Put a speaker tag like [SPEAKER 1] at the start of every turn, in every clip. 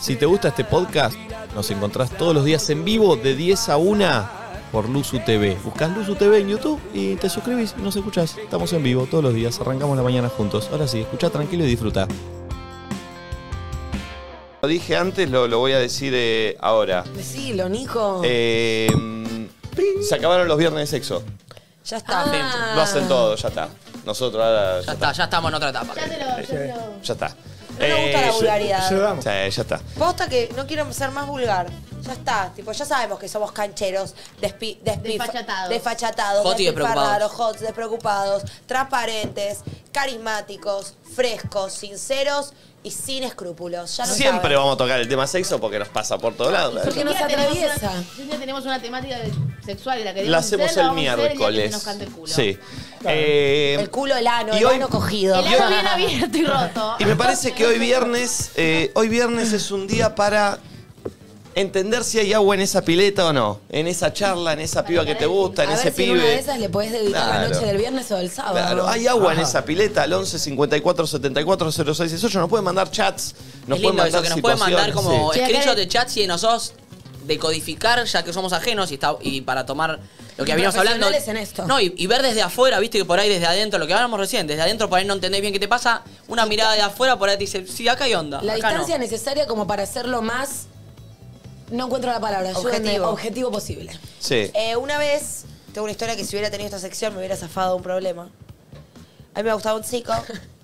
[SPEAKER 1] Si te gusta este podcast, nos encontrás todos los días en vivo de 10 a 1 por Luzu TV. Buscás Luzu TV en YouTube y te suscribís y nos escuchás. Estamos en vivo todos los días, arrancamos la mañana juntos. Ahora sí, escucha tranquilo y disfruta. Lo dije antes, lo, lo voy a decir eh, ahora.
[SPEAKER 2] Sí, lo Nico.
[SPEAKER 1] Eh, se acabaron los viernes de sexo.
[SPEAKER 2] ya está. Ah.
[SPEAKER 1] Lo hacen todos, ya está. Nosotros ahora.
[SPEAKER 3] Ya está, ya estamos en otra etapa.
[SPEAKER 1] Ya está.
[SPEAKER 2] No me
[SPEAKER 1] eh,
[SPEAKER 2] gusta la vulgaridad.
[SPEAKER 1] Sí, ya está.
[SPEAKER 2] Posta que no quiero ser más vulgar. Ya está, tipo, ya sabemos que somos cancheros, despi, despi-
[SPEAKER 4] Desfachatados.
[SPEAKER 2] desfachatados,
[SPEAKER 3] Hot y despreocupados.
[SPEAKER 2] despilfarrados, hot, despreocupados, transparentes, carismáticos, frescos, sinceros y sin escrúpulos. Ya lo
[SPEAKER 1] Siempre
[SPEAKER 2] saben.
[SPEAKER 1] vamos a tocar el tema sexo porque nos pasa por todos lados.
[SPEAKER 2] Porque nos
[SPEAKER 4] Hoy día tenemos
[SPEAKER 2] atraviesa.
[SPEAKER 4] una- hoy día tenemos una temática de- sexual y la queremos
[SPEAKER 1] La hacemos
[SPEAKER 4] hacer, la
[SPEAKER 1] el
[SPEAKER 4] vamos a hacer día que se
[SPEAKER 1] miércoles.
[SPEAKER 4] nos cante el culo.
[SPEAKER 1] Sí. Eh,
[SPEAKER 2] El culo, el ano,
[SPEAKER 1] Y
[SPEAKER 2] el
[SPEAKER 1] hoy-
[SPEAKER 2] ano cogido.
[SPEAKER 4] El ano bien abierto y roto.
[SPEAKER 1] Y me parece que hoy viernes, eh, hoy viernes es un día para entender si hay agua en esa pileta o no, en esa charla, en esa piba que te gusta, en
[SPEAKER 5] a ver
[SPEAKER 1] ese
[SPEAKER 5] si en una de
[SPEAKER 1] pibe.
[SPEAKER 5] esas le podés dedicar la
[SPEAKER 1] Claro.
[SPEAKER 5] noche del viernes o del sábado.
[SPEAKER 1] Claro, hay agua en esa pileta al 11 54 74 06 68. Nos pueden mandar chats, nos
[SPEAKER 3] es
[SPEAKER 1] pueden
[SPEAKER 3] lindo eso,
[SPEAKER 1] mandar
[SPEAKER 3] que nos pueden mandar
[SPEAKER 1] situaciones,
[SPEAKER 3] como
[SPEAKER 1] sí.
[SPEAKER 4] sí.
[SPEAKER 3] escritos
[SPEAKER 4] Che, acá-
[SPEAKER 3] de chat si nosotros decodificar, ya que somos ajenos y, está, y para tomar lo que habíamos hablando.
[SPEAKER 5] profesionales en esto.
[SPEAKER 3] No, y, y ver desde afuera, viste que por ahí desde adentro, lo que hablábamos recién, desde adentro por ahí no entendés bien qué te pasa, una mirada de afuera por ahí te dice, sí, acá hay onda.
[SPEAKER 5] La
[SPEAKER 3] acá
[SPEAKER 5] distancia
[SPEAKER 3] no.
[SPEAKER 5] necesaria como para hacerlo más. No encuentro la palabra, ayúdenme,
[SPEAKER 2] Objetivo.
[SPEAKER 5] objetivo posible.
[SPEAKER 1] Sí.
[SPEAKER 2] Eh, una vez, tengo una historia que si hubiera tenido esta sección me hubiera zafado un problema. A mí me gustaba un chico,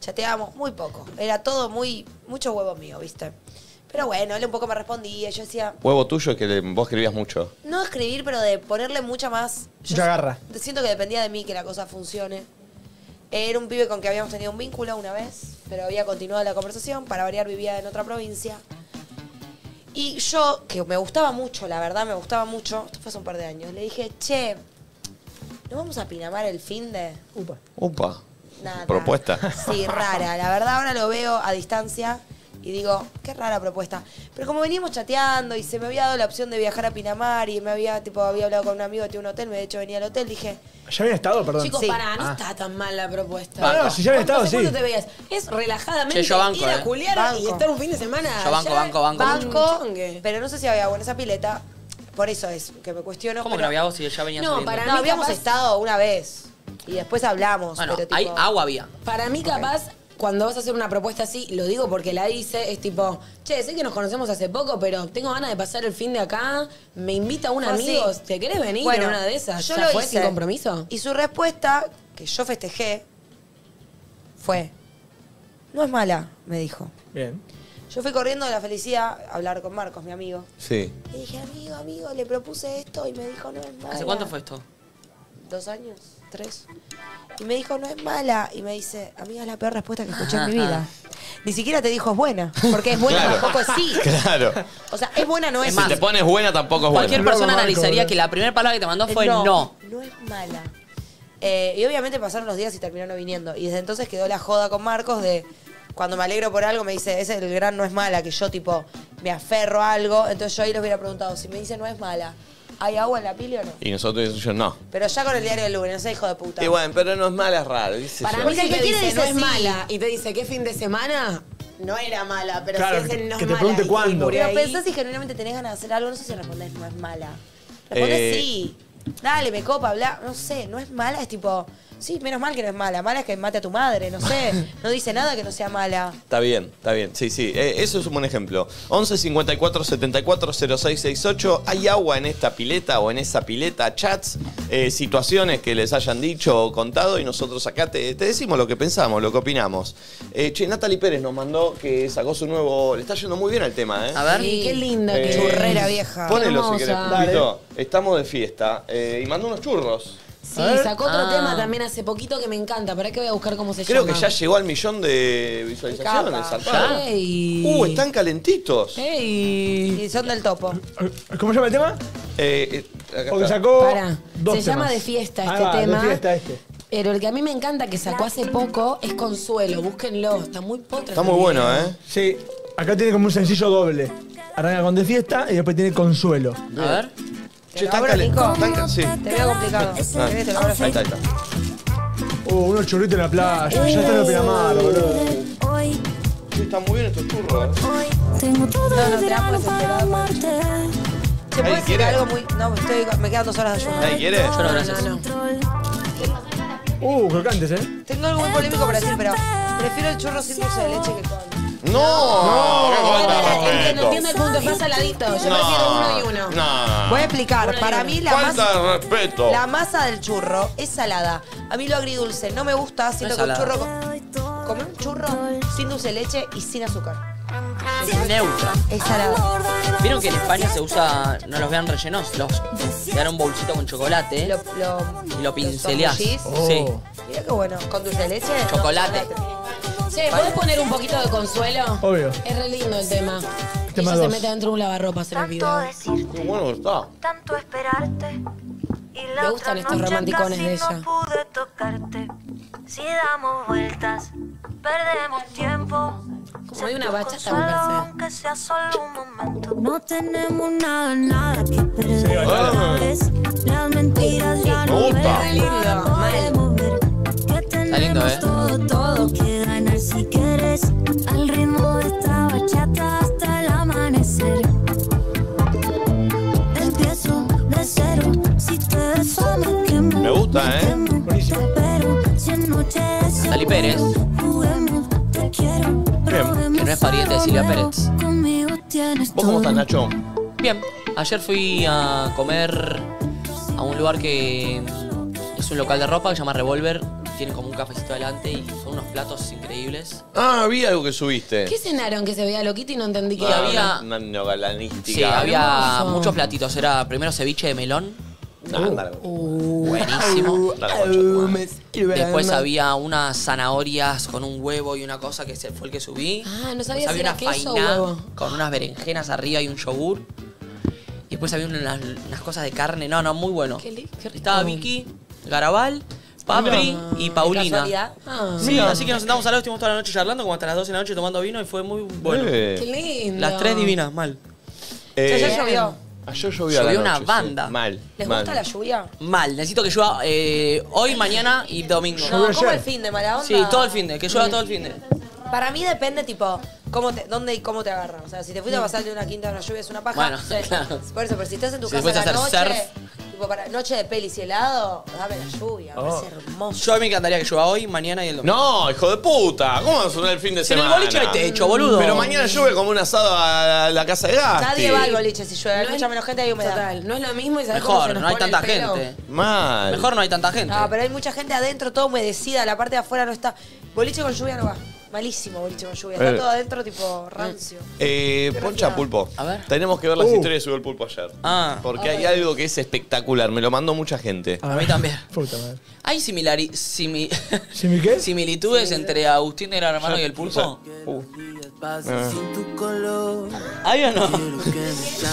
[SPEAKER 2] chateábamos muy poco. Era todo muy, mucho huevo mío, ¿viste? Pero bueno, él un poco me respondía. Yo decía,
[SPEAKER 1] Huevo tuyo que le- vos escribías mucho.
[SPEAKER 2] no escribir, pero de ponerle mucha más. Yo agarra. Siento que dependía de mí que la cosa funcione. Era un pibe con que habíamos tenido un vínculo una vez, pero había continuado la conversación. Para variar, vivía en otra provincia. Y yo, que me gustaba mucho, la verdad, me gustaba mucho. Esto fue hace un par de años. Le dije, che, ¿no vamos a Pinamar el fin de.?
[SPEAKER 1] Upa.
[SPEAKER 2] Nada.
[SPEAKER 1] Propuesta.
[SPEAKER 2] Sí, rara. La verdad ahora lo veo a distancia y digo, qué rara propuesta. Pero como veníamos chateando y se me había dado la opción de viajar a Pinamar y me había, tipo, había hablado con un amigo que tiene un hotel, me de hecho venía al hotel, dije,
[SPEAKER 6] ¿Ya habían estado, perdón? Ah.
[SPEAKER 5] Chicos,
[SPEAKER 2] Sí.
[SPEAKER 5] para, no está tan mal la propuesta.
[SPEAKER 3] No, no,
[SPEAKER 6] si ya había
[SPEAKER 5] ¿Cuánto
[SPEAKER 6] estado,
[SPEAKER 5] hace cuánto
[SPEAKER 6] sí.
[SPEAKER 5] te veías? Es relajadamente
[SPEAKER 3] Che, yo banco,
[SPEAKER 5] ir a
[SPEAKER 3] eh.
[SPEAKER 5] culiar y
[SPEAKER 2] Banco.
[SPEAKER 5] estar un fin de semana.
[SPEAKER 3] Yo banco,
[SPEAKER 5] allá
[SPEAKER 3] banco, banco.
[SPEAKER 5] con un
[SPEAKER 2] banco,
[SPEAKER 5] chongue.
[SPEAKER 2] pero no sé si había agua en esa pileta. Por eso es que me cuestiono.
[SPEAKER 3] ¿Cómo que no
[SPEAKER 2] pero-
[SPEAKER 3] había vos si ya venían
[SPEAKER 5] No,
[SPEAKER 3] saliendo?
[SPEAKER 5] para
[SPEAKER 2] No,
[SPEAKER 5] mí
[SPEAKER 2] habíamos
[SPEAKER 5] capaz-
[SPEAKER 2] estado una vez y después hablamos.
[SPEAKER 3] Bueno,
[SPEAKER 2] pero, tipo,
[SPEAKER 3] hay agua había.
[SPEAKER 5] Para mí, capaz, cuando vas a hacer una propuesta así, lo digo porque la hice, es tipo, che, sé que nos conocemos hace poco, pero tengo ganas de pasar el fin de acá, me invita un
[SPEAKER 2] Ah,
[SPEAKER 5] amigo,
[SPEAKER 2] sí.
[SPEAKER 5] ¿te querés venir
[SPEAKER 2] Bueno,
[SPEAKER 5] a una de esas?
[SPEAKER 2] yo
[SPEAKER 5] ¿Ya
[SPEAKER 2] lo
[SPEAKER 5] fue sin
[SPEAKER 2] hice.
[SPEAKER 5] compromiso?
[SPEAKER 2] Y su respuesta, que yo festejé, fue, no es mala, me dijo.
[SPEAKER 6] Bien.
[SPEAKER 2] Yo fui corriendo de la felicidad a hablar con Marcos, mi amigo.
[SPEAKER 1] Sí.
[SPEAKER 2] Le dije, amigo, amigo, le propuse esto y me dijo, no es mala.
[SPEAKER 3] ¿Hace cuánto fue esto?
[SPEAKER 1] Ah,
[SPEAKER 2] ¿Dos años? ¿Tres? Y me dijo, no es mala. Y me dice, amiga, es la peor respuesta que escuché
[SPEAKER 5] Ah.
[SPEAKER 2] en mi vida. Ni siquiera te dijo es buena, porque es buena
[SPEAKER 1] Claro.
[SPEAKER 2] tampoco es sí.
[SPEAKER 1] Claro.
[SPEAKER 2] O sea, es buena no es,
[SPEAKER 3] Es
[SPEAKER 2] sí.
[SPEAKER 3] más,
[SPEAKER 1] Te pones buena, tampoco es buena.
[SPEAKER 3] Cualquier
[SPEAKER 6] Luego
[SPEAKER 3] persona
[SPEAKER 6] banco,
[SPEAKER 3] analizaría
[SPEAKER 6] boludo.
[SPEAKER 3] que la primera palabra que te mandó fue no.
[SPEAKER 2] Eh, No es mala. Eh, y obviamente pasaron los días y terminó no viniendo. Y desde entonces quedó la joda con Marcos de cuando me alegro por algo me dice, ese es el gran no es mala, que yo tipo me aferro a algo. Entonces yo ahí les hubiera preguntado, si me dice no es mala, ¿hay agua en la pila o no?
[SPEAKER 1] Y nosotros yo no.
[SPEAKER 2] Pero ya con el diario del lunes, no sé, hijo de puta.
[SPEAKER 1] Y bueno, pero no es mala, es raro. qué sé
[SPEAKER 5] Para
[SPEAKER 1] yo.
[SPEAKER 5] mí,
[SPEAKER 2] Porque
[SPEAKER 5] si
[SPEAKER 2] el que
[SPEAKER 5] te
[SPEAKER 2] quiere
[SPEAKER 5] dice, no
[SPEAKER 2] dice
[SPEAKER 5] es
[SPEAKER 2] sí".
[SPEAKER 5] mala y te dice, ¿qué fin de semana? No era mala, pero
[SPEAKER 6] Claro,
[SPEAKER 5] si es el no
[SPEAKER 6] que
[SPEAKER 5] es
[SPEAKER 6] te
[SPEAKER 5] mala
[SPEAKER 6] pregunte
[SPEAKER 5] y se
[SPEAKER 6] cuándo.
[SPEAKER 5] murió
[SPEAKER 2] Pero
[SPEAKER 5] ahí,
[SPEAKER 2] pensás si genuinamente tenés ganas de hacer algo, no sé si respondés no es mala. Respondés
[SPEAKER 1] Eh.
[SPEAKER 2] sí. Dale, me copa, bla. No sé, no es mala, es tipo, sí, menos mal que no es mala. Mala es que mate a tu madre, no sé. No dice nada que no sea mala.
[SPEAKER 1] Está bien, está bien. Sí, sí. Eh, eso es un buen ejemplo. 11 54 74 06 68. ¿Hay agua en esta pileta o en esa pileta? Chats, eh, situaciones que les hayan dicho o contado y nosotros acá te, te decimos lo que pensamos, lo que opinamos. Eh, che, Natalie Pérez nos mandó que sacó su nuevo. Le está yendo muy bien al tema, ¿eh?
[SPEAKER 3] A ver.
[SPEAKER 5] Sí, qué linda
[SPEAKER 1] Eh,
[SPEAKER 5] que
[SPEAKER 2] churrera vieja.
[SPEAKER 1] Ponelo si
[SPEAKER 5] Hermosa.
[SPEAKER 1] querés, Pito. Estamos de fiesta eh, y mandó unos churros.
[SPEAKER 5] Sí, sacó otro
[SPEAKER 3] Ah.
[SPEAKER 5] tema también hace poquito que me encanta. ¿Para que voy a buscar cómo se
[SPEAKER 1] Creo
[SPEAKER 5] llama?
[SPEAKER 1] que ya llegó al millón de visualizaciones.
[SPEAKER 2] Capa.
[SPEAKER 1] zarpado.
[SPEAKER 5] Ey.
[SPEAKER 1] Uh, están calentitos.
[SPEAKER 5] ¡Ey!
[SPEAKER 2] Y son del topo.
[SPEAKER 6] ¿Cómo se llama el tema?
[SPEAKER 1] Eh, eh, acá
[SPEAKER 6] Porque
[SPEAKER 1] está.
[SPEAKER 6] sacó.
[SPEAKER 5] Para,
[SPEAKER 6] dos
[SPEAKER 5] se llama
[SPEAKER 6] temas.
[SPEAKER 5] de fiesta
[SPEAKER 6] Ahí
[SPEAKER 5] este
[SPEAKER 6] va,
[SPEAKER 5] tema.
[SPEAKER 6] De fiesta este.
[SPEAKER 5] Pero el que a mí me encanta que sacó hace poco es Consuelo. Búsquenlo, está muy potra.
[SPEAKER 1] Está muy bueno, ¿eh?
[SPEAKER 6] Sí, acá tiene como un sencillo doble. Arranca con de fiesta y después tiene consuelo.
[SPEAKER 3] A ver.
[SPEAKER 1] Che,
[SPEAKER 2] ¿Te lo
[SPEAKER 1] están
[SPEAKER 2] abro,
[SPEAKER 1] calen-
[SPEAKER 2] Nico?
[SPEAKER 1] están ca- sí.
[SPEAKER 2] Te veo complicado.
[SPEAKER 1] Ah,
[SPEAKER 2] ¿Querés? Te lo abro.
[SPEAKER 1] Ahí está, ahí está.
[SPEAKER 6] Uh, unos churritos en la playa. Ya está en la Pinamar, boludo.
[SPEAKER 1] Sí, están muy bien estos churros. eh.
[SPEAKER 7] Tengo todo
[SPEAKER 2] No, no,
[SPEAKER 7] el
[SPEAKER 2] te la
[SPEAKER 7] verano
[SPEAKER 2] puedes
[SPEAKER 7] para
[SPEAKER 2] esperar.
[SPEAKER 7] amarte.
[SPEAKER 2] ¿Se puede
[SPEAKER 1] Ahí
[SPEAKER 2] decir
[SPEAKER 1] quiere.
[SPEAKER 2] algo muy.? No, estoy, me quedan dos horas de ayuno.
[SPEAKER 1] Ahí quiere.
[SPEAKER 3] Yo no, gracias.
[SPEAKER 7] No, no.
[SPEAKER 6] Uh, crocantes, ¿eh?
[SPEAKER 2] Tengo algo muy polémico para decir, pero prefiero el churro sin dulce de leche que con.
[SPEAKER 1] No, no, qué falta de
[SPEAKER 5] El que no
[SPEAKER 1] respeto.
[SPEAKER 5] entiende el punto fue saladito. Yo prefiero uno y uno.
[SPEAKER 1] No,
[SPEAKER 2] Voy a explicar. Para mí la
[SPEAKER 1] falta
[SPEAKER 2] masa,
[SPEAKER 1] de respeto.
[SPEAKER 2] la masa del churro es salada. A mí lo agridulce no me gusta. Siento
[SPEAKER 3] es
[SPEAKER 2] que un
[SPEAKER 3] salada.
[SPEAKER 2] churro. con- Comer un churro sin dulce de leche y sin azúcar.
[SPEAKER 3] Es neutra.
[SPEAKER 2] Es salado.
[SPEAKER 3] Vieron que en España se usa, no los vean rellenos, los te dan un bolsito con chocolate
[SPEAKER 2] Lo, lo,
[SPEAKER 3] y lo pinceleás.
[SPEAKER 2] zambullís.
[SPEAKER 3] Sí.
[SPEAKER 6] Oh.
[SPEAKER 2] Mira qué bueno. Con dulce de leche. no,
[SPEAKER 3] Chocolate.
[SPEAKER 5] Che, ¿puedes poner un poquito de consuelo?
[SPEAKER 6] Obvio.
[SPEAKER 5] Es re lindo el tema. Ella
[SPEAKER 6] Tema
[SPEAKER 5] se
[SPEAKER 6] dos.
[SPEAKER 5] mete dentro de un lavarropa a hacer el
[SPEAKER 8] Tanto
[SPEAKER 5] video.
[SPEAKER 1] Qué
[SPEAKER 8] decirte,
[SPEAKER 1] bueno que está.
[SPEAKER 8] tanto esperarte. Y la
[SPEAKER 5] Me
[SPEAKER 8] otra
[SPEAKER 5] gustan estos
[SPEAKER 8] noche
[SPEAKER 5] romanticones
[SPEAKER 8] casi
[SPEAKER 5] de ella.
[SPEAKER 8] No pude tocarte. Si damos vueltas, perdemos tiempo.
[SPEAKER 5] Como hay una
[SPEAKER 8] Siento
[SPEAKER 5] bachata,
[SPEAKER 8] consuelo,
[SPEAKER 5] me parece.
[SPEAKER 8] aunque sea solo un momento.
[SPEAKER 7] No tenemos nada, nada que
[SPEAKER 6] Sí,
[SPEAKER 7] perder.
[SPEAKER 1] Ah,
[SPEAKER 7] Ves, Las mentiras ya
[SPEAKER 1] Me
[SPEAKER 7] no
[SPEAKER 1] gusta.
[SPEAKER 7] valen
[SPEAKER 5] Lindo,
[SPEAKER 7] nada, podemos ver que
[SPEAKER 3] lindo,
[SPEAKER 7] tenemos
[SPEAKER 3] ¿eh?
[SPEAKER 7] todo, todo que ganar si quieres. Al ritmo de esta bachata hasta el amanecer. Empiezo de cero, si te beso me quemo.
[SPEAKER 1] Me gusta, ¿eh?
[SPEAKER 7] Me quemo,
[SPEAKER 6] Buenísimo.
[SPEAKER 7] te espero, cien noches de
[SPEAKER 3] Natalie Pérez.
[SPEAKER 7] seguro, juguemos, te quiero, probemos
[SPEAKER 3] que no es pariente de Silvia
[SPEAKER 7] algo nuevo.
[SPEAKER 3] Pérez.
[SPEAKER 7] Conmigo tienes
[SPEAKER 1] ¿Vos cómo
[SPEAKER 7] todo.
[SPEAKER 1] estás, Nacho?
[SPEAKER 3] Bien, ayer fui a comer a un lugar que es un local de ropa que se llama Revolver. Tienen como un cafecito adelante y son unos platos increíbles.
[SPEAKER 1] Ah, vi algo que subiste.
[SPEAKER 5] ¿Qué cenaron que se veía loquito y no entendí qué
[SPEAKER 1] Ah,
[SPEAKER 5] había?
[SPEAKER 3] había-
[SPEAKER 1] Una, una
[SPEAKER 3] Sí,
[SPEAKER 1] neogalanística.
[SPEAKER 3] había
[SPEAKER 5] hermoso.
[SPEAKER 3] muchos platitos. Era primero ceviche de melón,
[SPEAKER 1] Ah, andala.
[SPEAKER 2] Uh,
[SPEAKER 3] buenísimo.
[SPEAKER 1] Andala, concha de tu madre.
[SPEAKER 3] Después había unas zanahorias con un huevo y una cosa que se- fue el que subí.
[SPEAKER 5] Ah, no
[SPEAKER 3] Después
[SPEAKER 5] sabía si
[SPEAKER 3] había
[SPEAKER 5] era
[SPEAKER 3] una
[SPEAKER 5] queso o
[SPEAKER 3] fainá
[SPEAKER 5] huevo.
[SPEAKER 3] con unas berenjenas arriba y un yogur. Y después había unas, unas cosas de carne. No, no, muy bueno.
[SPEAKER 5] Qué li- qué rico.
[SPEAKER 3] Estaba Vicky, Garabal, Papri y Paulina.
[SPEAKER 2] casualidad.
[SPEAKER 5] Ah,
[SPEAKER 3] Sí, así que nos sentamos al lado, estuvimos toda la noche charlando, como hasta las 12 de la noche tomando vino y fue muy bueno.
[SPEAKER 5] qué
[SPEAKER 1] Eh,
[SPEAKER 5] lindo.
[SPEAKER 3] Las tres divinas, mal.
[SPEAKER 1] eh,
[SPEAKER 2] Ya, ya llovió.
[SPEAKER 1] ayer llovió a la
[SPEAKER 3] llovió una
[SPEAKER 1] noche, sí.
[SPEAKER 3] banda.
[SPEAKER 1] Mal.
[SPEAKER 2] ¿Les
[SPEAKER 1] mal.
[SPEAKER 2] gusta la lluvia?
[SPEAKER 3] Mal, necesito que llueva eh, hoy, mañana y domingo.
[SPEAKER 2] No,
[SPEAKER 6] Llovió
[SPEAKER 2] como
[SPEAKER 6] ayer.
[SPEAKER 2] el fin de mala onda.
[SPEAKER 3] Sí, todo el fin de, que llueva todo el fin de.
[SPEAKER 2] Para mí depende, tipo, cómo te, dónde y cómo te agarran. O sea, si te fuiste a pasar de una quinta a una lluvia es una paja.
[SPEAKER 3] Bueno,
[SPEAKER 2] Sí.
[SPEAKER 3] claro.
[SPEAKER 2] Por eso, pero si estás en tu
[SPEAKER 3] Si
[SPEAKER 2] casa a
[SPEAKER 3] fuiste
[SPEAKER 2] la
[SPEAKER 3] a
[SPEAKER 2] noche,
[SPEAKER 3] hacer
[SPEAKER 2] tipo, para noche de pelis y helado, dame la lluvia, me parece hermoso.
[SPEAKER 3] Yo a mí me encantaría que llueva hoy, mañana y el domingo.
[SPEAKER 1] No, hijo de puta. ¿Cómo vas a sonar el fin de
[SPEAKER 3] Si en el
[SPEAKER 1] semana?
[SPEAKER 3] boliche hay techo, boludo.
[SPEAKER 1] Pero mañana llueve como un asado a la casa de gas.
[SPEAKER 2] Nadie va al boliche si llueve, hay
[SPEAKER 5] No
[SPEAKER 2] mucha
[SPEAKER 5] es-
[SPEAKER 2] menos gente hay humedad.
[SPEAKER 5] Total, no es lo mismo y sabes cómo se
[SPEAKER 3] Mejor,
[SPEAKER 5] nos
[SPEAKER 3] no hay
[SPEAKER 5] pone el
[SPEAKER 3] tanta
[SPEAKER 5] pelo?
[SPEAKER 3] gente.
[SPEAKER 1] Mal.
[SPEAKER 3] Mejor no hay tanta gente.
[SPEAKER 2] No, Ah, pero hay mucha gente adentro, toda humedecida, la parte de afuera no está. Boliche con lluvia no va. Malísimo boliche con lluvia. Está
[SPEAKER 1] Eh.
[SPEAKER 2] todo adentro, tipo, rancio.
[SPEAKER 1] Eh, Poncha Pulpo.
[SPEAKER 3] A ver.
[SPEAKER 1] Tenemos que ver las
[SPEAKER 6] Uh.
[SPEAKER 1] historias de Subió el Pulpo ayer.
[SPEAKER 3] Ah.
[SPEAKER 1] Porque hay algo que es espectacular. Me lo mandó mucha gente.
[SPEAKER 3] A mí también.
[SPEAKER 6] Puta madre.
[SPEAKER 3] ¿Hay similari- simi-
[SPEAKER 6] ¿Simi qué?
[SPEAKER 3] similitudes entre Agustín de Gran Hermano y el Pulpo?
[SPEAKER 1] Uh.
[SPEAKER 3] ¿Hay o no?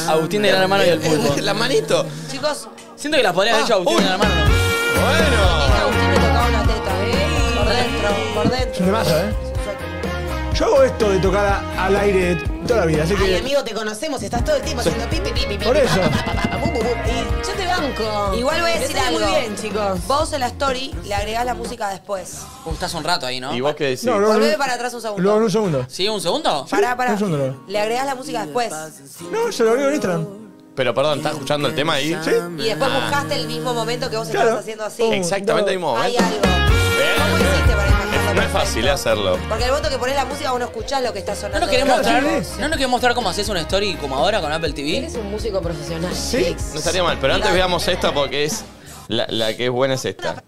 [SPEAKER 3] Agustín de Gran Hermano y el Pulpo.
[SPEAKER 1] La manito.
[SPEAKER 2] Chicos,
[SPEAKER 3] Siento que las podría haber hecho Agustín de Gran Hermano.
[SPEAKER 1] Bueno.
[SPEAKER 2] Agustín me tocaba una teta. ¿eh? Por dentro, por
[SPEAKER 6] Es un
[SPEAKER 2] dentro.
[SPEAKER 6] temazo, ¿eh? Yo hago esto de tocar a- al aire toda la vida, así
[SPEAKER 5] Ay,
[SPEAKER 6] que.
[SPEAKER 5] amigo, te conocemos, estás todo el tiempo haciendo pipi, pipi, pipi.
[SPEAKER 6] Por eso.
[SPEAKER 5] Y yo te banco.
[SPEAKER 2] Igual voy a decir
[SPEAKER 5] Está
[SPEAKER 2] algo.
[SPEAKER 5] muy bien, chicos.
[SPEAKER 2] Vos en la story le agregás la música después.
[SPEAKER 3] Uh, estás un rato ahí, ¿no?
[SPEAKER 1] ¿Y vos qué decís?
[SPEAKER 6] No, no.
[SPEAKER 2] Volveme para atrás un
[SPEAKER 6] Lo hago en
[SPEAKER 2] segundo.
[SPEAKER 6] un segundo.
[SPEAKER 3] ¿Sí? ¿Un segundo?
[SPEAKER 2] Pará, pará.
[SPEAKER 6] un segundo.
[SPEAKER 2] Le agregás la música después.
[SPEAKER 6] No, se lo agrego en Instagram.
[SPEAKER 1] Pero perdón, ¿estás escuchando el tema ahí?
[SPEAKER 6] ¿Sí?
[SPEAKER 2] Y después buscaste el mismo momento que vos
[SPEAKER 6] Ah. Claro.
[SPEAKER 2] estabas haciendo así.
[SPEAKER 1] Exactamente el mismo
[SPEAKER 2] Hay
[SPEAKER 1] momento.
[SPEAKER 2] algo. ¿Cómo hiciste para imaginarlo
[SPEAKER 1] Eh, No es
[SPEAKER 2] perfecto?
[SPEAKER 1] fácil eh, hacerlo.
[SPEAKER 2] Porque el momento que pones la música vos no escuchás lo que está sonando.
[SPEAKER 3] ¿No nos querés mostrar,
[SPEAKER 6] Claro, sí, sí.
[SPEAKER 3] ¿no nos querés mostrar cómo haces una story como ahora con Apple TV?
[SPEAKER 5] Eres un músico profesional.
[SPEAKER 6] Sí.
[SPEAKER 1] No estaría mal, pero antes veamos esta porque es. La, la que es buena es esta.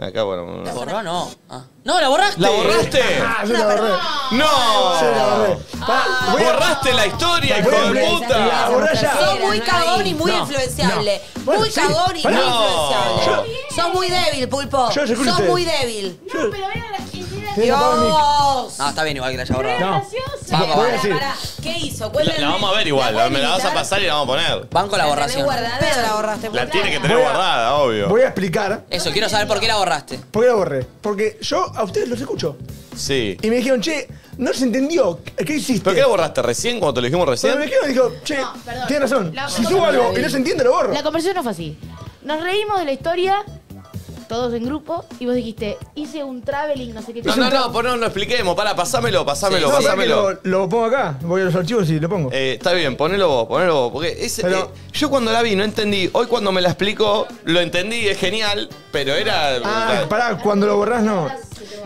[SPEAKER 1] Acá, bueno.
[SPEAKER 3] ¿La borró o no? Ah. No, la borraste.
[SPEAKER 1] ¿La borraste?
[SPEAKER 6] Ah, yo la borré. Yo la
[SPEAKER 1] ¡No!
[SPEAKER 6] borré.
[SPEAKER 4] Ah.
[SPEAKER 6] Pará, voy a-
[SPEAKER 1] ¡Borraste la historia, hijo
[SPEAKER 6] Voy a-
[SPEAKER 1] de
[SPEAKER 6] La
[SPEAKER 1] puta!
[SPEAKER 6] borré ya.
[SPEAKER 2] Sos muy
[SPEAKER 5] No,
[SPEAKER 2] cagón y muy
[SPEAKER 6] no,
[SPEAKER 2] influenciable.
[SPEAKER 6] no. Bueno,
[SPEAKER 2] muy
[SPEAKER 6] sí.
[SPEAKER 2] cagón y muy
[SPEAKER 6] Pará.
[SPEAKER 1] No.
[SPEAKER 2] influenciable. Sos muy débil, Pulpo.
[SPEAKER 6] Yo, yo creo que
[SPEAKER 2] Sos
[SPEAKER 6] ustedes-
[SPEAKER 2] muy débil.
[SPEAKER 4] No, pero vean las quinielas.
[SPEAKER 6] Sí, no puedo ni-
[SPEAKER 2] Dios.
[SPEAKER 3] No, Ah, está bien igual que la haya borrado.
[SPEAKER 6] No.
[SPEAKER 4] Gracioso.
[SPEAKER 3] Vamos,
[SPEAKER 6] Voy a
[SPEAKER 3] vamos.
[SPEAKER 6] decir.
[SPEAKER 5] ¿Qué hizo?
[SPEAKER 1] La, la vamos a ver igual, la- me la vas a pasar y la vamos a poner.
[SPEAKER 3] Banco la
[SPEAKER 5] ¿Tenés
[SPEAKER 3] borración.
[SPEAKER 5] guardada?
[SPEAKER 2] Pero la borraste.
[SPEAKER 1] La
[SPEAKER 2] Pulpo.
[SPEAKER 1] tiene que tener
[SPEAKER 6] Voy a-
[SPEAKER 1] guardada, obvio.
[SPEAKER 6] Voy a explicar
[SPEAKER 3] Eso, quiero saber por qué la borraste.
[SPEAKER 6] por qué la borré. Porque yo a ustedes los escucho.
[SPEAKER 1] Sí.
[SPEAKER 6] Y me dijeron, che, no se entendió. ¿Qué hiciste?
[SPEAKER 1] ¿Pero qué la borraste recién cuando te lo dijimos
[SPEAKER 6] Pero me
[SPEAKER 1] recién?
[SPEAKER 6] dijeron, dijo, che,
[SPEAKER 4] No, perdón.
[SPEAKER 6] tienes razón.
[SPEAKER 4] La-
[SPEAKER 6] si
[SPEAKER 4] la-
[SPEAKER 6] subo
[SPEAKER 4] la-
[SPEAKER 6] algo y no se entiende, lo borro.
[SPEAKER 4] La conversación no fue así. Nos reímos de la historia. todos en grupo, y vos dijiste, hice un traveling, no sé qué.
[SPEAKER 1] No, no, no, por no lo expliquemos. Pará, pasámelo, pasámelo,
[SPEAKER 6] No, pará que
[SPEAKER 1] pasámelo.
[SPEAKER 6] lo, lo pongo acá. Voy a los archivos y lo pongo.
[SPEAKER 1] Eh, está bien, ponelo vos, ponelo vos. Porque es,
[SPEAKER 6] Pero-
[SPEAKER 1] eh, yo cuando la vi no entendí. Hoy cuando me la explico, lo entendí, es genial, pero era.
[SPEAKER 6] ah, pará, cuando lo borrás no.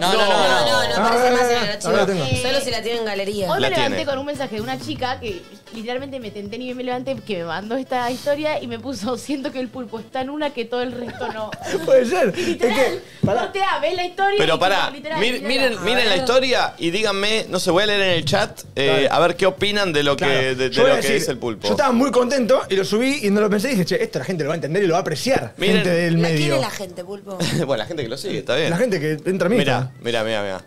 [SPEAKER 3] No, no, no, no.
[SPEAKER 5] No, no,
[SPEAKER 6] Ah,
[SPEAKER 5] aparece
[SPEAKER 6] ah,
[SPEAKER 5] más en
[SPEAKER 6] ah,
[SPEAKER 5] el archivo.
[SPEAKER 6] ahora la tengo.
[SPEAKER 5] Solo si la tiene en galería.
[SPEAKER 4] Hoy
[SPEAKER 1] La
[SPEAKER 4] me levanté
[SPEAKER 1] tiene.
[SPEAKER 4] con un mensaje de una chica que literalmente me tenté ni bien me levanté que me mandó esta historia y me puso siento que el pulpo está en una que todo el resto no.
[SPEAKER 6] Puede ser. Es
[SPEAKER 4] Literal,
[SPEAKER 6] que, pará.
[SPEAKER 4] no te ves la historia. y
[SPEAKER 1] Pero
[SPEAKER 4] tipo,
[SPEAKER 1] pará,
[SPEAKER 4] literal,
[SPEAKER 1] mir-
[SPEAKER 4] literal.
[SPEAKER 1] miren, miren
[SPEAKER 9] Ah.
[SPEAKER 1] la historia y díganme, no sé, voy a leer en el chat eh, a ver qué opinan de lo que,
[SPEAKER 6] Claro.
[SPEAKER 1] de, de
[SPEAKER 6] Yo voy
[SPEAKER 1] lo
[SPEAKER 6] a
[SPEAKER 1] que
[SPEAKER 6] decir,
[SPEAKER 1] dice el pulpo.
[SPEAKER 6] Yo estaba muy contento y lo subí y no lo pensé y dije, che, esto la gente lo va a entender y lo va a apreciar.
[SPEAKER 1] Miren.
[SPEAKER 6] gente del
[SPEAKER 2] La
[SPEAKER 6] medio.
[SPEAKER 2] quiere la gente, pulpo.
[SPEAKER 1] bueno, la gente que lo sigue, está bien.
[SPEAKER 6] La gente que entra a mí.
[SPEAKER 1] Mirá, mirá, mirá, mirá.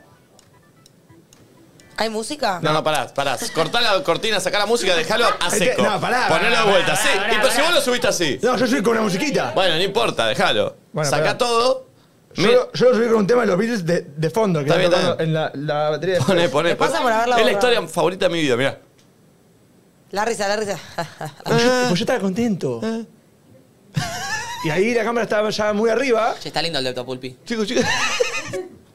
[SPEAKER 2] ¿Hay música?
[SPEAKER 1] No, no, pará, pará. Cortá la cortina, sacá la música, dejalo a
[SPEAKER 6] que-
[SPEAKER 1] seco.
[SPEAKER 6] no, pará,
[SPEAKER 1] Ponelo de
[SPEAKER 6] pará,
[SPEAKER 1] vuelta,
[SPEAKER 6] pará,
[SPEAKER 1] sí.
[SPEAKER 6] pará,
[SPEAKER 1] y pero si vos lo subiste así.
[SPEAKER 6] No, yo subí con una musiquita.
[SPEAKER 1] Bueno, no importa, déjalo.
[SPEAKER 6] Bueno,
[SPEAKER 1] Sacá
[SPEAKER 6] pará.
[SPEAKER 1] todo.
[SPEAKER 6] Yo, lo- yo lo subí con un tema de los Beatles de, de fondo, que
[SPEAKER 1] Está bien,
[SPEAKER 6] estaba
[SPEAKER 1] está
[SPEAKER 6] tocando en la, la batería. de-
[SPEAKER 1] Poné, poné.
[SPEAKER 2] Me pasa por haberla
[SPEAKER 1] Es la
[SPEAKER 2] borrado.
[SPEAKER 1] historia favorita de mi vida, mirá.
[SPEAKER 2] La risa, la risa.
[SPEAKER 6] Pues yo,
[SPEAKER 1] Ah.
[SPEAKER 6] pues yo estaba contento. Y ahí la cámara estaba ya muy arriba.
[SPEAKER 3] Che, está lindo el Depto Pulpi.
[SPEAKER 1] Chicos, chicos.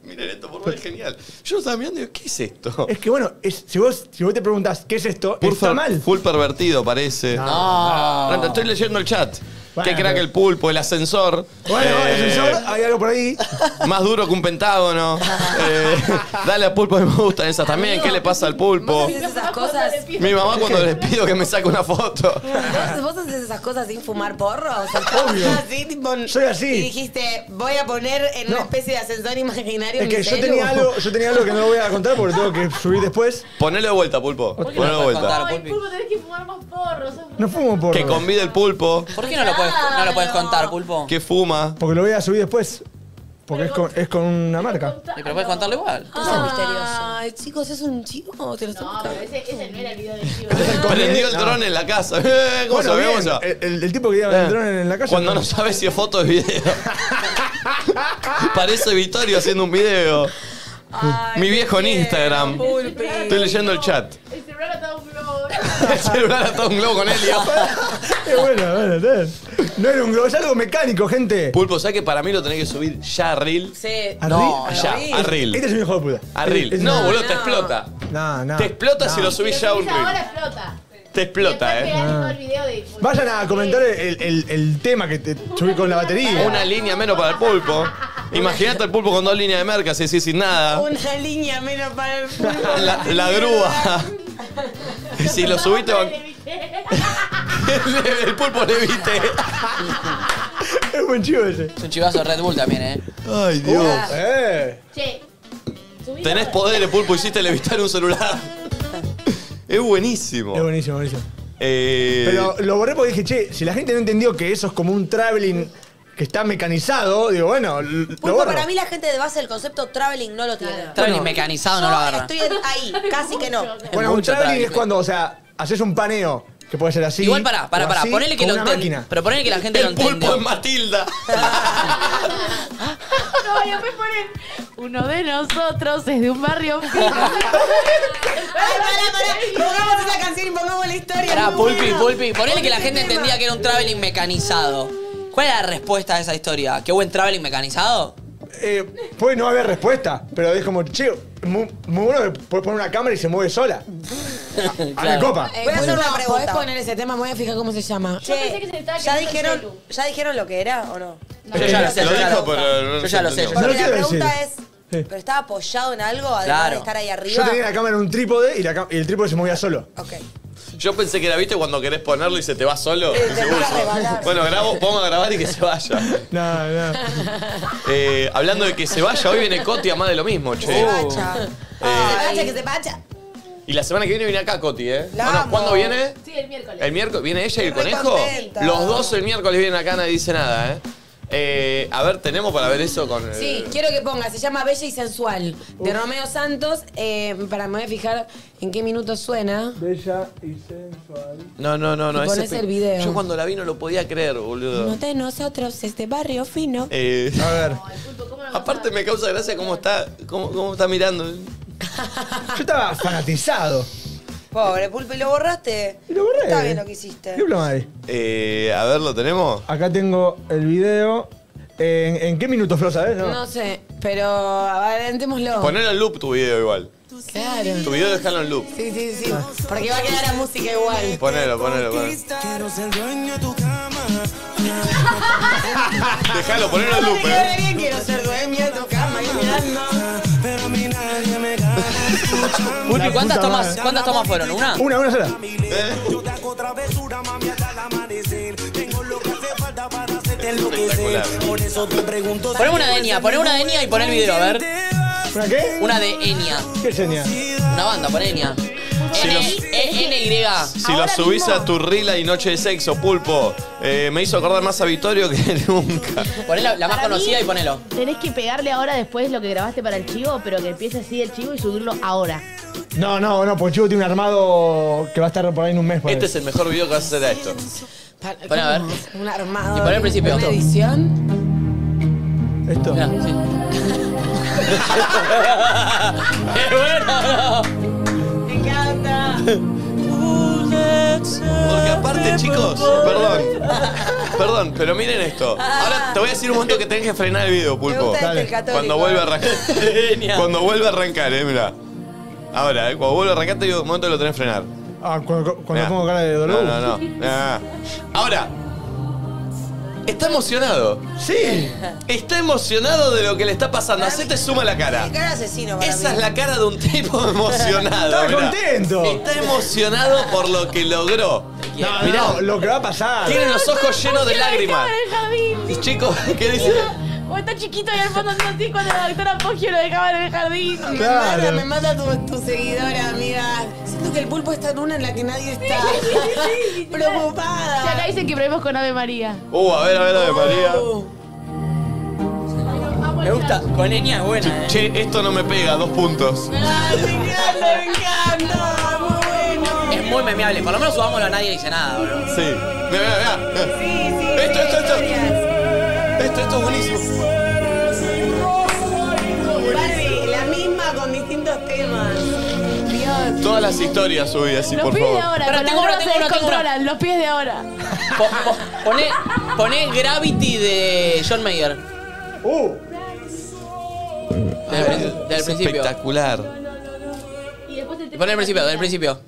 [SPEAKER 1] Miren esto, por favor, es genial. Yo lo estaba mirando y digo, ¿qué es esto?
[SPEAKER 6] Es que bueno, es- si, vos, si vos te preguntás, ¿qué es esto? está
[SPEAKER 1] Full-
[SPEAKER 6] mal.
[SPEAKER 1] Full pervertido, parece.
[SPEAKER 3] No.
[SPEAKER 1] Rata, Estoy leyendo el chat.
[SPEAKER 6] Bueno,
[SPEAKER 1] ¿Qué crack
[SPEAKER 6] pero-
[SPEAKER 1] el pulpo, el ascensor?
[SPEAKER 6] Bueno,
[SPEAKER 1] Eh,
[SPEAKER 6] el ascensor, hay algo por ahí.
[SPEAKER 1] Más duro que un pentágono. Eh, dale al pulpo, me gustan esas también.
[SPEAKER 5] Amigo,
[SPEAKER 1] ¿Qué le pasa al pulpo?
[SPEAKER 5] ¿Vos haces esas cosas?
[SPEAKER 1] Mi mamá cuando les pido que me saque una foto.
[SPEAKER 5] ¿Vos, vos haces esas cosas sin fumar porros?
[SPEAKER 6] Obvio.
[SPEAKER 5] Así, tipo,
[SPEAKER 6] Soy así.
[SPEAKER 5] Y dijiste, voy a poner en una especie de ascensor imaginario
[SPEAKER 6] Es que
[SPEAKER 5] mi
[SPEAKER 6] yo
[SPEAKER 5] celu.
[SPEAKER 6] tenía algo, yo tenía algo que no lo voy a contar porque tengo que subir después.
[SPEAKER 1] Ponelo de vuelta, pulpo.
[SPEAKER 3] qué
[SPEAKER 1] Ponelo
[SPEAKER 3] no
[SPEAKER 1] de
[SPEAKER 3] puedes
[SPEAKER 1] vuelta.
[SPEAKER 3] contar?
[SPEAKER 4] No, el
[SPEAKER 3] Pulpi.
[SPEAKER 4] pulpo tenés que fumar más porros.
[SPEAKER 6] No fumo por.
[SPEAKER 1] Que convide el pulpo.
[SPEAKER 3] ¿Por qué no lo puedes, no lo puedes contar, Pulpo?
[SPEAKER 1] Que fuma.
[SPEAKER 6] Porque lo voy a subir después. Porque es con, es con una marca.
[SPEAKER 3] Eh, Pero puedes contarlo igual.
[SPEAKER 2] Eso es misterioso.
[SPEAKER 5] Ay, chicos, es un chico, te lo estoy
[SPEAKER 4] No, pero
[SPEAKER 5] buscando.
[SPEAKER 4] ese, ese no era el video del chivo.
[SPEAKER 1] Prendió el
[SPEAKER 6] No.
[SPEAKER 1] dron en la casa. Eh, ¿Cómo
[SPEAKER 6] Bueno,
[SPEAKER 1] sabemos
[SPEAKER 6] bien,
[SPEAKER 1] ya?
[SPEAKER 6] el, el- el tipo que lleva el dron en la calle.
[SPEAKER 1] Eh. Cuando no sabes si es foto o es video. Parece Vittorio haciendo un video. Mi viejo en Instagram. Estoy leyendo el chat.
[SPEAKER 4] El celular atado a un globo.
[SPEAKER 1] El celular atado a un globo con helio.
[SPEAKER 6] Eh, bueno, bueno, está bien. No era un globo, es algo mecánico, gente.
[SPEAKER 1] Pulpo, ¿sabes que para mí lo tenés que subir ya a Reel?
[SPEAKER 5] Sí.
[SPEAKER 6] ¿A
[SPEAKER 3] No,
[SPEAKER 6] Reel?
[SPEAKER 1] ya, a
[SPEAKER 6] Este
[SPEAKER 1] Reel.
[SPEAKER 6] es un hijo de puta.
[SPEAKER 1] A
[SPEAKER 6] Este-
[SPEAKER 1] Reel.
[SPEAKER 6] este-
[SPEAKER 1] No, boludo,
[SPEAKER 5] no.
[SPEAKER 1] te explota.
[SPEAKER 6] No, no.
[SPEAKER 1] Te explota si lo subís ya a un
[SPEAKER 4] Ahora
[SPEAKER 1] Reel.
[SPEAKER 4] explota.
[SPEAKER 1] Te explota, eh.
[SPEAKER 6] Vayan a comentar el, el- el tema que te subí con la batería.
[SPEAKER 1] Una línea menos para el pulpo. Imagínate el pulpo con dos líneas de merca, si decís sin nada.
[SPEAKER 5] Una línea menos para el
[SPEAKER 1] La, la grúa. Si lo subiste, van- el, el pulpo levite.
[SPEAKER 6] Es buen chivo ese. Uh,
[SPEAKER 3] Es un chivazo de Red Bull también, ¿eh?
[SPEAKER 1] Ay, Dios.
[SPEAKER 6] Eh.
[SPEAKER 4] Che, subí
[SPEAKER 1] Tenés
[SPEAKER 4] la-
[SPEAKER 1] poder, Pulpo, hiciste levitar un celular. Es buenísimo.
[SPEAKER 6] Es buenísimo, buenísimo.
[SPEAKER 1] Eh,
[SPEAKER 6] Pero lo borré porque dije, che, si la gente no entendió que eso es como un traveling que está mecanizado, digo, bueno, l- lo
[SPEAKER 2] Pulpo,
[SPEAKER 6] borro.
[SPEAKER 2] pues para mí la gente de base el concepto traveling no lo tiene.
[SPEAKER 3] Está bien mecanizado, no lo
[SPEAKER 2] Yo
[SPEAKER 3] agarra.
[SPEAKER 2] estoy en- ahí, casi que no.
[SPEAKER 6] bueno, un
[SPEAKER 3] mucho
[SPEAKER 6] traveling
[SPEAKER 3] traveling.
[SPEAKER 6] es cuando, o sea, haces un paneo, que puede ser así.
[SPEAKER 3] Igual pará, pará,
[SPEAKER 6] o
[SPEAKER 3] pará.
[SPEAKER 6] así,
[SPEAKER 3] Ponele que lo
[SPEAKER 6] con una
[SPEAKER 3] entienda.
[SPEAKER 6] máquina.
[SPEAKER 3] Pero ponele que la gente lo
[SPEAKER 1] el pulpo
[SPEAKER 3] entendió.
[SPEAKER 1] es Matilda.
[SPEAKER 4] No, y después ponen. Uno de nosotros es de un barrio fino.
[SPEAKER 5] Ay, pará, pará. Pongamos esa canción y pongamos la historia.
[SPEAKER 3] Pará,
[SPEAKER 5] muy
[SPEAKER 3] Pulpi,
[SPEAKER 5] bueno.
[SPEAKER 3] Pulpi. Ponele que la
[SPEAKER 5] Ponete
[SPEAKER 3] gente
[SPEAKER 5] tema.
[SPEAKER 3] entendía que era un traveling mecanizado. ¿Cuál era la respuesta a esa historia? ¿Qué buen traveling mecanizado?
[SPEAKER 6] Eh, puede no haber respuesta, pero es como, che, muy, muy bueno que puedes poner una cámara y se mueve sola. A la
[SPEAKER 3] Claro.
[SPEAKER 6] copa.
[SPEAKER 5] Voy a hacer
[SPEAKER 2] Pulpo,
[SPEAKER 5] una pregunta.
[SPEAKER 2] ¿podés
[SPEAKER 5] poner
[SPEAKER 2] poner
[SPEAKER 5] ese tema, me voy a fijar cómo se llama.
[SPEAKER 4] Yo pensé que se le estaba
[SPEAKER 2] ¿Ya
[SPEAKER 4] quemando el
[SPEAKER 2] dijeron,
[SPEAKER 4] celu.
[SPEAKER 2] ¿Ya dijeron lo que era o no?
[SPEAKER 3] Yo ya lo sé,
[SPEAKER 1] Lo
[SPEAKER 3] yo ya
[SPEAKER 1] dijo,
[SPEAKER 3] lo-
[SPEAKER 1] pero no
[SPEAKER 3] Yo ya lo sé, yo
[SPEAKER 1] se
[SPEAKER 3] ya lo
[SPEAKER 2] Porque
[SPEAKER 6] No lo
[SPEAKER 2] la
[SPEAKER 6] quiero decir.
[SPEAKER 2] pregunta es,
[SPEAKER 6] Sí.
[SPEAKER 2] ¿pero estaba apoyado en algo además
[SPEAKER 3] Claro.
[SPEAKER 2] de estar ahí arriba?
[SPEAKER 6] Yo tenía la cámara en un trípode y, la ca- y el trípode se movía solo.
[SPEAKER 2] Ok.
[SPEAKER 1] Yo pensé que era, viste, cuando querés ponerlo y se te va solo.
[SPEAKER 2] te
[SPEAKER 1] Y se
[SPEAKER 2] vas a
[SPEAKER 1] puso.
[SPEAKER 2] rebalar.
[SPEAKER 1] bueno, grabo, pongo a grabar y que se vaya.
[SPEAKER 6] No, no.
[SPEAKER 1] Eh, hablando de que se vaya, hoy viene Coti a más de lo mismo, che. Eh,
[SPEAKER 2] Pacha.
[SPEAKER 6] Uh. Eh.
[SPEAKER 2] Ay,
[SPEAKER 5] que se pacha.
[SPEAKER 1] Y la semana que viene viene acá Coti, ¿eh?
[SPEAKER 2] Ah. La
[SPEAKER 1] Bueno,
[SPEAKER 2] amo.
[SPEAKER 1] ¿Cuándo viene?
[SPEAKER 4] Sí, el miércoles.
[SPEAKER 1] El miércoles viene ella y el
[SPEAKER 2] Estoy re
[SPEAKER 1] conejo.
[SPEAKER 2] contenta.
[SPEAKER 1] Los dos el miércoles vienen acá, nadie dice nada, ¿eh? Eh, a ver, tenemos para ver eso con. el-
[SPEAKER 5] Sí, quiero que ponga, se llama Bella y Sensual, de Romeo Santos. Eh, para me voy a fijar en qué minuto suena.
[SPEAKER 6] Bella y sensual.
[SPEAKER 1] No, no, no, no.
[SPEAKER 5] Y
[SPEAKER 1] ese
[SPEAKER 5] pones
[SPEAKER 1] pe-
[SPEAKER 5] el video.
[SPEAKER 1] Yo cuando la vi no lo podía creer, boludo.
[SPEAKER 5] Uno de nosotros, este barrio fino.
[SPEAKER 1] Eh,
[SPEAKER 6] A ver.
[SPEAKER 1] aparte me causa gracia cómo está, cómo, cómo está mirando.
[SPEAKER 6] Yo estaba fanatizado.
[SPEAKER 2] Pobre Pulpo, ¿y lo borraste?
[SPEAKER 6] Y lo borré.
[SPEAKER 2] Está bien lo que hiciste.
[SPEAKER 6] ¿Qué problema hay?
[SPEAKER 1] Eh, a ver, ¿lo tenemos?
[SPEAKER 6] Acá tengo el video. ¿En, en qué minuto, Flo, sabes? No.
[SPEAKER 5] No sé, pero
[SPEAKER 2] Oh.
[SPEAKER 5] adelantémoslo.
[SPEAKER 1] Ponelo en loop tu video igual.
[SPEAKER 5] Claro.
[SPEAKER 1] Tu video déjalo en loop.
[SPEAKER 5] Sí, sí, sí. Porque va a quedar la música igual.
[SPEAKER 1] Ponelo, ponelo, ponelo. Déjalo, ponelo en loop, eh.
[SPEAKER 5] Quiero ser dueña de tu cama y mirando.
[SPEAKER 3] Pulpi, ¿cuántas
[SPEAKER 6] puta
[SPEAKER 3] tomas,
[SPEAKER 6] madre.
[SPEAKER 3] ¿cuántas tomas fueron? ¿Una?
[SPEAKER 6] Una, una sola.
[SPEAKER 1] Espectacular.
[SPEAKER 3] Poneme una de Enya, poneme una de Enya y pon el video, a ver.
[SPEAKER 6] ¿Una qué?
[SPEAKER 3] Una de Enya.
[SPEAKER 6] ¿Qué señal?
[SPEAKER 3] Una banda, pon Enya. E
[SPEAKER 1] los-
[SPEAKER 3] N-Y.
[SPEAKER 1] Si lo subís a tu rila y noche de sexo, pulpo, eh, me hizo acordar más a Vittorio que nunca.
[SPEAKER 3] Poné la, la más
[SPEAKER 4] Para mí-
[SPEAKER 3] conocida y ponelo.
[SPEAKER 4] Tenés que pegarle ahora después lo que grabaste para el chivo, pero que empiece así el chivo y subirlo ahora.
[SPEAKER 6] No, no, no, Ponchivo tiene un armado que va a estar por ahí en un mes. por ahí.
[SPEAKER 1] Este es el mejor video que vas a hacer a esto.
[SPEAKER 5] Pa-
[SPEAKER 3] Pon a ver.
[SPEAKER 5] Un armado.
[SPEAKER 3] Y pon al principio.
[SPEAKER 5] ¿Una edición?
[SPEAKER 6] Esto.
[SPEAKER 3] Mirá, sí. ¡Es bueno, bro!
[SPEAKER 5] Me encanta.
[SPEAKER 1] Porque aparte, chicos, perdón. Perdón, pero miren esto. Ahora te voy a decir un momento que tenés que frenar el video,
[SPEAKER 2] Me
[SPEAKER 1] pulpo.
[SPEAKER 2] gusta
[SPEAKER 6] Dale.
[SPEAKER 2] este el católico.
[SPEAKER 1] Cuando vuelve a arrancar.
[SPEAKER 3] Enya.
[SPEAKER 1] Cuando vuelve a arrancar, eh, mirá. Ahora, eh, cuando vuelve a arrancar, te digo un momento que lo tenés que frenar.
[SPEAKER 6] Ah, cuando, cuando
[SPEAKER 1] Mirá.
[SPEAKER 6] pongo cara de dolor.
[SPEAKER 1] No, no, no. Ah. Ahora. Está emocionado. Sí. Está emocionado de lo que le está pasando. Hacete suma la cara.
[SPEAKER 2] Mi cara asesino para
[SPEAKER 1] Esa
[SPEAKER 2] mí.
[SPEAKER 1] es la cara de un tipo emocionado.
[SPEAKER 6] Está
[SPEAKER 1] mirá.
[SPEAKER 6] contento.
[SPEAKER 1] Está emocionado por lo que logró.
[SPEAKER 6] No, no, lo que va a pasar.
[SPEAKER 1] Tiene los ojos llenos de
[SPEAKER 4] Mira la
[SPEAKER 1] lágrimas.
[SPEAKER 4] cámara de Javín.
[SPEAKER 1] Y chicos, ¿qué dice?
[SPEAKER 4] O está chiquito ahí al fondo haciendo así cuando la doctora Poggio lo dejaba en el jardín.
[SPEAKER 5] Me
[SPEAKER 6] Claro.
[SPEAKER 5] mata, me mata tu, tu seguidora, amiga. Siento que el pulpo está en una en la que nadie está.
[SPEAKER 4] Y acá
[SPEAKER 5] Preocupada.
[SPEAKER 4] dicen que probemos con Ave María.
[SPEAKER 1] Uh, a ver, a ver, a ver, María.
[SPEAKER 5] Uh,
[SPEAKER 3] Me gusta. Con Enya es buena, eh.
[SPEAKER 1] Che, esto no me pega, dos puntos.
[SPEAKER 5] ah, me encanta, me encanta. Muy bueno.
[SPEAKER 3] Es muy memeable. Por lo menos subámoslo a nadie dice nada, bro.
[SPEAKER 1] Sí. Mirá, mirá, mirá. Esto, esto, esto. Esto, esto es buenísimo.
[SPEAKER 5] Barbie, la misma con distintos temas. Dios.
[SPEAKER 1] Todas las historias subí así,
[SPEAKER 4] Los
[SPEAKER 1] por
[SPEAKER 4] pies de
[SPEAKER 1] favor.
[SPEAKER 4] ahora,
[SPEAKER 3] Pero
[SPEAKER 4] con
[SPEAKER 3] tengo
[SPEAKER 4] las
[SPEAKER 3] una,
[SPEAKER 4] drogas
[SPEAKER 3] tengo
[SPEAKER 4] se
[SPEAKER 3] una, tengo una.
[SPEAKER 4] descontrolan, los pies de ahora.
[SPEAKER 3] Po- po- Poné, poné Gravity de John Mayer.
[SPEAKER 6] Uh,
[SPEAKER 3] Desde el, prin- desde el
[SPEAKER 1] Es
[SPEAKER 3] principio.
[SPEAKER 1] Espectacular.
[SPEAKER 4] Y después el
[SPEAKER 3] Poné el principio, del principio.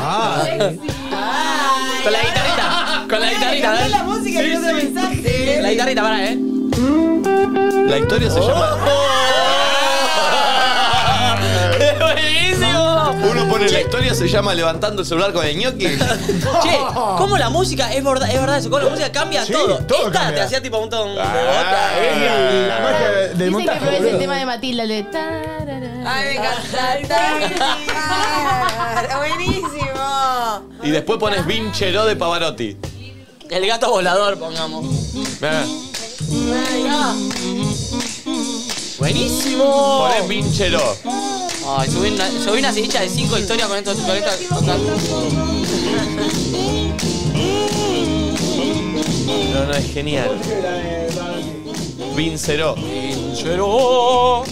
[SPEAKER 6] Ah,
[SPEAKER 3] Con la guitarrita. Con la guitarrita.
[SPEAKER 5] Cantó
[SPEAKER 3] dale.
[SPEAKER 5] la música y no te mensaje.
[SPEAKER 3] La guitarrita, para, eh.
[SPEAKER 1] La historia se llama.
[SPEAKER 3] ¡Es buenísimo!
[SPEAKER 1] Uno pone la historia, se llama levantando el celular con el ñoqui.
[SPEAKER 3] Che, ¿cómo la música? Es verdad, es verdad eso, cómo la música cambia
[SPEAKER 6] Sí,
[SPEAKER 3] todo.
[SPEAKER 6] todo
[SPEAKER 3] Esta
[SPEAKER 6] cambia.
[SPEAKER 3] te hacía tipo un ton. eh.
[SPEAKER 1] Ah.
[SPEAKER 6] la magia de- del
[SPEAKER 4] Dicen que
[SPEAKER 6] montaje.
[SPEAKER 4] probes el
[SPEAKER 6] boludo.
[SPEAKER 4] tema de Matilda, el de tararara.
[SPEAKER 5] Ay, me encanta. Buenísimo.
[SPEAKER 1] Y después pones Vincheró de Pavarotti. Ah,
[SPEAKER 3] El gato volador, pongamos.
[SPEAKER 1] Mirá.
[SPEAKER 3] Buenísimo.
[SPEAKER 1] Ponés Vincheró.
[SPEAKER 3] Ay, subí una, subí una sillita de cinco historias con estos con esta- con-
[SPEAKER 1] No, no, es genial. Vinceró.
[SPEAKER 3] Vincheró.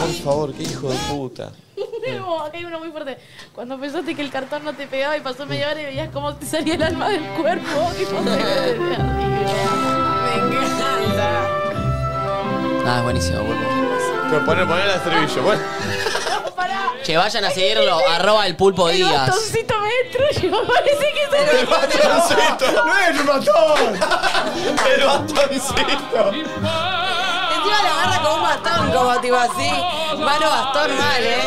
[SPEAKER 1] Por favor, qué hijo de puta.
[SPEAKER 4] Oh, Acá hay uno muy fuerte. Cuando pensaste que el cartón no te pegaba y pasó media hora y veías cómo te salía el alma del cuerpo. Y vos te quedabas de arriba.
[SPEAKER 5] Me encanta.
[SPEAKER 3] Ah, es buenísimo, boludo.
[SPEAKER 1] Pero poner, poner el estribillo. Bueno,
[SPEAKER 4] No, pará.
[SPEAKER 3] Che, vayan a seguirlo, arroba el pulpo
[SPEAKER 4] El
[SPEAKER 3] Díaz.
[SPEAKER 4] botoncito me destruyó. Parece que se
[SPEAKER 1] el batoncito.
[SPEAKER 6] ¡No es un ratón!
[SPEAKER 1] El batoncito.
[SPEAKER 5] Encima la agarra con un bastón, como tipo así. Mano bastón mal, ¿eh?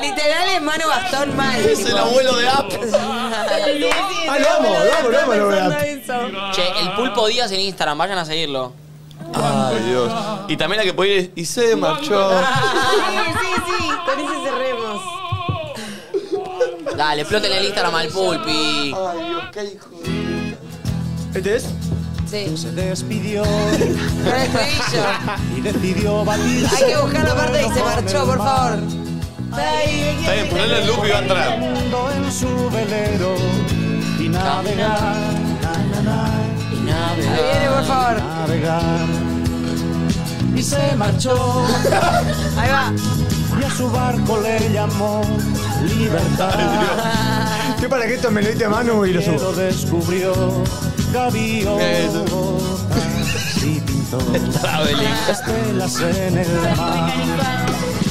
[SPEAKER 5] Literal es mano bastón mal.
[SPEAKER 1] Es el abuelo de App.
[SPEAKER 6] Ah, lo amo, lo amo, lo amo, lo amo.
[SPEAKER 3] Che, el pulpo Díaz en Instagram, vayan a seguirlo.
[SPEAKER 1] Ay, Dios. Y también la que podía ir es, y se marchó.
[SPEAKER 5] Sí, sí, con ese cerremos.
[SPEAKER 3] Dale, exploten el Instagram al pulpi.
[SPEAKER 6] ¿Este es?
[SPEAKER 5] Sí,
[SPEAKER 10] Se despidió
[SPEAKER 5] con el estribillo.
[SPEAKER 10] y decidió batirse.
[SPEAKER 5] Hay que buscar la parte y se marchó, por favor.
[SPEAKER 1] Está bien, ponerle el loop y va a entrar.
[SPEAKER 10] Mundo en su velero y navegar, na, na, na,
[SPEAKER 3] Y nada,
[SPEAKER 5] Ahí viene, por favor.
[SPEAKER 10] navegar. Y se marchó
[SPEAKER 5] Ahí va.
[SPEAKER 10] y a su barco le llamó libertad.
[SPEAKER 6] Estoy para que esto me lo edite Manu y lo
[SPEAKER 10] Que lo
[SPEAKER 6] subo.
[SPEAKER 10] descubrió gaviotas y pintó
[SPEAKER 1] Traveling.
[SPEAKER 10] estelas en el mar.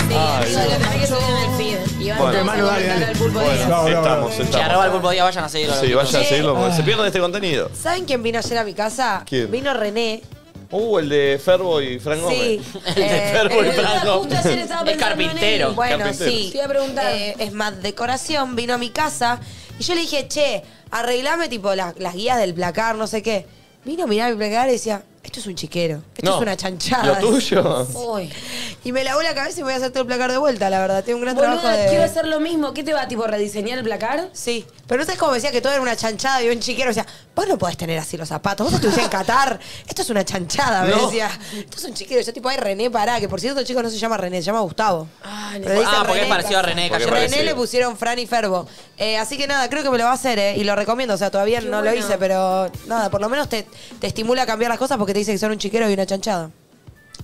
[SPEAKER 5] Sí, amigo, lo tenés que subir en el feed. Y van
[SPEAKER 1] Bueno,
[SPEAKER 5] todos
[SPEAKER 6] Manu,
[SPEAKER 5] a
[SPEAKER 6] dale,
[SPEAKER 5] comentar
[SPEAKER 6] dale.
[SPEAKER 5] al pulpo
[SPEAKER 1] Bueno,
[SPEAKER 5] Díaz.
[SPEAKER 6] Bravo, bravo, bravo.
[SPEAKER 1] estamos,
[SPEAKER 6] Sí,
[SPEAKER 1] estamos.
[SPEAKER 3] Que arroba el pulpo día, vayan a seguirlo.
[SPEAKER 1] Sí,
[SPEAKER 3] loquitos.
[SPEAKER 1] vayan a seguirlo porque se pierde este contenido.
[SPEAKER 2] ¿Saben quién vino ayer a mi casa?
[SPEAKER 1] ¿Quién?
[SPEAKER 2] Vino René.
[SPEAKER 1] Uh, el de Ferbo y Frank
[SPEAKER 2] Sí.
[SPEAKER 1] Gómez.
[SPEAKER 3] El de
[SPEAKER 2] Eh,
[SPEAKER 3] Ferbo y
[SPEAKER 5] boludo,
[SPEAKER 3] Franco.
[SPEAKER 5] justo ayer estaba
[SPEAKER 3] Es
[SPEAKER 5] pensando en
[SPEAKER 3] carpintero.
[SPEAKER 5] él.
[SPEAKER 2] Bueno,
[SPEAKER 1] Carpintero.
[SPEAKER 2] sí.
[SPEAKER 5] Te iba a preguntar.
[SPEAKER 2] Eh, es más decoración, vino a mi casa y yo le dije, che, arreglame tipo la- las guías del placar, no sé qué. Vino a mirar mi placar y decía, esto es un chiquero, esto
[SPEAKER 1] No.
[SPEAKER 2] es una chanchada.
[SPEAKER 1] ¿Lo tuyo?
[SPEAKER 5] Uy.
[SPEAKER 2] Y me lavó la cabeza y voy a hacer todo el placar de vuelta, la verdad. Tengo un gran trabajo
[SPEAKER 5] Boluda,
[SPEAKER 2] de...
[SPEAKER 5] quiero hacer lo mismo. ¿Qué te va, tipo, rediseñar el placar?
[SPEAKER 2] Sí, pero no sabes cómo me decía que todo era una chanchada y un chiquero. O sea, vos no podés tener así los zapatos. Vos estuviste en Qatar. Esto es una chanchada, me
[SPEAKER 1] No.
[SPEAKER 2] decía. Esto es un chiquero. Yo, tipo, ay, René, pará. Que por cierto, el chico no se llama René, se llama Gustavo.
[SPEAKER 5] Ah,
[SPEAKER 2] Pero
[SPEAKER 5] no.
[SPEAKER 2] le dicen
[SPEAKER 3] Ah, porque
[SPEAKER 2] René
[SPEAKER 3] es parecido a
[SPEAKER 2] Casa.
[SPEAKER 3] René
[SPEAKER 1] Porque
[SPEAKER 3] Calle.
[SPEAKER 1] parece-
[SPEAKER 2] René le pusieron Fran y Ferbo. Eh, así que nada, creo que me lo va a hacer, ¿eh? Y lo recomiendo. O sea, todavía no lo hice, pero nada, por lo menos te, te estimula a cambiar las cosas porque te dice que son un chiquero y una chanchada.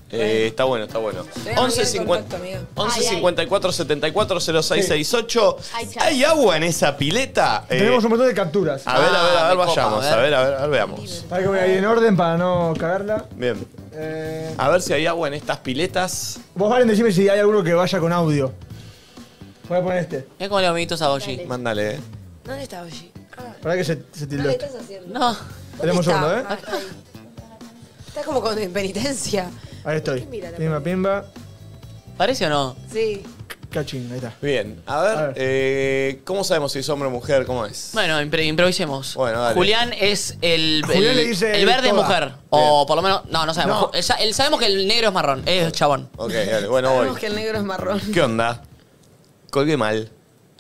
[SPEAKER 1] Eh, está bueno, está bueno.
[SPEAKER 5] Tenemos
[SPEAKER 1] 11
[SPEAKER 5] bien
[SPEAKER 1] 50
[SPEAKER 5] contacto, amigo.
[SPEAKER 1] 11 54 74 0668. ¿Hay agua en esa pileta? Eh,
[SPEAKER 6] Tenemos un montón de capturas.
[SPEAKER 1] A ver, a ver, a
[SPEAKER 3] Ah,
[SPEAKER 1] ver,
[SPEAKER 3] mi copa,
[SPEAKER 1] vayamos.
[SPEAKER 3] a
[SPEAKER 1] A ver, a ver, a ver, veamos.
[SPEAKER 6] Para que voy ahí en orden para no cagarla.
[SPEAKER 1] Bien.
[SPEAKER 6] Eh,
[SPEAKER 1] A ver si hay agua en estas piletas.
[SPEAKER 6] vos, Valen, decime si hay alguno que vaya con audio. Voy a poner este.
[SPEAKER 3] Es como los amiguitos a Oji.
[SPEAKER 1] Mándale, eh.
[SPEAKER 2] ¿Dónde está Oji?
[SPEAKER 6] Para que se, se tildó.
[SPEAKER 2] ¿Qué
[SPEAKER 6] esto.
[SPEAKER 2] estás haciendo?
[SPEAKER 3] No.
[SPEAKER 6] Tenemos
[SPEAKER 2] está?
[SPEAKER 6] uno, ¿eh?
[SPEAKER 2] Ah, está ahí. Estás como con penitencia.
[SPEAKER 6] Ahí estoy. Pimba, pimba.
[SPEAKER 3] ¿Parece o no?
[SPEAKER 2] Sí.
[SPEAKER 6] Cachín, ahí está.
[SPEAKER 1] Bien. A ver,
[SPEAKER 6] A ver.
[SPEAKER 1] eh, ¿cómo sabemos si es hombre o mujer? ¿Cómo es?
[SPEAKER 3] Bueno, impre- improvisemos.
[SPEAKER 1] Bueno, dale.
[SPEAKER 3] Julián es el,
[SPEAKER 6] Julián
[SPEAKER 3] el-
[SPEAKER 6] le dice
[SPEAKER 3] el verde es
[SPEAKER 6] toda.
[SPEAKER 3] mujer. O por lo menos. No, no sabemos.
[SPEAKER 6] No.
[SPEAKER 3] Ju- el sa- el- sabemos que el negro es marrón. Es chabón.
[SPEAKER 1] Ok, dale, bueno,
[SPEAKER 5] Sabemos
[SPEAKER 1] voy.
[SPEAKER 5] que el negro es marrón.
[SPEAKER 1] ¿Qué onda? Colgué mal.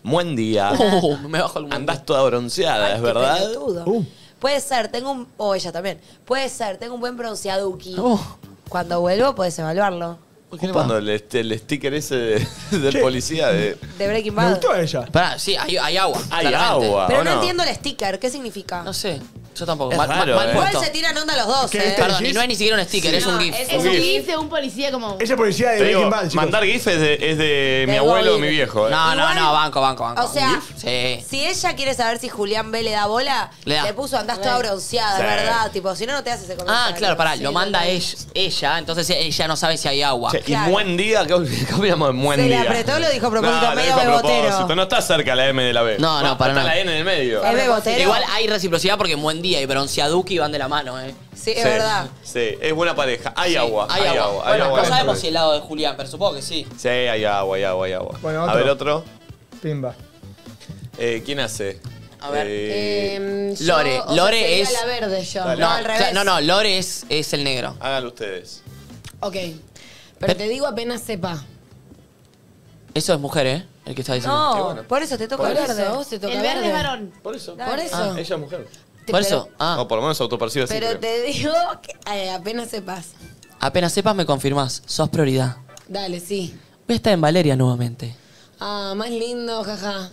[SPEAKER 1] Buen día.
[SPEAKER 3] Uh, me bajo el mundo.
[SPEAKER 1] Andás toda bronceada,
[SPEAKER 2] Ay,
[SPEAKER 1] ¿es
[SPEAKER 2] qué
[SPEAKER 1] verdad?
[SPEAKER 2] pelotudo.
[SPEAKER 6] Uh.
[SPEAKER 2] Puede ser, tengo un. O ella también. Puede ser, tengo un buen bronceaduki.
[SPEAKER 3] Uh.
[SPEAKER 2] Cuando vuelvo, puedes evaluarlo.
[SPEAKER 1] Cuando el, este- el sticker ese de, del
[SPEAKER 6] Che.
[SPEAKER 1] policía de.
[SPEAKER 2] De Breaking
[SPEAKER 6] Me
[SPEAKER 2] Bad.
[SPEAKER 6] gustó ella.
[SPEAKER 3] Pará, sí, hay, hay agua.
[SPEAKER 1] Hay
[SPEAKER 3] claramente.
[SPEAKER 1] agua.
[SPEAKER 2] Pero
[SPEAKER 1] ¿o
[SPEAKER 2] no,
[SPEAKER 1] no?
[SPEAKER 2] entiendo el sticker, ¿qué significa?
[SPEAKER 3] No sé. Yo tampoco.
[SPEAKER 1] Es
[SPEAKER 3] mal, mal-
[SPEAKER 1] raro,
[SPEAKER 3] mal
[SPEAKER 1] eh.
[SPEAKER 2] Igual
[SPEAKER 3] puesto.
[SPEAKER 2] se tiran onda los dos,
[SPEAKER 6] ¿Qué
[SPEAKER 2] ¿eh?
[SPEAKER 6] viste?
[SPEAKER 3] Perdón, y no es ni siquiera un sticker, es un GIF.
[SPEAKER 4] Es un gif de un policía como.
[SPEAKER 6] Ese policía de
[SPEAKER 1] Te digo,
[SPEAKER 6] Eh, Breaking Bad, chicos.
[SPEAKER 1] mandar GIF es de, es de mi
[SPEAKER 2] De
[SPEAKER 1] abuelo o
[SPEAKER 2] Bobby.
[SPEAKER 1] mi viejo. eh.
[SPEAKER 3] No, no,
[SPEAKER 2] Igual-
[SPEAKER 3] no, banco, banco, banco.
[SPEAKER 2] O sea,
[SPEAKER 3] Sí.
[SPEAKER 2] si ella quiere saber si Julián B le da bola,
[SPEAKER 3] Le
[SPEAKER 2] le,
[SPEAKER 3] da.
[SPEAKER 2] puso andás toda bronceada,
[SPEAKER 1] Sí.
[SPEAKER 2] es ¿verdad? Tipo, si no, no te haces ese comentario.
[SPEAKER 3] Ah, claro, pará,
[SPEAKER 2] Sí,
[SPEAKER 3] lo manda
[SPEAKER 2] total.
[SPEAKER 3] ella, ella, entonces ella no sabe si hay agua.
[SPEAKER 1] Che, Y
[SPEAKER 2] Claro.
[SPEAKER 1] buen día, ¿qué qué opinamos de buen
[SPEAKER 2] Se le
[SPEAKER 1] día?
[SPEAKER 2] apretó, lo dijo a propósito,
[SPEAKER 1] No, lo
[SPEAKER 2] medio
[SPEAKER 1] dijo a
[SPEAKER 2] bebotero.
[SPEAKER 1] propósito, No está cerca la M de la B.
[SPEAKER 3] No, no, para
[SPEAKER 1] está
[SPEAKER 3] nada.
[SPEAKER 1] la N en el medio.
[SPEAKER 2] Es bebotero.
[SPEAKER 3] Igual hay reciprocidad porque buen día y bronceaduki van de la mano, ¿eh?
[SPEAKER 2] Sí, es
[SPEAKER 1] Sí,
[SPEAKER 2] verdad.
[SPEAKER 1] Sí, es buena pareja. Hay
[SPEAKER 3] Sí,
[SPEAKER 1] agua, hay, agua. hay
[SPEAKER 3] Bueno,
[SPEAKER 1] agua
[SPEAKER 3] no
[SPEAKER 1] dentro
[SPEAKER 3] sabemos
[SPEAKER 1] de-
[SPEAKER 3] si el lado de Julián, pero supongo que sí.
[SPEAKER 1] Sí, hay agua, hay agua, hay agua.
[SPEAKER 6] Bueno,
[SPEAKER 1] A
[SPEAKER 6] otro.
[SPEAKER 1] ver, otro.
[SPEAKER 6] Pimba.
[SPEAKER 1] Eh, ¿Quién hace?
[SPEAKER 3] A ver.
[SPEAKER 1] Eh,
[SPEAKER 5] Eh, yo,
[SPEAKER 3] Lore,
[SPEAKER 5] o sea,
[SPEAKER 3] Lore
[SPEAKER 5] sería
[SPEAKER 3] es-
[SPEAKER 5] la verde yo.
[SPEAKER 1] Dale.
[SPEAKER 3] No,
[SPEAKER 2] al
[SPEAKER 3] o sea,
[SPEAKER 2] revés.
[SPEAKER 3] no, no, Lore es, es el negro.
[SPEAKER 1] háganlo ustedes.
[SPEAKER 5] Ok. Pero te digo apenas sepa.
[SPEAKER 3] Eso es mujer, ¿eh? El que está diciendo.
[SPEAKER 2] No, por eso te toca
[SPEAKER 5] Por
[SPEAKER 2] el verde.
[SPEAKER 5] eso, vos te toca
[SPEAKER 4] El verde es varón.
[SPEAKER 1] Por eso.
[SPEAKER 5] Por eso.
[SPEAKER 1] Ella es mujer.
[SPEAKER 5] Te-
[SPEAKER 3] Ah, Por
[SPEAKER 5] pero-
[SPEAKER 3] eso, ah,
[SPEAKER 1] O por lo menos autopercibe así.
[SPEAKER 5] Pero
[SPEAKER 1] creo.
[SPEAKER 5] te digo que eh, apenas sepas.
[SPEAKER 3] apenas sepas me confirmás, sos prioridad.
[SPEAKER 5] Dale, sí.
[SPEAKER 3] Voy a estar en Valeria nuevamente.
[SPEAKER 5] Ah, más lindo, jaja.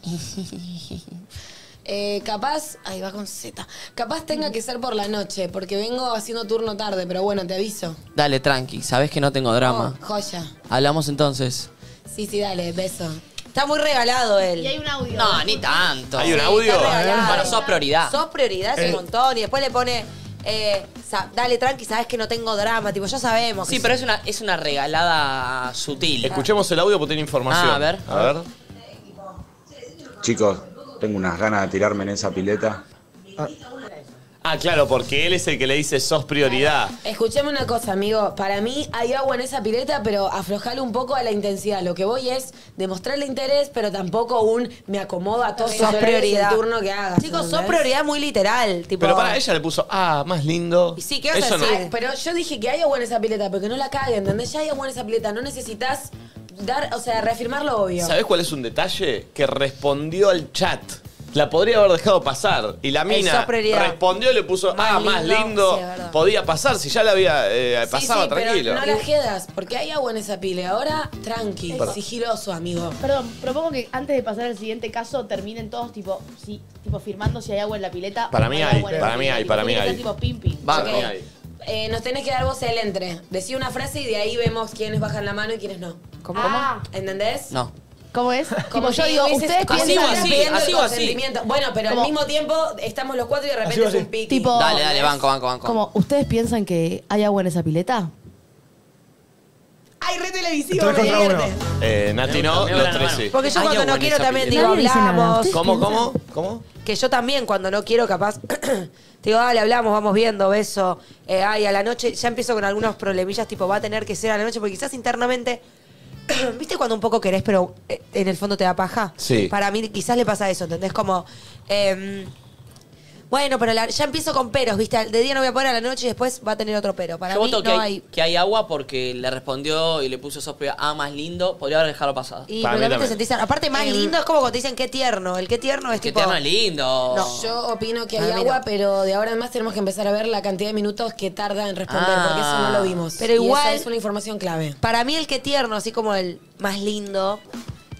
[SPEAKER 5] Eh, capaz, ahí va con Z. Capaz tenga que ser por la noche, porque vengo haciendo turno tarde, pero bueno, te aviso.
[SPEAKER 3] Dale, tranqui, sabés que no tengo drama.
[SPEAKER 5] Oh, joya.
[SPEAKER 3] Hablamos entonces.
[SPEAKER 5] Sí, sí, dale, beso.
[SPEAKER 2] Está muy regalado
[SPEAKER 4] Y hay
[SPEAKER 2] él.
[SPEAKER 4] un audio.
[SPEAKER 3] No, ni tanto.
[SPEAKER 1] ¿Hay un
[SPEAKER 2] Sí,
[SPEAKER 1] audio?
[SPEAKER 2] está regalado.
[SPEAKER 3] Bueno, sos prioridad.
[SPEAKER 2] Sos prioridad es
[SPEAKER 6] Eh.
[SPEAKER 2] un montón. Y después le pone, eh, sa- dale tranqui, sabes que no tengo drama. Tipo, ya sabemos.
[SPEAKER 3] Sí, pero es una, es una regalada sutil.
[SPEAKER 1] Escuchemos el audio porque tiene información.
[SPEAKER 3] Ah, a ver.
[SPEAKER 1] A ver.
[SPEAKER 11] Chicos, tengo unas ganas de tirarme en esa pileta.
[SPEAKER 1] Ah, claro, porque él es el que le dice sos prioridad.
[SPEAKER 5] Escuchame una cosa, amigo. Para mí hay agua en esa pileta, pero aflojale un poco a la intensidad. Lo que voy es demostrarle interés, pero tampoco un me acomodo a todos
[SPEAKER 2] sos
[SPEAKER 5] los
[SPEAKER 2] prioridad.
[SPEAKER 5] turno que hagas.
[SPEAKER 2] Chicos, sos
[SPEAKER 5] ¿entendés?
[SPEAKER 2] prioridad muy literal. Tipo,
[SPEAKER 1] Pero para ella le puso, ah, más lindo.
[SPEAKER 2] Y sí, ¿qué vas a
[SPEAKER 1] no.
[SPEAKER 2] decir?
[SPEAKER 5] Ay, pero yo dije que hay agua en esa pileta, porque no la cague, ¿entendés? Ya hay agua en esa pileta, no necesitas dar, o sea, reafirmar lo obvio.
[SPEAKER 1] ¿Sabés cuál es un detalle? Que respondió al chat. La podría haber dejado pasar. Y la mina
[SPEAKER 2] sos prioridad.
[SPEAKER 1] respondió y le puso,
[SPEAKER 2] Más
[SPEAKER 1] ah, más
[SPEAKER 2] lindo.
[SPEAKER 1] lindo.
[SPEAKER 2] Sí, es verdad.
[SPEAKER 1] Podía pasar si ya la había eh,
[SPEAKER 5] Sí,
[SPEAKER 1] pasaba
[SPEAKER 5] sí,
[SPEAKER 1] tranquilo.
[SPEAKER 5] Pero no la jedas, porque hay agua en esa pile. Ahora, tranqui, sigiloso, amigo.
[SPEAKER 4] Perdón, propongo que antes de pasar al siguiente caso terminen todos tipo, sí, tipo firmando si hay agua en la pileta. o
[SPEAKER 1] Para
[SPEAKER 4] no
[SPEAKER 1] mí hay,
[SPEAKER 4] agua en la
[SPEAKER 1] para mí
[SPEAKER 4] pileta.
[SPEAKER 1] hay,
[SPEAKER 4] Tipo,
[SPEAKER 1] para
[SPEAKER 4] tiene
[SPEAKER 1] mí
[SPEAKER 4] que
[SPEAKER 1] hay.
[SPEAKER 4] ser tipo pim, pim.
[SPEAKER 1] Va,
[SPEAKER 5] Ok.
[SPEAKER 1] Ah, no hay.
[SPEAKER 5] Eh, nos tenés que dar vos el entre. Decí una frase y de ahí vemos quiénes bajan la mano y quiénes no.
[SPEAKER 4] Ah,
[SPEAKER 5] ¿Entendés?
[SPEAKER 3] No.
[SPEAKER 4] ¿Cómo es? Como
[SPEAKER 5] Como
[SPEAKER 4] yo digo, ustedes
[SPEAKER 5] así o
[SPEAKER 4] piensan...
[SPEAKER 5] así, así o así. Bueno, pero
[SPEAKER 4] Como-
[SPEAKER 5] al mismo tiempo estamos los cuatro y de
[SPEAKER 4] Así o
[SPEAKER 5] repente es
[SPEAKER 4] así.
[SPEAKER 5] un piqui.
[SPEAKER 4] Tipo-
[SPEAKER 3] Dale, dale, banco, banco, banco.
[SPEAKER 4] Como, ¿ustedes piensan que hay agua en esa pileta?
[SPEAKER 5] ¡Ay, re televisivo!
[SPEAKER 1] Tres
[SPEAKER 5] Me
[SPEAKER 1] contra
[SPEAKER 5] divierte.
[SPEAKER 1] Eh, Nati no,
[SPEAKER 3] Me voy a
[SPEAKER 1] los
[SPEAKER 3] ganar,
[SPEAKER 1] tres
[SPEAKER 3] hermano.
[SPEAKER 1] sí.
[SPEAKER 2] Porque yo
[SPEAKER 3] Hay
[SPEAKER 2] cuando
[SPEAKER 3] agua
[SPEAKER 2] no
[SPEAKER 3] en
[SPEAKER 2] quiero
[SPEAKER 3] esa
[SPEAKER 2] también
[SPEAKER 3] pileta.
[SPEAKER 2] digo,
[SPEAKER 4] Nadie dice nada.
[SPEAKER 2] hablamos.
[SPEAKER 1] ¿Cómo, cómo? ¿Cómo?
[SPEAKER 2] Que yo también cuando no quiero capaz, te digo, dale, hablamos, vamos viendo, beso. Eh, ay, a la noche ya empiezo con algunos problemillas, tipo, va a tener que ser a la noche, porque quizás internamente, viste cuando un poco querés, pero eh, en el fondo te da paja.
[SPEAKER 1] Sí.
[SPEAKER 2] Para mí quizás le pasa eso, ¿entendés? Como, em, bueno, pero la- ya empiezo con peros, viste, de día no voy a poder a la noche y después va a tener otro pero. Para
[SPEAKER 3] Yo
[SPEAKER 2] mí
[SPEAKER 3] voto
[SPEAKER 2] no
[SPEAKER 3] que, hay,
[SPEAKER 2] hay...
[SPEAKER 3] que hay agua porque le respondió y le puso sos prueba A más lindo. Podría haber dejado pasado.
[SPEAKER 2] Y
[SPEAKER 1] Para mí
[SPEAKER 2] realmente
[SPEAKER 1] también.
[SPEAKER 2] sentís- Aparte, más lindo es como cuando te dicen qué tierno. El qué tierno es
[SPEAKER 3] Em, Que
[SPEAKER 2] tipo.
[SPEAKER 3] te es lindo.
[SPEAKER 2] No.
[SPEAKER 5] Yo opino que hay
[SPEAKER 2] Para mí
[SPEAKER 5] agua,
[SPEAKER 2] no.
[SPEAKER 5] pero de ahora en más tenemos que empezar a ver la cantidad de minutos que tarda en responder,
[SPEAKER 3] Ah.
[SPEAKER 5] porque eso no lo vimos.
[SPEAKER 2] Pero
[SPEAKER 5] Y
[SPEAKER 2] igual-
[SPEAKER 5] esa es una información clave.
[SPEAKER 2] Para mí el que tierno, así como el más lindo,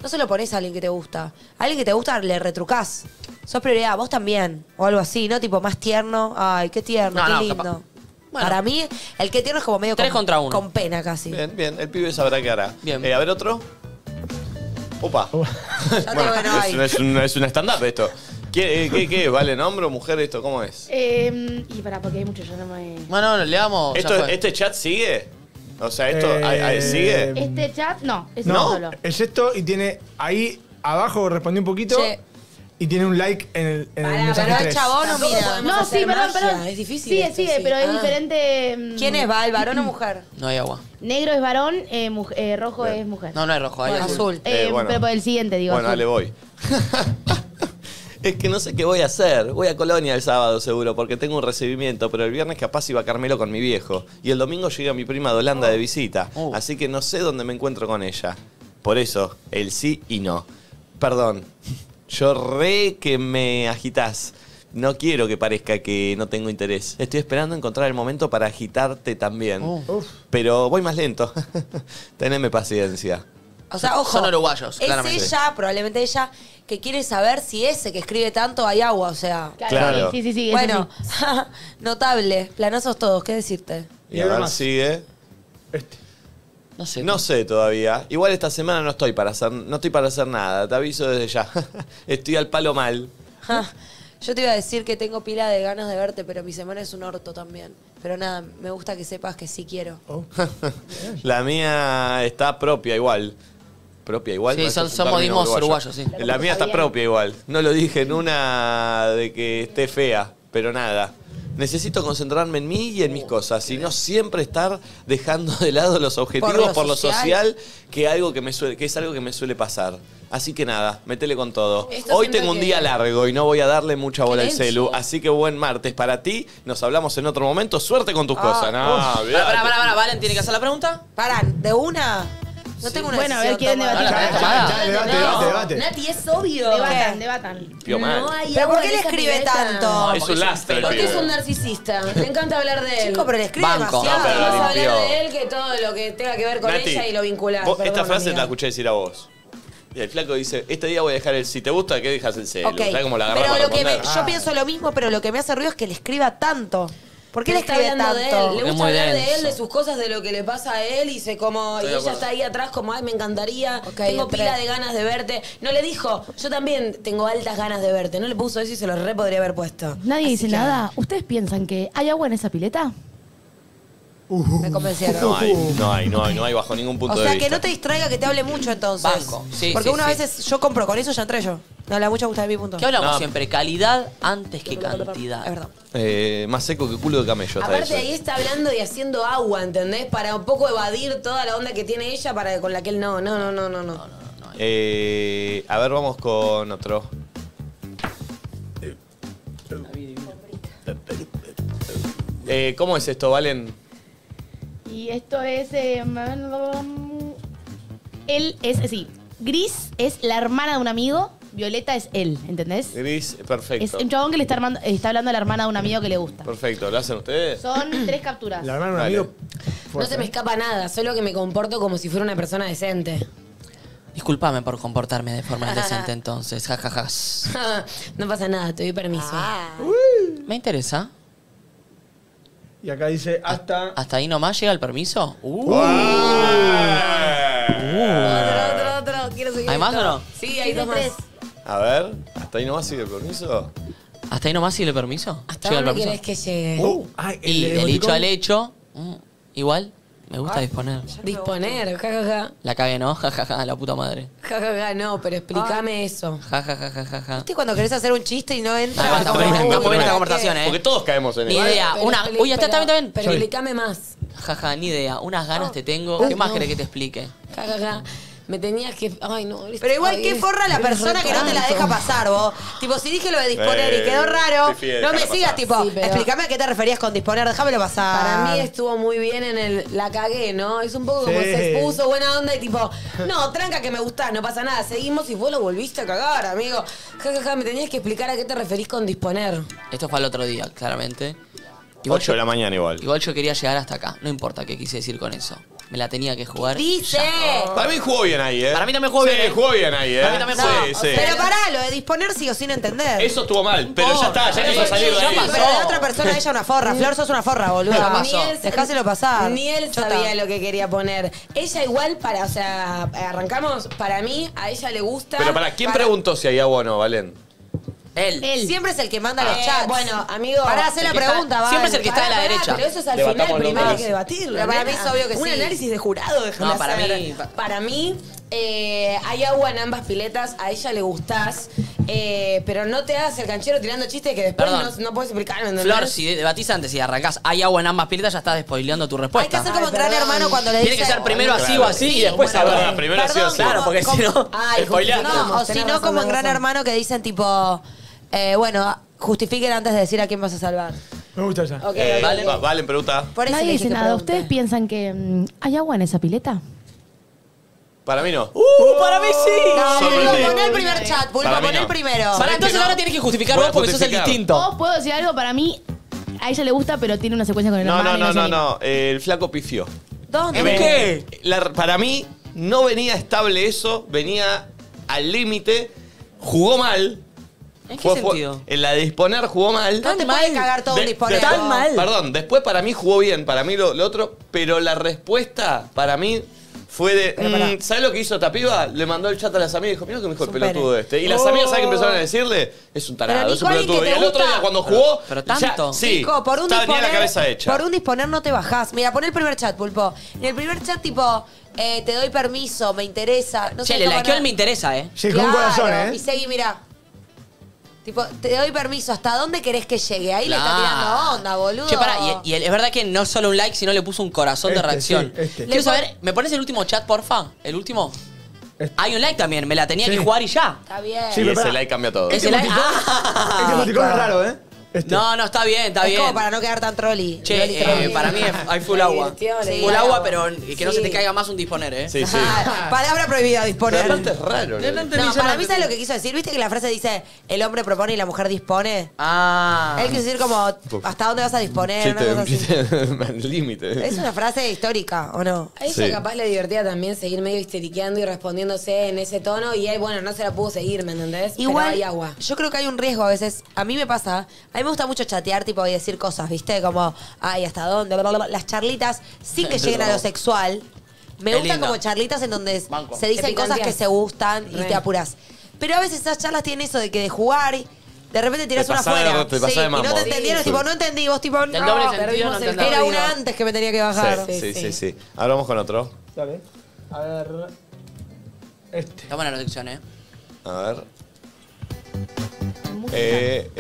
[SPEAKER 2] no se lo pones a alguien que te gusta. A alguien que te gusta le retrucás. Sos prioridad, vos también. O algo así, ¿no? Tipo, más tierno. Ay, qué tierno,
[SPEAKER 3] No,
[SPEAKER 2] qué
[SPEAKER 3] no,
[SPEAKER 2] lindo.
[SPEAKER 3] capaz- Bueno.
[SPEAKER 2] Para mí, el que tierno es como medio
[SPEAKER 3] Tres
[SPEAKER 2] con,
[SPEAKER 3] contra uno.
[SPEAKER 2] con pena casi.
[SPEAKER 6] eh,
[SPEAKER 1] Bien, bien, el pibe sabrá qué hará.
[SPEAKER 3] Bien.
[SPEAKER 1] Eh, a ver otro. Opa.
[SPEAKER 2] Ya
[SPEAKER 1] Bueno,
[SPEAKER 2] te- bueno,
[SPEAKER 1] es,
[SPEAKER 2] ay.
[SPEAKER 1] es un, es un stand-up esto. ¿Qué, eh, qué, qué? ¿Vale nombre o mujer esto? ¿Cómo es?
[SPEAKER 4] Eh, y para, porque hay mucho, yo no me...
[SPEAKER 3] Bueno, no, le damos. ya
[SPEAKER 1] Esto,
[SPEAKER 3] fue.
[SPEAKER 1] ¿Este chat sigue? O sea, ¿esto
[SPEAKER 6] Eh,
[SPEAKER 1] ay, ay, sigue?
[SPEAKER 4] Este chat, no, es
[SPEAKER 1] No.
[SPEAKER 4] un solo.
[SPEAKER 6] Es esto y tiene ahí abajo respondió un poquito
[SPEAKER 2] Che.
[SPEAKER 6] y tiene un like en el, en el
[SPEAKER 5] Pará,
[SPEAKER 6] mensaje
[SPEAKER 5] pará,
[SPEAKER 6] tres.
[SPEAKER 2] chabón. no,
[SPEAKER 5] Tampoco
[SPEAKER 2] mira.
[SPEAKER 5] podemos
[SPEAKER 4] No,
[SPEAKER 5] hacer
[SPEAKER 4] sí, perdón,
[SPEAKER 5] magia,
[SPEAKER 4] perdón.
[SPEAKER 5] Es difícil.
[SPEAKER 4] Sigue,
[SPEAKER 5] esto,
[SPEAKER 4] sigue, pero es
[SPEAKER 5] Ah.
[SPEAKER 4] diferente. mm,
[SPEAKER 2] ¿Quién es, va, el varón o mujer?
[SPEAKER 3] No hay agua.
[SPEAKER 4] Negro es varón, eh, muj- eh, rojo
[SPEAKER 1] Bien.
[SPEAKER 4] es mujer.
[SPEAKER 3] No, no hay rojo, hay
[SPEAKER 2] Bueno,
[SPEAKER 3] azul.
[SPEAKER 2] azul.
[SPEAKER 1] Eh,
[SPEAKER 4] Eh,
[SPEAKER 1] bueno.
[SPEAKER 4] Pero por el siguiente, digo.
[SPEAKER 1] Bueno,
[SPEAKER 4] azul.
[SPEAKER 1] dale, voy. es que no sé qué voy a hacer. Voy a Colonia el sábado seguro porque tengo un recibimiento, pero el viernes capaz iba a Carmelo con mi viejo. Y el domingo llega mi prima de Holanda de visita,
[SPEAKER 3] Oh.
[SPEAKER 1] así que no sé dónde me encuentro con ella. Por eso, el sí y no. Perdón, yo re que me agitas. No quiero que parezca que no tengo interés. Estoy esperando encontrar el momento para agitarte también. Pero voy más lento. Teneme paciencia.
[SPEAKER 2] O sea, ojo.
[SPEAKER 3] Son uruguayos,
[SPEAKER 2] Es
[SPEAKER 3] claramente.
[SPEAKER 2] ella, probablemente ella, que quiere saber si ese que escribe tanto hay agua, o sea.
[SPEAKER 1] Claro.
[SPEAKER 4] Sí, sí, sí. eso
[SPEAKER 2] Bueno,
[SPEAKER 4] sí.
[SPEAKER 2] notable. Planazos todos, ¿qué decirte?
[SPEAKER 1] Y,
[SPEAKER 6] Y
[SPEAKER 1] a ver,
[SPEAKER 6] además-
[SPEAKER 1] sigue.
[SPEAKER 6] Este.
[SPEAKER 3] No sé.
[SPEAKER 1] No sé todavía. Igual esta semana no estoy para hacer, no estoy para hacer nada. Te aviso desde ya. estoy al palo mal.
[SPEAKER 2] Ja, Yo te iba a decir que tengo pila de ganas de verte, pero mi semana es un orto también. Pero nada, me gusta que sepas que sí quiero.
[SPEAKER 1] La mía está propia igual. Propia igual.
[SPEAKER 3] Sí,
[SPEAKER 1] No, eso
[SPEAKER 3] son-
[SPEAKER 1] es un
[SPEAKER 3] somos
[SPEAKER 1] término
[SPEAKER 3] mismos
[SPEAKER 1] uruguayo.
[SPEAKER 3] uruguayos, sí.
[SPEAKER 1] La mía está propia igual. No lo dije en una de que esté fea, pero nada. Necesito concentrarme en mí y en mis cosas, y no siempre estar dejando de lado los objetivos por
[SPEAKER 2] Por
[SPEAKER 1] lo,
[SPEAKER 2] lo
[SPEAKER 1] social,
[SPEAKER 2] social.
[SPEAKER 1] que, algo que, me suele- que es algo que me suele pasar. Así que nada, metele con todo.
[SPEAKER 5] Esto
[SPEAKER 1] Hoy
[SPEAKER 5] siento
[SPEAKER 1] tengo un
[SPEAKER 5] que-
[SPEAKER 1] día largo y no voy a darle mucha bola al
[SPEAKER 5] denso.
[SPEAKER 1] celu, así que buen martes para ti. Nos hablamos en otro momento. Suerte con tus cosas. No,
[SPEAKER 3] Pará, pará,
[SPEAKER 1] olvídate.
[SPEAKER 3] pará, pará, Valen tiene que hacer la pregunta.
[SPEAKER 2] Paran, de una. No tengo una
[SPEAKER 4] Bueno, a ver,
[SPEAKER 2] decisión
[SPEAKER 4] ¿quieren
[SPEAKER 2] tomada.
[SPEAKER 4] debatir?
[SPEAKER 6] Ya, ya,
[SPEAKER 3] tomada.
[SPEAKER 6] ya, debate, debate, debate.
[SPEAKER 5] Nati, es obvio.
[SPEAKER 4] Debatan, debatan.
[SPEAKER 1] Pio mal.
[SPEAKER 5] No hay
[SPEAKER 2] ¿Pero
[SPEAKER 5] agua
[SPEAKER 2] por qué
[SPEAKER 5] en
[SPEAKER 2] le
[SPEAKER 5] esa
[SPEAKER 2] escribe
[SPEAKER 5] pileta.
[SPEAKER 2] tanto?
[SPEAKER 1] Es un lastre el
[SPEAKER 5] Porque
[SPEAKER 1] pibe.
[SPEAKER 5] es un narcisista. Le encanta hablar de él.
[SPEAKER 2] Chico, pero le escribe
[SPEAKER 3] Banco.
[SPEAKER 2] demasiado.
[SPEAKER 1] No, pero
[SPEAKER 5] Vamos
[SPEAKER 1] la
[SPEAKER 5] a hablar
[SPEAKER 1] limpió.
[SPEAKER 5] de él que todo lo que tenga que ver con
[SPEAKER 1] Nati,
[SPEAKER 5] ella y lo vincular.
[SPEAKER 1] vos
[SPEAKER 5] Perdón,
[SPEAKER 1] esta frase
[SPEAKER 5] amiga.
[SPEAKER 1] la escuché decir a vos. Y el flaco dice, este día voy a dejar el si te gusta, ¿qué dejas el celu?
[SPEAKER 2] Ok.
[SPEAKER 1] ¿Sabés cómo la agarra
[SPEAKER 2] Pero
[SPEAKER 1] para
[SPEAKER 2] lo que me-
[SPEAKER 1] responder?
[SPEAKER 2] yo pienso lo mismo, pero lo que me hace ruido es que le escriba tanto. ¿Por qué
[SPEAKER 5] Pero
[SPEAKER 2] le
[SPEAKER 5] está
[SPEAKER 2] escribe tanto?
[SPEAKER 5] hablando de él. Le
[SPEAKER 3] Es
[SPEAKER 5] gusta
[SPEAKER 3] muy
[SPEAKER 5] hablar
[SPEAKER 3] denso.
[SPEAKER 5] de él, de sus cosas, de lo que le pasa a él y se como
[SPEAKER 3] Estoy de
[SPEAKER 5] y ella
[SPEAKER 3] acuerdo.
[SPEAKER 5] está ahí atrás como ay me encantaría,
[SPEAKER 2] Ok,
[SPEAKER 5] tengo
[SPEAKER 2] entré.
[SPEAKER 5] pila de ganas de verte. No le dijo, yo también tengo altas ganas de verte. No le puso eso y se lo re podría haber puesto.
[SPEAKER 4] Nadie
[SPEAKER 5] Así
[SPEAKER 4] dice
[SPEAKER 5] que-
[SPEAKER 4] nada. ¿Ustedes piensan que hay agua en esa pileta?
[SPEAKER 2] Me convencieron.
[SPEAKER 1] No hay, no hay, no hay, no hay bajo ningún punto
[SPEAKER 2] O sea,
[SPEAKER 1] de
[SPEAKER 2] que
[SPEAKER 1] vista.
[SPEAKER 2] no te distraiga que te hable mucho entonces.
[SPEAKER 3] Banco. Sí,
[SPEAKER 2] Porque
[SPEAKER 3] sí,
[SPEAKER 2] una
[SPEAKER 3] sí.
[SPEAKER 2] vez yo compro con eso, ya entré yo. Me habla mucho gusta de mi punto.
[SPEAKER 3] ¿Qué hablamos
[SPEAKER 1] No.
[SPEAKER 3] siempre? Calidad antes que
[SPEAKER 2] Es
[SPEAKER 3] cantidad.
[SPEAKER 2] verdad.
[SPEAKER 1] Eh, más seco que culo de camello. está
[SPEAKER 5] Aparte
[SPEAKER 1] eso.
[SPEAKER 5] ahí está hablando y haciendo agua, ¿entendés? Para un poco evadir toda la onda que tiene ella para con la que él no, no, no, no, no, no.
[SPEAKER 1] Eh, a ver, vamos con otro. Eh, ¿Cómo es esto, Valen?
[SPEAKER 4] Y esto es. eh, él es así. Gris es la hermana de un amigo, Violeta es él, ¿entendés?
[SPEAKER 1] Gris,
[SPEAKER 4] Es
[SPEAKER 1] perfecto.
[SPEAKER 4] un chabón que le está, armando- está hablando a la hermana de un amigo que le gusta.
[SPEAKER 1] Perfecto, ¿lo hacen ustedes?
[SPEAKER 4] Son tres capturas.
[SPEAKER 6] La hermana de un
[SPEAKER 1] Dale.
[SPEAKER 6] amigo.
[SPEAKER 5] No se me escapa nada, solo que me comporto como si fuera una persona decente.
[SPEAKER 3] Disculpame por comportarme de forma indecente entonces. Jajajas.
[SPEAKER 5] no pasa nada, te doy permiso.
[SPEAKER 2] Ah.
[SPEAKER 3] Me interesa.
[SPEAKER 6] Y acá dice hasta.
[SPEAKER 3] ¿Hasta ahí nomás llega el permiso? Uh,
[SPEAKER 5] Otro, otro, otro, quiero seguir
[SPEAKER 3] hay más o no?
[SPEAKER 5] Sí, hay dos más.
[SPEAKER 1] A ver, hasta ahí nomás sigue el permiso.
[SPEAKER 3] ¿Hasta ahí nomás sigue el permiso?
[SPEAKER 5] ¿Hasta
[SPEAKER 3] ¿Llega el
[SPEAKER 5] dónde
[SPEAKER 3] permiso?
[SPEAKER 5] querés que llegue?
[SPEAKER 3] Uh, y
[SPEAKER 5] el
[SPEAKER 3] del
[SPEAKER 5] Ah.
[SPEAKER 3] hecho
[SPEAKER 5] emoticón.
[SPEAKER 3] al hecho, mm, igual, me gusta disponer.
[SPEAKER 5] Disponer, jajaja.
[SPEAKER 3] La cagué, ¿no? Jajaja, la puta madre.
[SPEAKER 5] Jajaja, no, pero explícame
[SPEAKER 2] Ah.
[SPEAKER 5] eso.
[SPEAKER 3] Jajaja, ja, ja, ja.
[SPEAKER 5] ¿Viste cuando querés hacer un chiste y no entra?
[SPEAKER 3] Ah, basta, porque-
[SPEAKER 1] Tremendo,
[SPEAKER 3] porque esta
[SPEAKER 1] tremendo.
[SPEAKER 3] conversación, ¿eh?
[SPEAKER 1] Porque todos caemos en
[SPEAKER 3] Ni
[SPEAKER 2] Ah,
[SPEAKER 1] eso.
[SPEAKER 3] idea,
[SPEAKER 5] Pero
[SPEAKER 3] una...
[SPEAKER 5] expli-
[SPEAKER 3] Oye, está, está bien, está bien.
[SPEAKER 5] Pero explícame más.
[SPEAKER 3] Jaja, ni idea. Unas ganas te tengo.
[SPEAKER 5] Uy,
[SPEAKER 3] ¿Qué más
[SPEAKER 5] no.
[SPEAKER 3] querés que te explique?
[SPEAKER 5] Jajaja. Me tenías que. Ay, no.
[SPEAKER 2] Pero igual, ¿qué forra la persona que no te la deja pasar vos? Tipo, si dije lo de disponer y quedó raro,
[SPEAKER 5] Eh, Fifi,
[SPEAKER 2] no me
[SPEAKER 5] déjala
[SPEAKER 2] sigas,
[SPEAKER 5] pasar.
[SPEAKER 2] tipo,
[SPEAKER 5] Sí, pero-
[SPEAKER 2] explícame a qué te referías con disponer, déjamelo pasar.
[SPEAKER 5] Para mí estuvo muy bien en el la cagué, ¿no? Es un poco como
[SPEAKER 2] Sí.
[SPEAKER 5] se expuso, buena onda y tipo, no, tranca que me gusta, no pasa nada, seguimos y vos lo volviste a cagar, amigo. Jajaja, me tenías que explicar a qué te referís con disponer.
[SPEAKER 3] Esto fue al otro día, claramente.
[SPEAKER 1] 8 de la mañana igual.
[SPEAKER 3] Igual yo quería llegar hasta acá. No importa qué quise decir con eso. Me la tenía que jugar.
[SPEAKER 2] Dice.
[SPEAKER 1] Para mí jugó bien ahí, ¿eh? Para mí
[SPEAKER 3] también jugó bien,
[SPEAKER 1] Sí,
[SPEAKER 3] ¿eh?
[SPEAKER 1] jugó bien ahí, ¿eh?
[SPEAKER 3] Para mí también jugó
[SPEAKER 1] Sí,
[SPEAKER 3] bien.
[SPEAKER 1] sí.
[SPEAKER 2] Pero pará, lo de disponer sigo sin entender.
[SPEAKER 1] Eso estuvo mal, pero ya está, ya quiso salir de ahí.
[SPEAKER 2] Pero la otra persona, ella una forra. Flor, sos una forra, boludo.
[SPEAKER 5] Ya pasó.
[SPEAKER 2] Dejáselo pasar.
[SPEAKER 5] Ni él
[SPEAKER 2] Chota.
[SPEAKER 5] sabía lo que quería poner. Ella igual para, o sea, arrancamos, para mí, a ella le gusta.
[SPEAKER 1] Pero para, ¿quién preguntó si hay agua o no, Valen?
[SPEAKER 3] Él.
[SPEAKER 2] Siempre es el que manda
[SPEAKER 5] Eh,
[SPEAKER 2] los chats.
[SPEAKER 5] bueno, amigo,
[SPEAKER 2] Pará, hacer la
[SPEAKER 5] el que está-
[SPEAKER 2] pregunta, va.
[SPEAKER 5] siempre es el que está a la derecha.
[SPEAKER 2] Pero eso es al
[SPEAKER 5] Debatamos
[SPEAKER 2] final,
[SPEAKER 5] los
[SPEAKER 2] primero hay
[SPEAKER 5] dos.
[SPEAKER 2] que debatirlo.
[SPEAKER 5] Pero
[SPEAKER 2] para mí es obvio que
[SPEAKER 5] un
[SPEAKER 2] sí.
[SPEAKER 5] análisis de jurado, déjame
[SPEAKER 3] No, para
[SPEAKER 5] hacer.
[SPEAKER 3] mí-
[SPEAKER 5] Para mí, eh, hay agua en ambas piletas, a ella le gustás, eh, pero no te hagas el canchero tirando chistes que después
[SPEAKER 3] Perdón.
[SPEAKER 5] no, no puedes explicarme. ¿entendés?
[SPEAKER 3] Flor, si debatís antes y arrancás, hay agua en ambas piletas, ya estás despoileando tu respuesta.
[SPEAKER 2] Hay que hacer como un gran hermano cuando le
[SPEAKER 3] Tiene que
[SPEAKER 2] dice-
[SPEAKER 3] ser primero así
[SPEAKER 1] Claro.
[SPEAKER 3] o así
[SPEAKER 1] Sí,
[SPEAKER 3] y después
[SPEAKER 1] bueno,
[SPEAKER 3] hablar.
[SPEAKER 1] bueno, primero así o así.
[SPEAKER 3] Claro, porque si no,
[SPEAKER 2] Ay,
[SPEAKER 3] spoileaste.
[SPEAKER 2] No, o si no, como en Gran Hermano que dicen tipo, eh, bueno, justifiquen antes de decir a quién vas a salvar.
[SPEAKER 6] Me gusta ya.
[SPEAKER 2] Ok,
[SPEAKER 1] Eh,
[SPEAKER 2] ok,
[SPEAKER 1] Valen,
[SPEAKER 2] ok.
[SPEAKER 1] va- Valen, pregunta.
[SPEAKER 2] Por eso
[SPEAKER 9] Nadie
[SPEAKER 2] le dije
[SPEAKER 9] dice
[SPEAKER 2] que
[SPEAKER 9] nada.
[SPEAKER 2] pregunte.
[SPEAKER 9] ¿Ustedes piensan que mm, hay agua en esa pileta?
[SPEAKER 1] Para mí no.
[SPEAKER 3] ¡Uh, para mí sí!
[SPEAKER 2] No,
[SPEAKER 1] Sorprendido.
[SPEAKER 2] Pulpo, poné el primer chat, Pulpo,
[SPEAKER 1] Para mí
[SPEAKER 2] poné el
[SPEAKER 1] no.
[SPEAKER 2] primero.
[SPEAKER 3] Para entonces ahora tienes que justificar vos porque sos el distinto.
[SPEAKER 9] Todos puedo decir algo, para mí, a ella le gusta, pero tiene una secuencia con el
[SPEAKER 1] No, no,
[SPEAKER 9] hermano. y
[SPEAKER 1] no,
[SPEAKER 9] sé
[SPEAKER 1] no,
[SPEAKER 9] qué.
[SPEAKER 1] no. eh, El flaco pifió.
[SPEAKER 2] ¿Dónde?
[SPEAKER 1] Eh, la- para mí no venía estable eso, venía al límite, jugó mal.
[SPEAKER 3] ¿En qué
[SPEAKER 1] Fue- fue-
[SPEAKER 3] sentido?
[SPEAKER 1] en la de disponer jugó mal.
[SPEAKER 2] No te puede cagar todo un
[SPEAKER 1] De-
[SPEAKER 2] disponer.
[SPEAKER 1] de- Perdón, después para mí jugó bien, para mí lo, lo otro, pero la respuesta para mí fue de.
[SPEAKER 2] Pero pará.
[SPEAKER 1] mm, ¿Sabes lo que hizo Tapiva? Le mandó el chat a las amigas y dijo: Mira lo que me dijo el
[SPEAKER 2] un
[SPEAKER 1] pelotudo
[SPEAKER 2] pene.
[SPEAKER 1] este. Y las
[SPEAKER 2] Oh.
[SPEAKER 1] amigas, ¿sabes qué empezaron a decirle? Es un tarado,
[SPEAKER 2] Pero,
[SPEAKER 1] es un
[SPEAKER 2] Nico, alguien
[SPEAKER 1] pelotudo.
[SPEAKER 2] que
[SPEAKER 1] Y
[SPEAKER 2] te
[SPEAKER 1] el otro
[SPEAKER 2] gusta.
[SPEAKER 1] día cuando jugó.
[SPEAKER 3] Pero
[SPEAKER 1] ya-
[SPEAKER 3] tanto.
[SPEAKER 1] sí,
[SPEAKER 2] Nico, por un
[SPEAKER 1] ta- tenía
[SPEAKER 2] disponer,
[SPEAKER 1] la cabeza hecha.
[SPEAKER 2] Por un disponer no te bajás. Mira, pon el primer chat, Pulpo. En el primer chat, tipo, eh, te doy permiso, me interesa. No
[SPEAKER 3] Che,
[SPEAKER 2] sé
[SPEAKER 3] le
[SPEAKER 2] cómo
[SPEAKER 3] likeó
[SPEAKER 2] no-
[SPEAKER 3] el me interesa, ¿eh?
[SPEAKER 6] Sí, con un
[SPEAKER 2] Claro,
[SPEAKER 6] corazón, ¿eh?
[SPEAKER 2] Y seguí, mirá. Tipo, te doy permiso, ¿hasta dónde querés que llegue? Ahí le está
[SPEAKER 3] Claro.
[SPEAKER 2] tirando onda, boludo.
[SPEAKER 3] Che, pará, y, y el- es verdad que no solo un like, sino le puso un corazón de
[SPEAKER 6] Este,
[SPEAKER 3] reacción.
[SPEAKER 6] sí, este.
[SPEAKER 3] Quiero
[SPEAKER 6] Le-
[SPEAKER 3] saber, ¿me pones el último chat, porfa? ¿El último?
[SPEAKER 6] Este.
[SPEAKER 3] Hay un like también, me la tenía que jugar y ya.
[SPEAKER 2] Está bien.
[SPEAKER 1] y
[SPEAKER 6] pero
[SPEAKER 1] ese
[SPEAKER 6] pará.
[SPEAKER 1] like cambia todo.
[SPEAKER 3] Ese like. ¡Ah!
[SPEAKER 6] Este emoticón es raro, ¿eh?
[SPEAKER 3] No, no, está bien, está
[SPEAKER 2] es
[SPEAKER 3] bien.
[SPEAKER 2] como para no quedar tan trolly.
[SPEAKER 3] Che,
[SPEAKER 2] Loli
[SPEAKER 3] eh,
[SPEAKER 2] trolly.
[SPEAKER 3] para mí es- hay full agua.
[SPEAKER 5] divirtió, le
[SPEAKER 3] full
[SPEAKER 5] divirtió.
[SPEAKER 3] agua, pero que no se te
[SPEAKER 5] Sí.
[SPEAKER 3] caiga más un disponer, ¿eh?
[SPEAKER 1] Sí, sí.
[SPEAKER 2] Ah, Palabra prohibida disponer.
[SPEAKER 1] Pero aparte es raro,
[SPEAKER 3] No, no
[SPEAKER 1] ¿no?
[SPEAKER 3] entendí,
[SPEAKER 2] No,
[SPEAKER 3] yo no
[SPEAKER 2] para mí,
[SPEAKER 3] entendí.
[SPEAKER 2] ¿sabes lo que quiso decir? ¿Viste que la frase dice el hombre propone y la mujer dispone?
[SPEAKER 3] Ah.
[SPEAKER 2] Él quiso decir como, ¿hasta dónde vas a disponer? Una
[SPEAKER 1] Chiste,
[SPEAKER 2] cosa
[SPEAKER 1] un
[SPEAKER 2] así.
[SPEAKER 1] chiste al límite.
[SPEAKER 2] Es una frase histórica, ¿o no?
[SPEAKER 5] A ella
[SPEAKER 1] Sí.
[SPEAKER 5] capaz le divertía también seguir medio histeriqueando y respondiéndose en ese tono y él, bueno, no se la pudo seguir, ¿me entendés? Pero
[SPEAKER 2] Igual,
[SPEAKER 5] hay agua.
[SPEAKER 2] yo creo que hay un riesgo a veces. A mí me pasa, a mí me gusta mucho chatear tipo y decir cosas, ¿viste? Como, ay, ¿hasta dónde? Bla, bla, bla. Las charlitas, sin que lleguen a lo sexual. Me
[SPEAKER 3] Qué
[SPEAKER 2] gustan
[SPEAKER 3] lindo.
[SPEAKER 2] como charlitas en donde
[SPEAKER 3] Banco.
[SPEAKER 2] se dicen
[SPEAKER 5] Te
[SPEAKER 2] cosas que
[SPEAKER 5] picanteas.
[SPEAKER 2] se gustan y
[SPEAKER 5] Re.
[SPEAKER 2] te apuras. Pero a veces esas charlas tienen eso de que de jugar, de repente tirás
[SPEAKER 1] Te
[SPEAKER 2] una
[SPEAKER 1] pasás de-
[SPEAKER 2] afuera.
[SPEAKER 1] te pasás de
[SPEAKER 2] y no
[SPEAKER 1] mambo.
[SPEAKER 2] te entendieron,
[SPEAKER 1] Sí.
[SPEAKER 2] tipo, no entendí, vos tipo, no,
[SPEAKER 3] doble sentido
[SPEAKER 2] perdimos
[SPEAKER 3] no
[SPEAKER 2] el-
[SPEAKER 3] entendí.
[SPEAKER 2] Era una antes que me tenía que bajar.
[SPEAKER 1] Sí, sí, sí, sí. Ahora vamos con otro.
[SPEAKER 6] Dale. A ver. Este.
[SPEAKER 3] Está buena la sección, ¿eh?
[SPEAKER 1] A ver. Eh,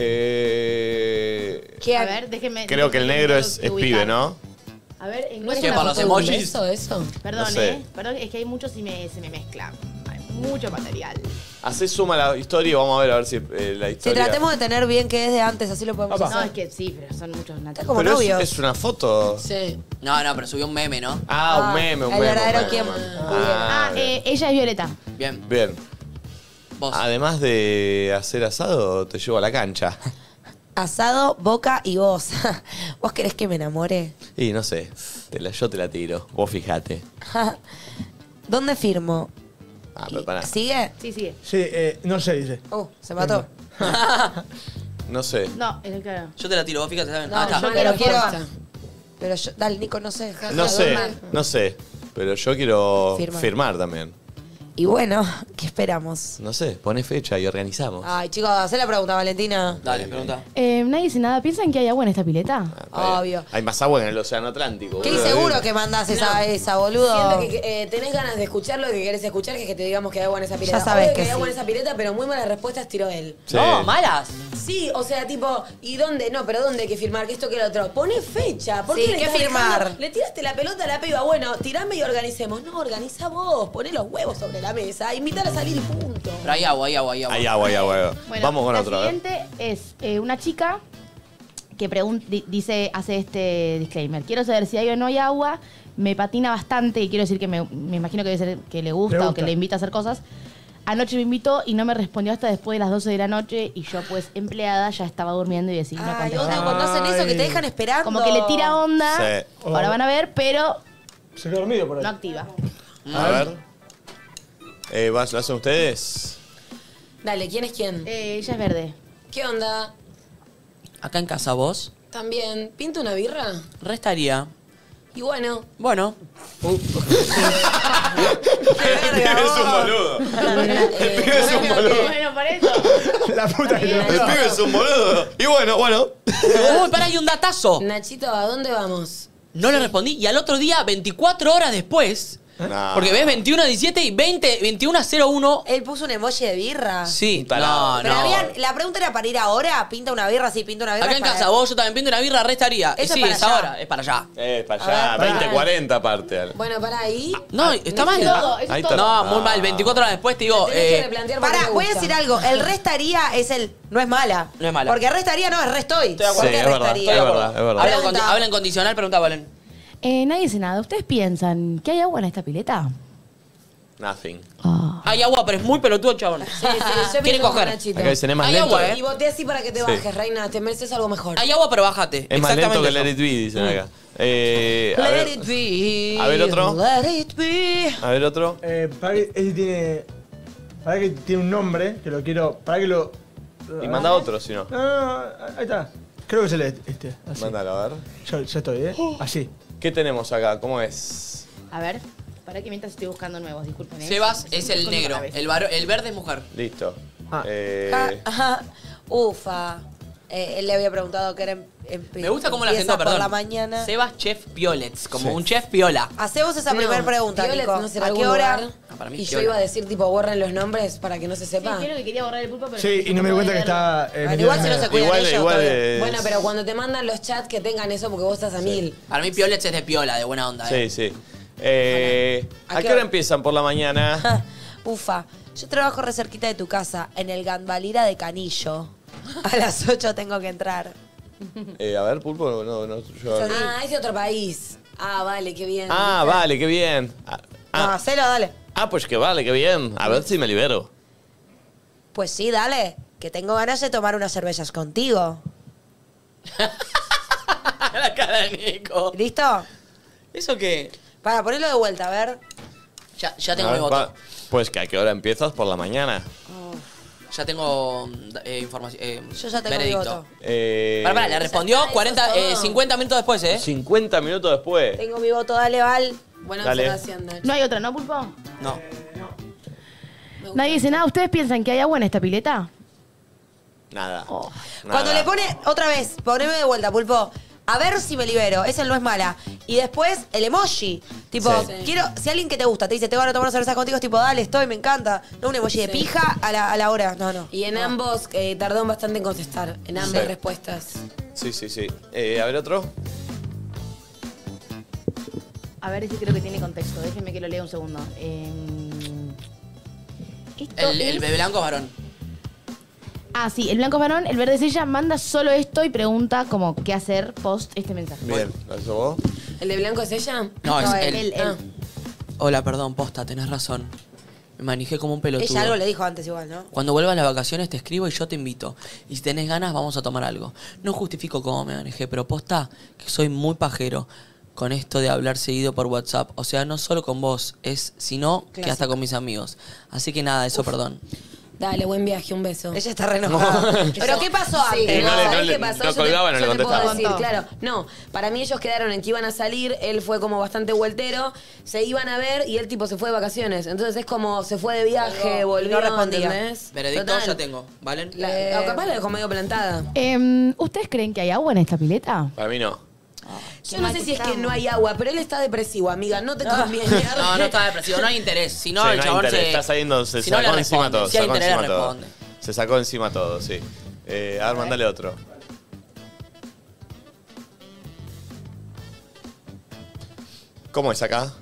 [SPEAKER 1] eh,
[SPEAKER 9] A ver, déjeme.
[SPEAKER 1] creo que el negro es, es pibe, ¿no?
[SPEAKER 9] A ver,
[SPEAKER 5] ¿No
[SPEAKER 9] encuentro
[SPEAKER 5] es una
[SPEAKER 9] una
[SPEAKER 3] para los
[SPEAKER 5] foto de un
[SPEAKER 3] emojis?
[SPEAKER 5] beso eso?
[SPEAKER 9] Perdón,
[SPEAKER 1] No sé.
[SPEAKER 9] ¿eh? Perdón, es que hay muchos y me, se me mezcla. Hay mucho material.
[SPEAKER 1] Hacé suma la historia y vamos a ver a ver si eh, la
[SPEAKER 2] Si
[SPEAKER 1] historia.
[SPEAKER 2] tratemos de tener bien que es de antes, así lo podemos
[SPEAKER 9] No, es
[SPEAKER 2] hacer.
[SPEAKER 9] que sí, pero son muchos
[SPEAKER 2] Está
[SPEAKER 9] natas.
[SPEAKER 2] como
[SPEAKER 1] Pero es,
[SPEAKER 2] novios.
[SPEAKER 1] es una foto.
[SPEAKER 5] Sí.
[SPEAKER 3] No, no, pero subió un meme, ¿no?
[SPEAKER 1] Ah,
[SPEAKER 2] Ah,
[SPEAKER 1] un meme, un
[SPEAKER 2] el
[SPEAKER 1] meme. un
[SPEAKER 2] verdadero
[SPEAKER 1] meme,
[SPEAKER 2] quién.
[SPEAKER 1] un meme.
[SPEAKER 9] Ah,
[SPEAKER 1] Ah, bien.
[SPEAKER 9] eh, ella es Violeta.
[SPEAKER 3] Bien,
[SPEAKER 1] Bien.
[SPEAKER 3] vos.
[SPEAKER 1] Además de hacer asado, te llevo a la cancha.
[SPEAKER 2] Asado, boca y vos. ¿Vos querés que me enamore?
[SPEAKER 1] Y no sé, te la- yo te la tiro. Vos fijate.
[SPEAKER 2] ¿Dónde firmo?
[SPEAKER 1] Ah, pero pará.
[SPEAKER 2] ¿Sigue?
[SPEAKER 9] Sí, sigue.
[SPEAKER 6] Sí, eh, no sé, dice.
[SPEAKER 2] Uh, se mató.
[SPEAKER 1] No sé.
[SPEAKER 9] No, es claro.
[SPEAKER 3] Yo te la tiro, vos fíjate, ¿saben?
[SPEAKER 5] No,
[SPEAKER 3] ah, está.
[SPEAKER 5] yo
[SPEAKER 2] Yo
[SPEAKER 5] quiero
[SPEAKER 2] lo quiero.
[SPEAKER 5] posta.
[SPEAKER 2] Pero yo, dale, Nico, no sé.
[SPEAKER 1] No sé, no sé. Pero yo quiero
[SPEAKER 2] Firmar.
[SPEAKER 1] firmar también.
[SPEAKER 2] Y bueno, ¿qué esperamos?
[SPEAKER 1] No sé, pone fecha y organizamos.
[SPEAKER 2] Ay, chicos, hacé la pregunta, Valentina.
[SPEAKER 1] Dale, pregunta.
[SPEAKER 4] Eh, nadie dice nada. ¿Piensan que hay agua en esta pileta?
[SPEAKER 2] Obvio.
[SPEAKER 1] Hay más agua en el Océano Atlántico.
[SPEAKER 2] Qué
[SPEAKER 1] boludo.
[SPEAKER 2] inseguro que mandás esa, esa boludo.
[SPEAKER 5] Siento que eh, tenés ganas de escuchar lo que querés escuchar, que es que te digamos que hay agua en esa pileta.
[SPEAKER 2] Ya sabés
[SPEAKER 5] Obvio
[SPEAKER 2] que
[SPEAKER 5] hay agua
[SPEAKER 2] sí.
[SPEAKER 5] en esa pileta, pero muy malas respuestas tiró él.
[SPEAKER 1] Sí. No,
[SPEAKER 3] malas.
[SPEAKER 5] Sí, o sea, tipo, ¿y dónde? No, pero ¿dónde hay que firmar? Que esto que el otro. Poné fecha. ¿Por
[SPEAKER 2] Sí,
[SPEAKER 5] qué le
[SPEAKER 2] ¿qué
[SPEAKER 5] estás
[SPEAKER 2] firmar?
[SPEAKER 5] dejando? Le tiraste la pelota a la piba. Bueno, tirame y organicemos. No, organiza vos. Poné los huevos sobre la mesa. Invitar a salir y punto.
[SPEAKER 3] Pero hay agua, hay agua, hay agua.
[SPEAKER 1] Hay agua, hay agua. hay agua.
[SPEAKER 9] Bueno,
[SPEAKER 1] Vamos con
[SPEAKER 9] la
[SPEAKER 1] otro. a ver.
[SPEAKER 9] siguiente es eh, una chica que pregun- di- dice, hace este disclaimer. Quiero saber si hay o no hay agua. Me patina bastante y quiero decir que me, me imagino que debe ser que le gusta,
[SPEAKER 6] Le
[SPEAKER 9] o que
[SPEAKER 6] gusta.
[SPEAKER 9] le invita a hacer cosas. Anoche me invitó y no me respondió hasta después de las 12 de la noche y yo pues empleada ya estaba durmiendo y decía, no
[SPEAKER 2] Ay,
[SPEAKER 9] contestaba.
[SPEAKER 2] onda, cuando hacen eso que te dejan esperando.
[SPEAKER 9] Como que le tira onda.
[SPEAKER 1] Sí.
[SPEAKER 9] Ahora van a ver, pero
[SPEAKER 6] Se quedó dormido por ahí.
[SPEAKER 9] no activa.
[SPEAKER 1] A ver. Eh, ¿vas- ¿Lo hacen ustedes?
[SPEAKER 5] Dale, ¿quién es quién?
[SPEAKER 9] Eh, ella es verde.
[SPEAKER 5] ¿Qué onda?
[SPEAKER 3] Acá en casa vos,
[SPEAKER 5] También, ¿pinta una birra?
[SPEAKER 3] restaría.
[SPEAKER 5] Y bueno,
[SPEAKER 3] Bueno,
[SPEAKER 1] Es un boludo.
[SPEAKER 5] eh,
[SPEAKER 1] Es un boludo.
[SPEAKER 9] Bueno, por eso.
[SPEAKER 6] La puta que
[SPEAKER 1] El pibe es un boludo. Y bueno, bueno.
[SPEAKER 3] uy, pará, hay un datazo.
[SPEAKER 5] Nachito, ¿a dónde vamos?
[SPEAKER 3] No le respondí y al otro día, 24 horas después,
[SPEAKER 1] Nah.
[SPEAKER 3] porque ves 21 a 17 y 20, 21 a 01.
[SPEAKER 2] Él puso un emoji de birra.
[SPEAKER 3] Sí,
[SPEAKER 1] tarado.
[SPEAKER 3] no,
[SPEAKER 2] Pero
[SPEAKER 3] no.
[SPEAKER 2] habían- la pregunta era para ir ahora, pinta una birra, sí, pinta una birra.
[SPEAKER 3] Acá en
[SPEAKER 2] para-
[SPEAKER 3] casa vos, yo también pinto una birra, restaría.
[SPEAKER 2] Eso
[SPEAKER 3] sí,
[SPEAKER 2] es para
[SPEAKER 3] es
[SPEAKER 2] allá.
[SPEAKER 3] ahora, es para allá.
[SPEAKER 1] Eh, para allá, 20-40 aparte.
[SPEAKER 5] Bueno, Ah, para ahí.
[SPEAKER 3] Ah, No, está mal.
[SPEAKER 9] todo, eso
[SPEAKER 1] Ahí
[SPEAKER 9] es
[SPEAKER 1] está.
[SPEAKER 3] No,
[SPEAKER 9] todo.
[SPEAKER 3] muy mal. 24 horas después te digo,
[SPEAKER 5] Tenés que
[SPEAKER 3] eh,
[SPEAKER 5] replantear por qué
[SPEAKER 2] Pará,
[SPEAKER 5] te
[SPEAKER 2] voy a
[SPEAKER 5] gusta.
[SPEAKER 2] decir algo. El restaría es el. No es mala.
[SPEAKER 3] No es mala.
[SPEAKER 2] Porque restaría no es restoy.
[SPEAKER 3] de acuerdo.
[SPEAKER 2] ¿Por qué
[SPEAKER 1] Sí, es verdad,
[SPEAKER 2] restaría?
[SPEAKER 1] es verdad, es verdad.
[SPEAKER 3] habla en,
[SPEAKER 2] Pregunta.
[SPEAKER 3] condi- habla en condicional, pregunta a Valen.
[SPEAKER 4] Eh, nadie dice nada. ¿Ustedes piensan que hay agua en esta pileta?
[SPEAKER 1] Nothing.
[SPEAKER 3] Hay agua, pero es muy pelotudo, chabón.
[SPEAKER 5] Sí, sí, yo
[SPEAKER 3] Quieren
[SPEAKER 5] pienso con
[SPEAKER 3] coger.
[SPEAKER 5] Nachito.
[SPEAKER 1] Acá dicen, es más
[SPEAKER 3] Hay
[SPEAKER 1] lento.
[SPEAKER 3] agua, ¿eh?
[SPEAKER 5] Y voté así para que te
[SPEAKER 1] Sí.
[SPEAKER 5] bajes, reina. Te mereces algo mejor.
[SPEAKER 3] Hay agua, pero bájate.
[SPEAKER 1] Es más lento que el
[SPEAKER 3] eso.
[SPEAKER 1] Let It Be, dicen acá. Eh, a,
[SPEAKER 2] Mm. Let
[SPEAKER 1] ver,
[SPEAKER 2] it be.
[SPEAKER 1] A ver, otro.
[SPEAKER 2] Let it be.
[SPEAKER 1] a ver otro.
[SPEAKER 6] Eh, para que ese tiene. Para que tiene un nombre, que lo quiero. Para que lo. Ah,
[SPEAKER 1] Y manda otro, si no.
[SPEAKER 6] No, no, no, ahí está. Creo que es el este. este, así.
[SPEAKER 1] Mándalo, a ver.
[SPEAKER 6] Yo, yo estoy, ¿eh? Así.
[SPEAKER 1] ¿Qué tenemos acá? ¿Cómo es?
[SPEAKER 9] A ver, para que mientras estoy buscando nuevos, disculpen. ¿eh?
[SPEAKER 3] Sebas es el
[SPEAKER 9] Con la
[SPEAKER 3] negro.
[SPEAKER 9] cabeza.
[SPEAKER 3] El, varo- el verde es mujer.
[SPEAKER 1] Listo.
[SPEAKER 6] Ah.
[SPEAKER 2] Ah,
[SPEAKER 1] Eh,
[SPEAKER 2] ajá. Ufa. Eh, él le había preguntado que era en, en-
[SPEAKER 3] Me gusta cómo la
[SPEAKER 2] empieza
[SPEAKER 3] gente,
[SPEAKER 2] por
[SPEAKER 3] perdón.
[SPEAKER 2] la mañana.
[SPEAKER 3] Sebas Chef Violets, como
[SPEAKER 1] Sí.
[SPEAKER 3] un chef viola.
[SPEAKER 2] Hacemos esa
[SPEAKER 5] No,
[SPEAKER 2] primera pregunta,
[SPEAKER 5] Violet
[SPEAKER 2] Nico.
[SPEAKER 5] no será
[SPEAKER 2] ¿A qué
[SPEAKER 5] algún
[SPEAKER 2] hora?
[SPEAKER 5] lugar.
[SPEAKER 3] Ah, para mí
[SPEAKER 5] y yo
[SPEAKER 3] Violet.
[SPEAKER 5] iba a decir, tipo, borren los nombres para que no se
[SPEAKER 9] Sí,
[SPEAKER 5] sepa.
[SPEAKER 9] quiero que quería borrar el pulpo, pero...
[SPEAKER 6] Sí, y no me di cuenta que está. eh,
[SPEAKER 2] Bueno,
[SPEAKER 6] metido
[SPEAKER 2] igual
[SPEAKER 6] en
[SPEAKER 2] si no
[SPEAKER 6] medio.
[SPEAKER 2] se cuidan
[SPEAKER 1] Igual-
[SPEAKER 2] ellos.
[SPEAKER 1] igual,
[SPEAKER 2] todavía.
[SPEAKER 1] eh,
[SPEAKER 5] Bueno, pero cuando te mandan los chats que tengan eso porque vos estás a mil.
[SPEAKER 3] Para mí Violets es de piola, de buena onda. eh.
[SPEAKER 1] sí, sí. Eh,
[SPEAKER 2] Ojalá.
[SPEAKER 1] ¿A qué hora empiezan por la mañana?
[SPEAKER 2] Ah, Ufa. Yo trabajo re cerquita de tu casa, en el Gandalira de Canillo. A las 8 tengo que entrar.
[SPEAKER 1] Eh, a ver, Pulpo, no, no, yo...
[SPEAKER 5] Ah, es de otro país. Ah, vale, qué bien.
[SPEAKER 1] Ah, vale, qué bien. Ah,
[SPEAKER 2] No,
[SPEAKER 1] ah,
[SPEAKER 2] hacelo, dale.
[SPEAKER 1] ah, pues que vale, qué bien. A ver si me libero.
[SPEAKER 2] Pues sí, dale. Que tengo ganas de tomar unas cervezas contigo.
[SPEAKER 3] la cara de Nico.
[SPEAKER 2] ¿Listo?
[SPEAKER 3] ¿Eso qué?
[SPEAKER 2] Para ponerlo de vuelta, a ver.
[SPEAKER 3] Ya, ya
[SPEAKER 1] A
[SPEAKER 3] tengo mi
[SPEAKER 1] ver,
[SPEAKER 3] voto.
[SPEAKER 1] va- Pues que a qué hora empiezas por la mañana.
[SPEAKER 3] Ya tengo mm, eh, información. eh,
[SPEAKER 2] Yo ya tengo mi
[SPEAKER 3] veredicto.
[SPEAKER 2] voto.
[SPEAKER 1] Eh,
[SPEAKER 3] Pará, pará, le respondió
[SPEAKER 5] está,
[SPEAKER 3] 40,
[SPEAKER 5] eso es
[SPEAKER 3] eh,
[SPEAKER 5] todo.
[SPEAKER 3] 50 minutos después, ¿eh?
[SPEAKER 1] 50 minutos después.
[SPEAKER 2] Tengo mi voto, dale, Val.
[SPEAKER 5] Buena
[SPEAKER 1] Dale.
[SPEAKER 5] observación, Nacho.
[SPEAKER 9] No hay otra, ¿no, pulpo?
[SPEAKER 3] No.
[SPEAKER 9] Nadie dice nada. ¿Ustedes piensan que hay agua en esta pileta?
[SPEAKER 1] Nada. Nada.
[SPEAKER 2] Cuando le pone, otra vez, poneme de vuelta, pulpo. A ver si me libero, ese no es mala. Y después el emoji. Tipo,
[SPEAKER 1] Sí.
[SPEAKER 2] quiero, si alguien que te gusta te dice, te van a tomar una cerveza contigo, es tipo, dale, estoy, me encanta. No un emoji de
[SPEAKER 5] Sí.
[SPEAKER 2] pija a la, a la hora. No, no.
[SPEAKER 5] Y en ambos eh, tardó bastante en contestar. En ambas
[SPEAKER 1] Sí.
[SPEAKER 5] respuestas.
[SPEAKER 1] Sí, sí, sí. Eh, a ver otro.
[SPEAKER 9] A ver, ese creo que tiene contexto. Déjenme que lo lea un segundo. Eh, esto
[SPEAKER 3] El, el
[SPEAKER 9] es-
[SPEAKER 3] bebé blanco es varón.
[SPEAKER 9] Ah, sí, el blanco es varón, el verde es ella. Manda solo esto y pregunta como qué hacer post este mensaje.
[SPEAKER 1] Bien. ¿Lo hizo vos?
[SPEAKER 5] ¿El de blanco es ella?
[SPEAKER 3] No, es
[SPEAKER 9] El,
[SPEAKER 3] él.
[SPEAKER 9] el-
[SPEAKER 5] Ah.
[SPEAKER 3] Hola, perdón, posta, tenés razón. Me manejé como un pelotudo.
[SPEAKER 2] Ella algo le dijo antes igual, ¿no?
[SPEAKER 3] Cuando vuelvas las vacaciones te escribo y yo te invito. Y si tenés ganas, vamos a tomar algo. No justifico cómo me manejé, pero posta que soy muy pajero con esto de hablar seguido por WhatsApp. O sea, no solo con vos, es sino que hasta con mis amigos. Así que nada, eso, perdón.
[SPEAKER 5] Dale, buen viaje, un beso. Ella
[SPEAKER 2] está re enojada.
[SPEAKER 5] Pero ¿qué pasó
[SPEAKER 2] Sí,
[SPEAKER 5] antes?
[SPEAKER 2] Eh, no le- no
[SPEAKER 5] ¿sabés
[SPEAKER 2] le-
[SPEAKER 5] qué pasó?
[SPEAKER 2] no
[SPEAKER 5] Yo te-
[SPEAKER 2] colgaba, no
[SPEAKER 5] yo
[SPEAKER 2] le
[SPEAKER 5] te puedo
[SPEAKER 2] contestaba.
[SPEAKER 5] decir,
[SPEAKER 2] Contó.
[SPEAKER 5] claro. No, para mí ellos quedaron en que iban a salir, él fue como bastante vueltero, se iban a ver y él tipo se fue de vacaciones. Entonces es como se fue de viaje,
[SPEAKER 2] Colgó,
[SPEAKER 5] volvió,
[SPEAKER 2] y no respondía. Eh.
[SPEAKER 5] ¿entendés?
[SPEAKER 3] Veredicto
[SPEAKER 5] Total.
[SPEAKER 3] ya tengo, ¿valen?
[SPEAKER 5] La- o capaz la dejó medio plantada.
[SPEAKER 9] Em, ¿Ustedes creen que hay agua en esta pileta?
[SPEAKER 1] Para mí no.
[SPEAKER 5] Yo no sé si es que no hay agua, pero él está depresivo, amiga, no te conviene.
[SPEAKER 3] No, no está depresivo, no hay interés. Si no,
[SPEAKER 1] Sí,
[SPEAKER 3] el
[SPEAKER 1] hay
[SPEAKER 3] chabón
[SPEAKER 1] interés,
[SPEAKER 3] se.
[SPEAKER 1] Está saliendo, se
[SPEAKER 3] si no,
[SPEAKER 1] sacó
[SPEAKER 3] le
[SPEAKER 1] encima
[SPEAKER 3] responde.
[SPEAKER 1] todo.
[SPEAKER 3] Si hay
[SPEAKER 1] sacó
[SPEAKER 3] interés,
[SPEAKER 1] encima
[SPEAKER 3] le
[SPEAKER 1] todo.
[SPEAKER 3] responde.
[SPEAKER 1] Se sacó encima todo, sí. Eh, a ver, mandale otro. ¿Cómo es acá?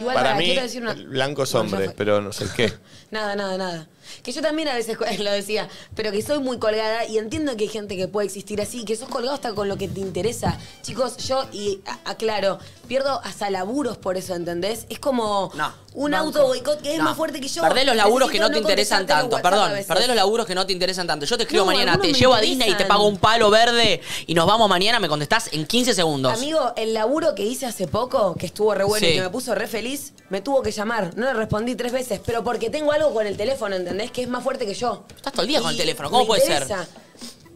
[SPEAKER 5] Igual
[SPEAKER 1] Para
[SPEAKER 5] pará,
[SPEAKER 1] mí,
[SPEAKER 5] quiero decir una.
[SPEAKER 1] el blanco es hombre, pero no sé qué.
[SPEAKER 5] Nada, nada, nada. Que yo también a veces co- lo decía, pero que soy muy colgada y entiendo que hay gente que puede existir así, que sos colgado hasta con lo que te interesa. Chicos, yo, y a- aclaro, pierdo hasta laburos por eso, ¿entendés? Es como un auto boicot que es
[SPEAKER 3] No.
[SPEAKER 5] más fuerte que yo.
[SPEAKER 3] Perdés los laburos que
[SPEAKER 5] Necesito
[SPEAKER 3] no te interesan
[SPEAKER 5] contestarte los
[SPEAKER 3] tanto,
[SPEAKER 5] WhatsApp a
[SPEAKER 3] perdón.
[SPEAKER 5] veces.
[SPEAKER 3] Perdés los laburos que no te interesan tanto. Yo te escribo
[SPEAKER 5] No,
[SPEAKER 3] mañana, te
[SPEAKER 5] algunos me
[SPEAKER 3] llevo a Disney y te
[SPEAKER 5] interesan.
[SPEAKER 3] pago un palo verde y nos vamos mañana, me contestás en 15 segundos.
[SPEAKER 5] Amigo, el laburo que hice hace poco, que estuvo re bueno
[SPEAKER 3] Sí.
[SPEAKER 5] y que me puso re feliz, me tuvo que llamar. No le respondí tres veces, pero porque tengo algo con el teléfono, ¿entendés? Que es más fuerte que yo.
[SPEAKER 3] Estás todo el día con el
[SPEAKER 5] Y
[SPEAKER 3] teléfono, ¿cómo
[SPEAKER 5] me
[SPEAKER 3] puede ser?
[SPEAKER 5] interesa.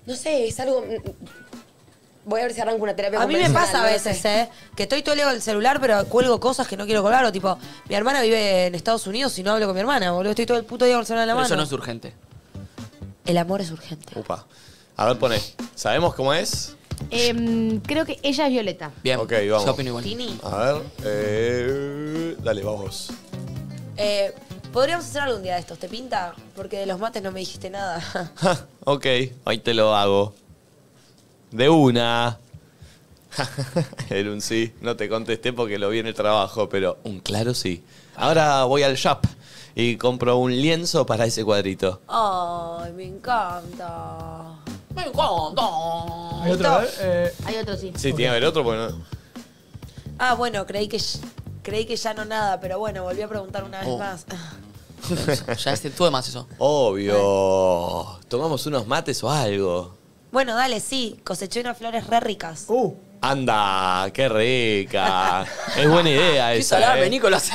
[SPEAKER 5] No sé, es algo... mm, Voy a ver si arranco una terapia
[SPEAKER 2] A mí me
[SPEAKER 5] convencional,
[SPEAKER 2] pasa a
[SPEAKER 5] no
[SPEAKER 2] veces,
[SPEAKER 5] sé.
[SPEAKER 2] ¿eh? Que estoy todo el día con el celular, pero cuelgo cosas que no quiero colgar. O tipo, mi hermana vive en Estados Unidos y no hablo con mi hermana, boludo. Estoy todo el puto día con el celular en la
[SPEAKER 3] Pero
[SPEAKER 2] mano.
[SPEAKER 3] eso no es urgente.
[SPEAKER 2] El amor es urgente.
[SPEAKER 1] Upa. A ver, pone. ¿Sabemos cómo es?
[SPEAKER 9] Em, creo que ella es Violeta.
[SPEAKER 3] Bien.
[SPEAKER 1] Ok, vamos.
[SPEAKER 3] Yo opino igual.
[SPEAKER 2] Tini.
[SPEAKER 1] A ver. eh, dale, vamos.
[SPEAKER 2] Eh, Podríamos hacer algún día de estos, ¿te pinta? Porque de los mates no me dijiste nada.
[SPEAKER 1] Ok, hoy te lo hago. De una. Era un sí. No te contesté porque lo vi en el trabajo, pero un claro sí. Ahora voy al shop y compro un lienzo para ese cuadrito.
[SPEAKER 2] Ay, me encanta.
[SPEAKER 3] Me encanta.
[SPEAKER 2] ¿Hay otro?
[SPEAKER 6] eh,
[SPEAKER 9] Hay otro, sí.
[SPEAKER 1] Sí, tiene que haber otro porque no-
[SPEAKER 2] Ah, bueno, creí que, sh- creí que ya no nada, pero bueno, volví a preguntar una vez
[SPEAKER 3] Oh.
[SPEAKER 2] más.
[SPEAKER 3] Ya es todo de más eso.
[SPEAKER 1] Obvio. Tomamos unos mates o algo.
[SPEAKER 2] Bueno, dale, sí, coseché unas flores re ricas.
[SPEAKER 6] uh.
[SPEAKER 1] Anda, qué rica. Es buena idea
[SPEAKER 3] Qué
[SPEAKER 1] esa.
[SPEAKER 3] salame,
[SPEAKER 1] eh.
[SPEAKER 3] Nicolás.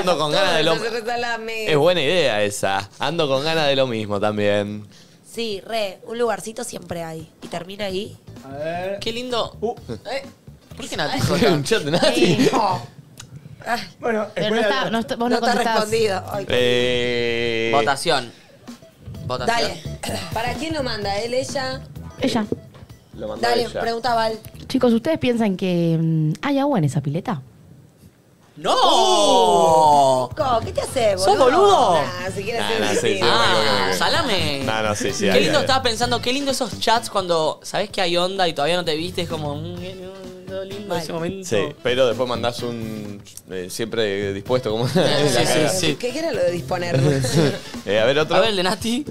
[SPEAKER 1] Ando con ganas de lo.
[SPEAKER 5] Entonces, resalame.
[SPEAKER 1] Es buena idea esa. Ando con ganas de lo mismo también.
[SPEAKER 2] Sí, re, un lugarcito siempre hay. Y termina ahí.
[SPEAKER 6] A ver.
[SPEAKER 3] Qué lindo. Eh, ¿Por qué Nati?
[SPEAKER 1] Uh. Un chat de
[SPEAKER 2] Eh,
[SPEAKER 1] Nati.
[SPEAKER 6] Bueno,
[SPEAKER 9] Pero no está, no está- vos no,
[SPEAKER 2] te has
[SPEAKER 9] contestás.
[SPEAKER 2] respondido. Ay,
[SPEAKER 1] Eh,
[SPEAKER 3] Votación. Votación.
[SPEAKER 5] Dale. ¿Para quién lo manda? ¿Él, ella?
[SPEAKER 9] Ella.
[SPEAKER 1] Lo mandó
[SPEAKER 2] Dale,
[SPEAKER 1] ella.
[SPEAKER 2] pregunta a Val.
[SPEAKER 9] Chicos, ¿ustedes piensan que mm, hay agua en esa pileta?
[SPEAKER 3] ¡No!
[SPEAKER 2] Co, ¿Qué te hace, boludo?
[SPEAKER 3] ¿Sos boludo?
[SPEAKER 5] Ah, si quiere
[SPEAKER 1] Nah,
[SPEAKER 5] hacer
[SPEAKER 1] nah, sí, sí, ok, ok,
[SPEAKER 3] ¡Oh! Ah,
[SPEAKER 1] ok.
[SPEAKER 3] salame.
[SPEAKER 1] No, no, sí, sí.
[SPEAKER 3] Qué
[SPEAKER 1] dale,
[SPEAKER 3] lindo,
[SPEAKER 1] dale.
[SPEAKER 3] estaba pensando, qué lindo esos chats cuando sabes que hay onda y todavía no te viste, es como, mm, qué lindo, lindo ese momento.
[SPEAKER 1] Sí, pero después mandás un. eh, siempre dispuesto, como.
[SPEAKER 3] sí, sí, sí.
[SPEAKER 5] ¿Qué qué era lo de disponer?
[SPEAKER 1] Eh, a ver, otro.
[SPEAKER 3] A ver, el de Nati.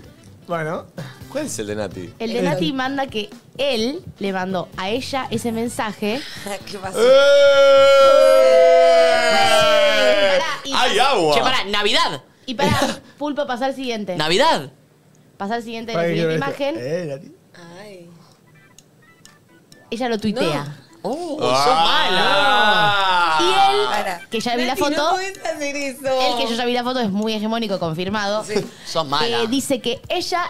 [SPEAKER 6] Bueno.
[SPEAKER 1] ¿Cuál es el de Nati?
[SPEAKER 9] El de Nati manda que él le mandó a ella ese mensaje.
[SPEAKER 2] ¿Qué pasó?
[SPEAKER 1] ¡Eh!
[SPEAKER 9] Pará, y-
[SPEAKER 1] ¡Hay agua!
[SPEAKER 3] Che, pará, Navidad.
[SPEAKER 9] Y para, pulpo, pasar al siguiente.
[SPEAKER 3] Navidad.
[SPEAKER 9] Pasar al siguiente, la
[SPEAKER 6] Para que
[SPEAKER 9] siguiente
[SPEAKER 6] lo-
[SPEAKER 9] imagen.
[SPEAKER 6] Eh, Nati.
[SPEAKER 5] Ay.
[SPEAKER 9] Ella lo tuitea.
[SPEAKER 3] Oh, sos mala.
[SPEAKER 1] ¡Ah!
[SPEAKER 9] Y él,
[SPEAKER 2] Para.
[SPEAKER 9] que ya vi la
[SPEAKER 5] Nati, no
[SPEAKER 9] foto,
[SPEAKER 5] podés hacer eso.
[SPEAKER 9] él que yo ya vi la foto es muy hegemónico, confirmado.
[SPEAKER 3] Sos mala.
[SPEAKER 9] Eh, dice que ella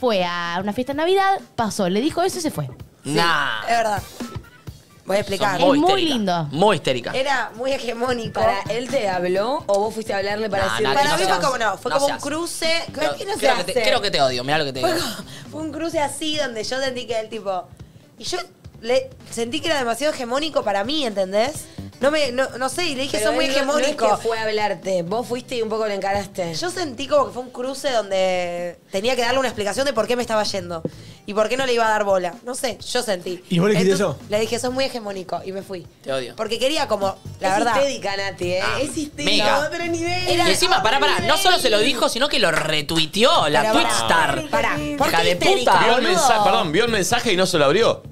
[SPEAKER 9] fue a una fiesta de Navidad, pasó, le dijo eso y se fue.
[SPEAKER 3] Nah.
[SPEAKER 2] Es verdad. Voy a explicar.
[SPEAKER 3] Sos muy
[SPEAKER 9] Es muy
[SPEAKER 3] histérica,
[SPEAKER 9] lindo.
[SPEAKER 3] Muy histérica.
[SPEAKER 2] Era muy hegemónico.
[SPEAKER 5] ¿Para él te habló o vos fuiste a hablarle para
[SPEAKER 3] Nah,
[SPEAKER 5] decirle?
[SPEAKER 3] Nati,
[SPEAKER 2] Para mí
[SPEAKER 3] no
[SPEAKER 2] fue
[SPEAKER 3] seas-
[SPEAKER 2] como no, fue
[SPEAKER 3] no
[SPEAKER 2] como
[SPEAKER 3] seas.
[SPEAKER 2] un cruce. ¿Qué
[SPEAKER 3] Creo-
[SPEAKER 2] qué no se
[SPEAKER 3] creo, que
[SPEAKER 2] hace?
[SPEAKER 3] te, creo que te odio, mirá lo que te digo.
[SPEAKER 2] Fue, como- fue un cruce así donde yo sentí que el tipo. Y yo le sentí que era demasiado hegemónico para mí, ¿entendés? No me, no, no sé, y le dije,
[SPEAKER 5] Pero
[SPEAKER 2] sos muy
[SPEAKER 5] él no-
[SPEAKER 2] hegemónico.
[SPEAKER 5] No es que fue a hablarte. Vos fuiste y un poco lo encaraste.
[SPEAKER 2] Yo sentí como que fue un cruce donde tenía que darle una explicación de por qué me estaba yendo y por qué no le iba a dar bola. No sé, yo sentí.
[SPEAKER 6] ¿Y vos le dijiste
[SPEAKER 2] Entonces,
[SPEAKER 6] eso?
[SPEAKER 2] Le dije, sos muy hegemónico y me fui.
[SPEAKER 3] Te odio. Ah,
[SPEAKER 2] Porque quería como, la
[SPEAKER 5] es
[SPEAKER 2] verdad.
[SPEAKER 5] histérica, Nati, ¿eh? es histérica.
[SPEAKER 3] mega.
[SPEAKER 5] a Otro nivel.
[SPEAKER 3] Y encima, pará, pará, no solo se lo dijo, sino que lo retuiteó la
[SPEAKER 2] Pero pará,
[SPEAKER 3] Twitstar.
[SPEAKER 2] Pará, ¿por
[SPEAKER 3] Hija
[SPEAKER 2] qué
[SPEAKER 3] de
[SPEAKER 2] histérica,
[SPEAKER 3] puta.
[SPEAKER 1] Vio el
[SPEAKER 2] boludo? Ah,
[SPEAKER 1] mensaje, perdón, vio el mensaje y no se lo abrió.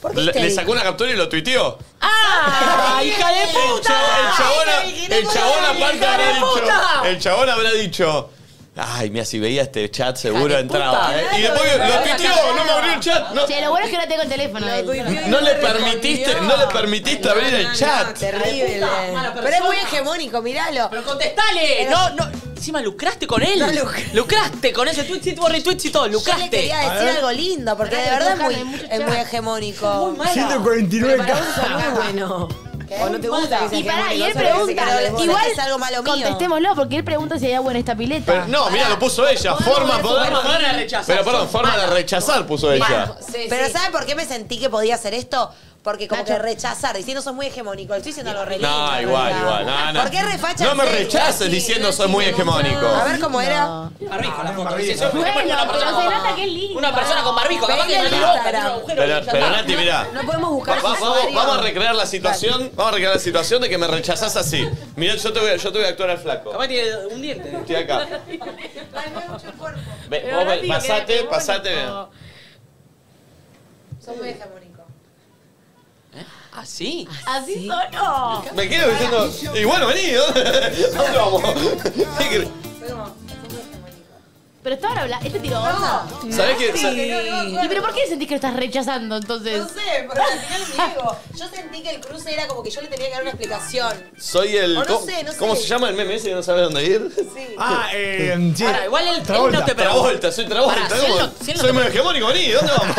[SPEAKER 2] ¿Por qué
[SPEAKER 1] Le, le
[SPEAKER 2] histérica?
[SPEAKER 1] sacó una captura y lo tuiteó.
[SPEAKER 3] ¡Ah! ¡Hija de
[SPEAKER 1] El
[SPEAKER 3] puta!
[SPEAKER 1] chabón, el chabón, el chabón aparte
[SPEAKER 3] ¡Hija
[SPEAKER 1] habrá
[SPEAKER 3] de puta!
[SPEAKER 1] dicho. El chabón habrá dicho. Ay, mira, si veía este chat seguro
[SPEAKER 3] de
[SPEAKER 1] entraba.
[SPEAKER 3] puta.
[SPEAKER 1] ¿eh?". Y después lo tuiteó, no me abrió el chat. No,
[SPEAKER 9] Che, lo bueno es que ahora tengo el teléfono. de él.
[SPEAKER 1] no le permitiste, no le permitiste abrir el
[SPEAKER 5] No,
[SPEAKER 1] chat.
[SPEAKER 5] terrible.
[SPEAKER 3] Ay, puta, mala
[SPEAKER 2] Pero es muy
[SPEAKER 3] persona.
[SPEAKER 2] hegemónico, miralo.
[SPEAKER 3] ¡Pero contestale! No, no. encima lucraste con él.
[SPEAKER 2] No lucré.
[SPEAKER 3] lucraste con ese tweet, tuvo retweets y todo,
[SPEAKER 2] Yo
[SPEAKER 3] lucraste.
[SPEAKER 2] le quería decir algo lindo, porque de verdad es muy, es muy hegemónico. Muy
[SPEAKER 6] 149
[SPEAKER 2] Pero para vos
[SPEAKER 6] casos.
[SPEAKER 2] bueno.
[SPEAKER 5] O no te gusta que sea
[SPEAKER 9] Y pará,
[SPEAKER 5] hegemónico,
[SPEAKER 9] y él
[SPEAKER 5] no sabés si
[SPEAKER 9] pregunta,
[SPEAKER 5] querés volver.
[SPEAKER 9] igual
[SPEAKER 5] Es algo malo mío.
[SPEAKER 9] Contestémoslo, porque él pregunta si hay agua en esta pileta.
[SPEAKER 1] Pero, no, mira, lo puso ella.
[SPEAKER 9] Podemos
[SPEAKER 1] Forma,
[SPEAKER 9] ver,
[SPEAKER 1] podemos.
[SPEAKER 9] forma de rechazar.
[SPEAKER 1] Pero perdón, forma de rechazar puso ella.
[SPEAKER 2] Pero ¿saben por qué me sentí que podía hacer esto? Porque como que rechazar, diciendo sos muy hegemónico, estoy diciendo lo re
[SPEAKER 1] No,
[SPEAKER 2] lindo,
[SPEAKER 1] igual,
[SPEAKER 2] ¿verdad?
[SPEAKER 1] igual. No, no.
[SPEAKER 2] ¿Por qué refacha
[SPEAKER 1] No me
[SPEAKER 2] el sexo?
[SPEAKER 1] rechaces
[SPEAKER 2] Sí,
[SPEAKER 1] diciendo soy muy hegemónico.
[SPEAKER 2] A ver cómo era.
[SPEAKER 3] Barbijo la foto.
[SPEAKER 1] barbijo.
[SPEAKER 3] Si sos-
[SPEAKER 1] Bueno,
[SPEAKER 3] una persona
[SPEAKER 9] pero se
[SPEAKER 3] con-
[SPEAKER 9] nota que es lindo.
[SPEAKER 3] Una persona con barbijo, capaz que
[SPEAKER 2] Venga
[SPEAKER 3] no
[SPEAKER 2] en
[SPEAKER 3] tiene boca,
[SPEAKER 2] Instagram.
[SPEAKER 3] tiene un agujero
[SPEAKER 1] Pero,
[SPEAKER 3] y ya
[SPEAKER 1] pero
[SPEAKER 3] está.
[SPEAKER 1] Nati, mirá.
[SPEAKER 5] No podemos
[SPEAKER 1] Va-
[SPEAKER 5] buscar
[SPEAKER 1] va-
[SPEAKER 5] su
[SPEAKER 1] vamos,
[SPEAKER 5] usuario.
[SPEAKER 1] vamos a recrear la situación. Vamos a recrear la situación de que me rechazás así. Mirá, yo te voy a, yo te voy a actuar al flaco.
[SPEAKER 3] Capaz tiene un diente.
[SPEAKER 1] Estoy acá.
[SPEAKER 2] Ay, me mucho el cuerpo.
[SPEAKER 1] Ve,
[SPEAKER 2] Pero
[SPEAKER 1] vos
[SPEAKER 2] ahora
[SPEAKER 1] ve-
[SPEAKER 2] sí,
[SPEAKER 1] pasate,
[SPEAKER 2] quédate,
[SPEAKER 1] pasate.
[SPEAKER 2] bueno. Sos muy hegemónico.
[SPEAKER 3] ¿Así?
[SPEAKER 4] Así solo.
[SPEAKER 1] Me quedo diciendo. Y bueno, vení, ¿dónde dónde vamos? ¿Qué querés?
[SPEAKER 9] Pero estaba hablando, este tiró onda.
[SPEAKER 1] ¿Sabés qué? Sa-
[SPEAKER 9] ¿Y pero por qué sentís que lo estás rechazando entonces?
[SPEAKER 2] No sé, pero al final me digo. Yo sentí que el cruce era como que yo le tenía que dar una explicación.
[SPEAKER 1] Soy el.
[SPEAKER 2] O no
[SPEAKER 1] ¿cómo-
[SPEAKER 2] sé, no sé.
[SPEAKER 1] ¿Cómo se llama el meme ese que no sabe dónde ir?
[SPEAKER 6] Ah, eh, sí.
[SPEAKER 3] Ahora, igual él, él no te
[SPEAKER 1] Travolta,
[SPEAKER 3] pregunta.
[SPEAKER 1] Travolta, soy Travolta.
[SPEAKER 3] Pará, si él
[SPEAKER 1] ¿cómo?
[SPEAKER 3] no- si él no
[SPEAKER 1] soy
[SPEAKER 3] te
[SPEAKER 1] muy hegemónico, vení, ¿dónde vamos?